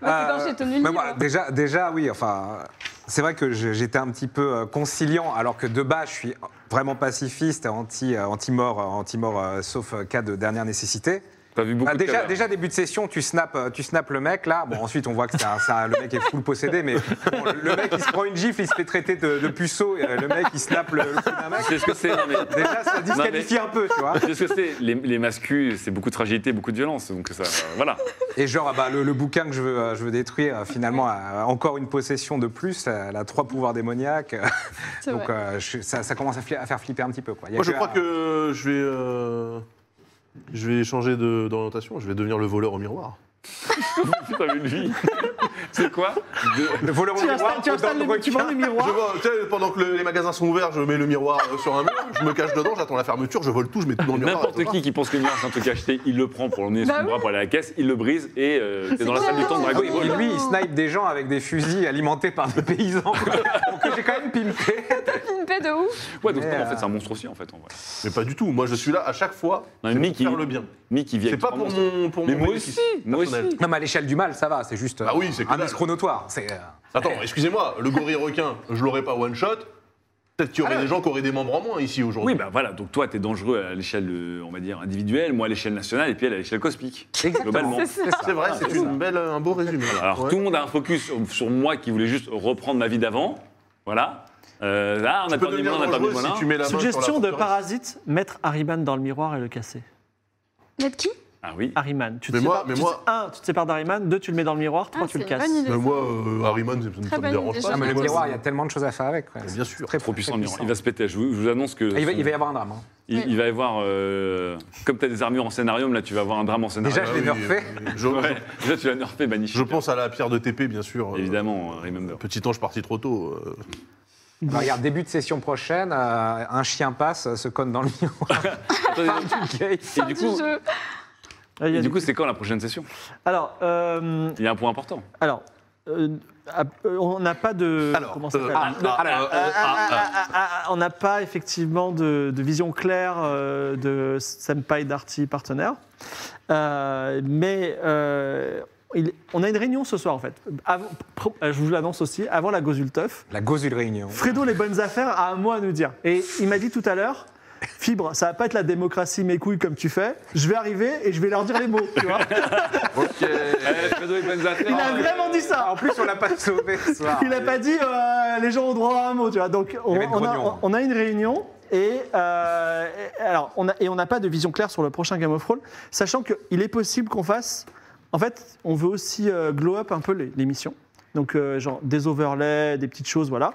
S2: c'est quand j'ai tenu le
S5: Euh, mais
S2: livre.
S5: moi, déjà, déjà, oui. Enfin, c'est vrai que je- j'étais un petit peu euh, conciliant, alors que de base, je suis vraiment pacifiste, anti, euh, anti-mort, euh, anti-mort, euh, sauf euh, cas de dernière nécessité.
S3: T'as vu
S4: Ah,
S3: beaucoup
S5: Bah,
S3: de
S5: déjà,
S3: cadavres.
S5: déjà début de session, tu snaps, euh, tu snaps le mec là. Bon, ensuite on voit que c'est un- c'est un- le mec est full possédé, mais bon, le- le mec il se prend une gifle, il se fait traiter de, de puceau, et, euh, le mec il snap le, le cul d'un mec.
S3: C'est ce que c'est. non, mais-
S5: Déjà, ça disqualifie un peu, tu vois.
S3: C'est ce que c'est. Les, les mascus, c'est beaucoup de fragilité, beaucoup de violence. Donc ça, euh, voilà.
S5: Et genre, ah bah, le, le bouquin que je veux, euh, je veux détruire, euh, finalement, a encore une possession de plus. euh, Elle a trois pouvoirs démoniaques. euh,
S2: C'est
S5: Donc,
S2: vrai.
S5: euh, je- ça, ça commence à, fli- à faire flipper un petit peu. Quoi. Il y a
S4: Moi, je
S5: que
S4: crois
S5: un-
S4: que je vais, euh, je vais changer de- d'orientation. Je vais devenir le voleur au miroir.
S3: T'as vu lui C'est quoi De-
S5: Le voleur au
S1: Tu
S5: miroir,
S1: installes- tu
S5: dans
S1: installes
S5: le
S1: le- tu vends
S5: requin.
S1: les
S4: Je
S1: miroirs
S4: vois, tu sais, pendant que le- les magasins sont ouverts, je mets le miroir euh, sur un mur, je me cache dedans, j'attends la fermeture, je vole tout, je mets tout dans le miroir.
S3: N'importe qui qui pense que le miroir c'est un truc acheté, il le prend pour l'emmener sous
S2: Bah
S3: le bras pour aller à la caisse, il le brise et euh, t'es dans la salle du temps de
S2: clair.
S3: Dragon
S5: Oui,
S3: Ball.
S5: et lui, il snipe des gens avec des fusils alimentés par des paysans. Donc, j'ai quand même pimpé.
S2: Une paix de ouf.
S3: Ouais, donc
S5: Mais,
S3: non, en
S5: euh,
S3: fait, c'est un monstre aussi en fait. En vrai.
S4: Mais pas du tout. Moi, je suis là à chaque fois
S3: Non,
S4: c'est
S3: mais
S4: pour
S3: qui-
S4: faire le bien.
S3: Mick, il vient.
S4: C'est
S3: avec
S4: pas
S3: trois
S4: pour
S3: monstres.
S4: mon, pour
S3: Mais
S4: mon
S3: moi
S4: bénéfice
S3: aussi, moi aussi.
S4: personnel.
S5: Non, mais à l'échelle du mal, ça va, c'est juste
S4: Ah oui, c'est que
S5: un indice chronotoire. C'est, euh,
S4: Attends, excusez-moi, le gorille requin, je l'aurais pas one shot. Peut-être
S3: Ah
S4: qu'il y aurait des gens qui auraient des membres en moins ici
S3: Oui,
S4: aujourd'hui.
S3: bah voilà, donc toi, t'es dangereux à l'échelle, euh, on va dire, individuelle, moi à l'échelle nationale, et puis elle à l'échelle cosmique, globalement.
S4: c'est vrai, c'est une belle, un beau résumé.
S3: Alors
S4: Ouais.
S3: tout le monde a un focus sur moi qui voulait juste reprendre ma vie d'avant, voilà. Euh, là, on a
S4: Tu peux
S3: perdu
S4: devenir
S3: moins, on a perdu
S4: dangereux
S3: moins.
S4: si tu mets la main sur la
S1: Suggestion de
S4: forteresse.
S1: parasite, mettre Harriman dans le miroir et le casser.
S2: Mettre qui
S3: Ah oui.
S1: Harriman, tu te
S4: Mais moi-
S1: sépares-
S4: mais
S1: tu
S4: moi-
S1: te- un, tu te sépares d'Harriman, deux, tu le mets dans le miroir, trois,
S2: Ah,
S1: tu
S2: c'est
S1: le
S2: une
S1: casses.
S2: bonne idée.
S4: Mais moi, euh, Harryman, ça me- ça
S2: Très
S4: me
S2: bonne
S4: dérange
S2: idée,
S4: pas.
S5: Ah, mais le
S2: Très
S5: miroir, il y a tellement de choses à faire avec. ouais.
S4: Bien sûr.
S5: Très
S3: Trop puissant, le miroir.
S5: puissant.
S3: il va se péter. Je vous, je vous annonce que
S5: Et il va- il va y avoir un drame. hein.
S3: il-
S2: Oui.
S3: il va y avoir, euh, comme tu as des armures en scénarium, là tu vas avoir un drame en scénario.
S5: Déjà, je l'ai
S4: oui,
S5: nerfé.
S4: euh, Je,
S3: Ouais. Déjà, tu vas nerfer Banishee.
S4: je pense à la pierre de TP, bien sûr. euh,
S3: Évidemment, euh, remember.
S4: Petit ange parti trop tôt. euh.
S5: Alors, regarde, début de session prochaine, euh, un chien passe, euh, se conne dans le miroir. Fin du game.
S3: Et du coup,
S2: jeu.
S1: Ah, il y a
S3: et
S1: du-
S3: du coup, c'est quand la prochaine session
S1: Alors, euh,
S3: Il y a un point important.
S1: alors euh, ah, euh, on n'a pas de.
S4: Alors,
S1: comment ça
S4: euh,
S1: s'appelle
S4: ah,
S5: non,
S4: ah,
S5: alors,
S4: euh,
S1: Ah,
S4: ah,
S1: ah, ah, ah, ah, ah, on n'a pas effectivement de, de vision claire euh, de Senpai Darty partenaire. Euh, mais euh, il- on a une réunion ce soir en fait. Avant- pro- euh, je vous l'annonce aussi, avant la Gozultov.
S5: La gozule réunion.
S1: Fredo, les bonnes affaires a un mot à nous dire. Et il m'a dit tout à l'heure. Fibre, ça va pas être la démocratie mes couilles comme tu fais. Je vais arriver et je vais leur dire les mots. tu vois. Il a vraiment dit ça.
S5: Ah, En plus, on l'a pas sauvé ce soir.
S1: Il n'a pas dit euh, les gens ont droit à un mot, tu vois. Donc on,
S5: avait une
S1: on a,
S5: réunion.
S1: on a une réunion et, euh, et- alors on a- et on n'a pas de vision claire sur le prochain Game of Thrones, sachant qu'il est possible qu'on fasse. En fait, on veut aussi euh, glow up un peu les, les missions. Donc euh, genre des overlays, des petites choses, voilà.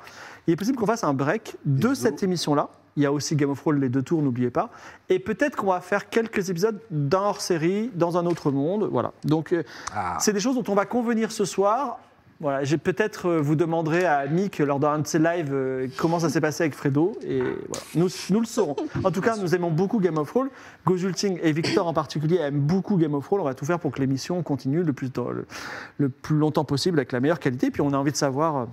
S1: Il est possible qu'on fasse un break de cette émission-là. Il y a aussi Game of Thrones, les deux tours, n'oubliez pas. Et peut-être qu'on va faire quelques épisodes d'un hors-série, dans un autre monde, voilà. Donc euh,
S5: Ah.
S1: c'est des choses dont on va convenir ce soir. Voilà, j'ai peut-être euh, vous demanderez à Mick lors d'un de ses lives euh, comment ça s'est passé avec Fredo et voilà. nous, nous le saurons. En tout cas, nous aimons beaucoup Game of Thrones. Gozulting et Victor en particulier aiment beaucoup Game of Thrones. On va tout faire pour que l'émission continue le plus, dans- le, le plus longtemps possible avec la meilleure qualité. Puis on a envie de savoir euh,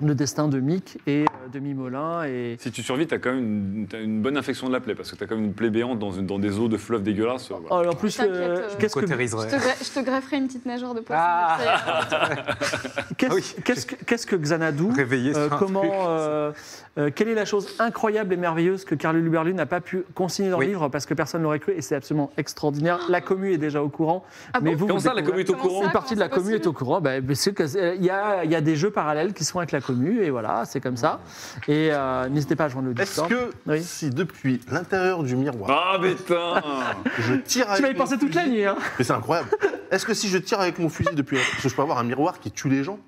S1: le destin de Mick et euh, de Mimolin et
S3: Si tu survis, t'as quand même une, t'as une bonne infection de la plaie, parce que t'as quand même une plaie béante dans, une- dans des eaux de fleuves dégueulasses. euh, voilà.
S1: Oh, en plus,
S2: T'inquiète,
S1: euh,
S2: euh, Je
S1: qu'est-ce que
S2: Je te,
S5: cauteriserait.
S2: gre- je te grefferai une petite nageoire de poisson.
S5: Ah.
S2: ça y est.
S1: qu'est-ce-
S5: Ah oui.
S1: qu'est-ce que- qu'est-ce que Xanadu
S5: Réveillé
S1: Euh,
S5: sur un truc.
S1: comment, euh, euh, quelle est la chose incroyable et merveilleuse que Carlo Luberlu n'a pas pu consigner dans
S5: Oui.
S1: le livre parce que personne l'aurait cru et c'est absolument extraordinaire. La commu est déjà au courant.
S2: Ah bon
S1: vous,
S3: Comment ça, la
S1: découvrez-
S3: commu est au
S2: Comment
S3: courant
S2: ça
S1: Une partie de la
S2: Comment
S1: commu est
S2: possible
S1: au courant. Bah, parce que, euh, Il y, a, il y a des jeux parallèles qui sont avec la commu et voilà, c'est comme ça. Et euh, n'hésitez pas à joindre le
S4: Est-ce
S1: Discord.
S4: que
S1: Oui.
S4: si depuis l'intérieur du miroir,
S3: Ah putain
S4: je tire avec
S1: Tu vas y
S4: mon
S1: penser toute la
S4: fusil-
S1: nuit. Hein
S4: Mais c'est incroyable. Est-ce que si je tire avec mon fusil depuis la- Parce que je peux avoir un miroir qui tue les gens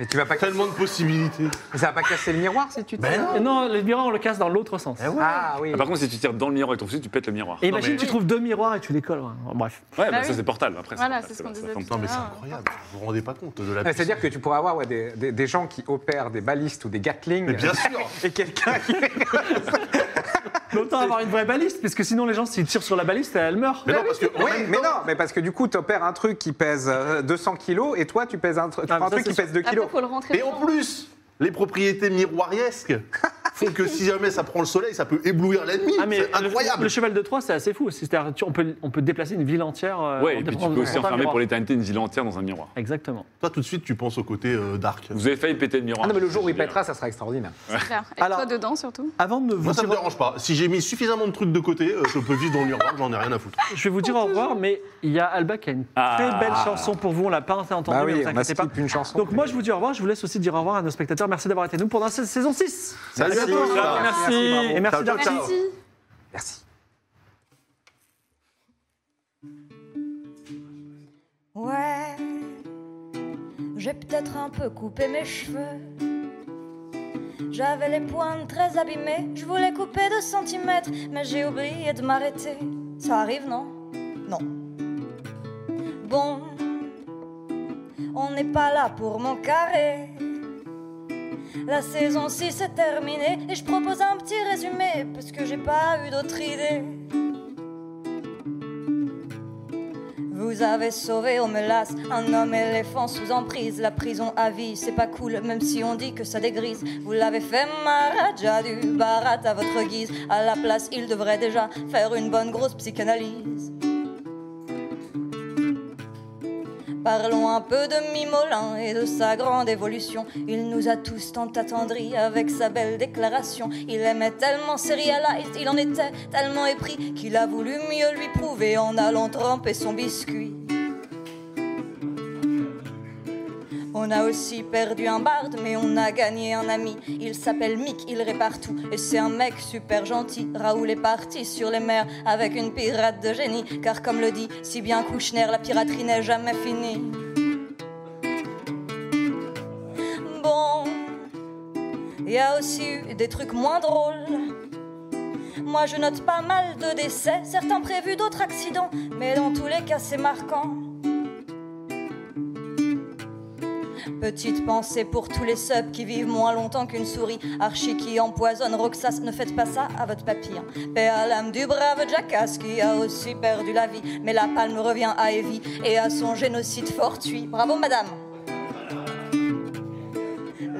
S5: Mais tu vas pas casser...
S4: Tellement de possibilités.
S5: mais ça va pas casser le miroir si tu te.
S4: Ben non. Ben
S1: Et non, le miroir, on le casse dans l'autre sens.
S5: Ah oui.
S3: Ah, Par contre, si tu tires dans le miroir avec ton fusil, tu pètes le miroir.
S1: Et
S4: Non,
S1: imagine,
S4: mais-
S1: tu trouves deux miroirs et tu les colles. ouais. Bref.
S3: Ouais, bah,
S2: Ah oui.
S3: ça c'est Portal, après.
S2: Voilà,
S3: Portal,
S2: c'est ce qu'on
S3: ça
S2: disait
S3: tombe.
S2: tout à
S4: Non, mais c'est
S2: Ah.
S4: incroyable. Vous vous rendez pas compte de la
S5: Ouais, Ah, C'est-à-dire que tu pourrais avoir ouais, des, des- des gens qui opèrent des balistes ou des gatling.
S4: Mais bien sûr
S5: Et quelqu'un qui.
S1: Mais autant avoir une vraie baliste, parce que sinon, les gens, s'ils tirent sur la baliste, elle meurt.
S4: Mais non, parce que.
S5: Ah Oui, mais non, mais parce que du coup, tu opères un truc qui pèse euh, 200 kilos et toi, tu pèses un, tru- tu
S1: Ah,
S5: prends un
S1: ça,
S5: truc
S1: c'est
S5: qui pèse 2 kilos.
S2: Après, faut le rentrer.
S4: Et en
S2: dedans.
S4: plus, les propriétés miroiriesques font que si jamais ça prend le soleil, ça peut éblouir l'ennemi.
S1: Ah, mais
S4: c'est
S1: le-
S4: incroyable.
S1: Le, cheval de Troie, c'est assez fou. aussi. C'est-à-dire, tu- on peut, on peut déplacer une ville entière. euh,
S3: Ouais,
S1: en
S3: et puis tu
S1: déplacant-
S3: peux aussi
S1: en
S3: enfermer
S1: miroir.
S3: pour l'éternité une ville entière dans un miroir.
S1: Exactement.
S4: Toi, tout de suite, tu penses au côté euh, dark.
S3: Vous avez failli péter le miroir.
S5: Ah non, mais le jour où il
S3: Julien.
S5: pètera, ça sera extraordinaire.
S2: C'est clair. Et
S1: Alors-
S2: toi dedans surtout.
S1: Avant de vous
S4: Moi, ça me
S1: dire,
S4: dérange pas. Si j'ai mis suffisamment de trucs de côté, euh, je peux vivre dans le miroir, j'en ai rien à foutre.
S1: je vais vous dire au revoir, mais il y a Alba qui a une
S3: Ah.
S1: très belle chanson pour vous. On l'a pas entendue,
S5: Bah
S1: mais
S5: oui,
S1: vous
S5: on a
S1: inquiétez pas.
S5: skip une chanson.
S1: Donc moi, je vous dis au revoir. Je vous laisse aussi dire au revoir à nos spectateurs. Merci d'avoir été nous pendant cette saison 6.
S4: Salut à tous.
S5: merci, bravo.
S1: Et merci
S4: Ciao, ciao,
S1: d'être
S4: ciao.
S2: Merci.
S5: Merci.
S7: Ouais, j'ai peut-être un peu coupé mes cheveux. J'avais les pointes très abîmées, je voulais couper 2 centimètres, mais j'ai oublié de m'arrêter. Ça arrive, non Non. Bon, on n'est pas là pour mon carré. La saison 6 est terminée et je propose un petit résumé parce que j'ai pas eu d'autre idée. Vous avez sauvé, on me lasse, un homme éléphant sous emprise. La prison à vie, c'est pas cool, même si on dit que ça dégrise. Vous l'avez fait, Maharaja du Barat à votre guise. À la place, il devrait déjà faire une bonne grosse psychanalyse. Parlons un peu de Mimolin et de sa grande évolution. Il nous a tous tant attendris avec sa belle déclaration. Il aimait tellement Serialized, il en était tellement épris qu'il a voulu mieux lui prouver en allant tremper son biscuit. On a aussi perdu un barde, mais on a gagné un ami. Il s'appelle Mick, il répare tout. Et c'est un mec super gentil. Raoul est parti sur les mers avec une pirate de génie. Car comme le dit si bien Kouchner, la piraterie n'est jamais finie. Bon, il y a aussi eu des trucs moins drôles. Moi je note pas mal de décès, certains prévus, d'autres accidents. Mais dans tous les cas, c'est marquant. Petite pensée pour tous les subs qui vivent moins longtemps qu'une souris. Archie qui empoisonne Roxas, ne faites pas ça à votre papy. hein. Paix à l'âme du brave Jackass qui a aussi perdu la vie. Mais la palme revient à Evie et à son génocide fortuit. Bravo madame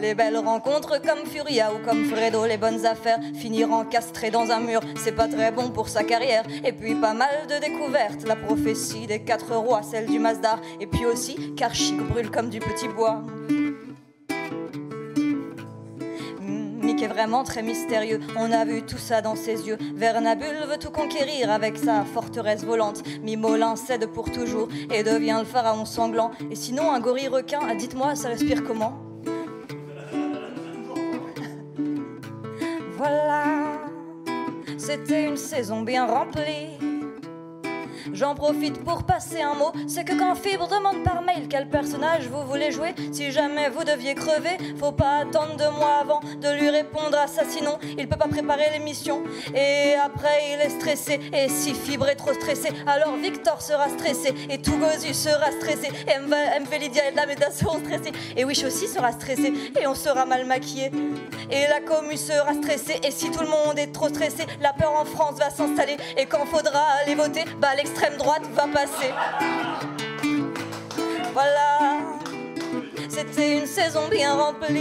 S7: les belles rencontres comme Furia ou comme Fredo, les bonnes affaires, finir encastré dans un mur, c'est pas très bon pour sa carrière. Et puis pas mal de découvertes, la prophétie des quatre rois, celle du Masdar, et puis aussi qu'Archie brûle comme du petit bois. Mm, Mick est vraiment très mystérieux, on a vu tout ça dans ses yeux. Vernabule veut tout conquérir avec sa forteresse volante. Mimolin cède pour toujours et devient le pharaon sanglant. Et sinon, un gorille requin, ah, dites-moi, ça respire comment Voilà, c'était une saison bien remplie. J'en profite pour passer un mot. C'est que quand Fibre demande par mail quel personnage vous voulez jouer, si jamais vous deviez crever, faut pas attendre deux mois avant de lui répondre à ça, sinon il peut pas préparer l'émission. Et après il est stressé, et si Fibre est trop stressé, alors Victor sera stressé, et Tougosy sera stressé, et Mva- Mvelidia et Lameda seront stressés, et Wish aussi sera stressé, et on sera mal maquillé. Et la commu sera stressée, et si tout le monde est trop stressé, la peur en France va s'installer, et quand faudra aller voter, bah l'extrême droite va passer. Voilà, c'était une saison bien remplie.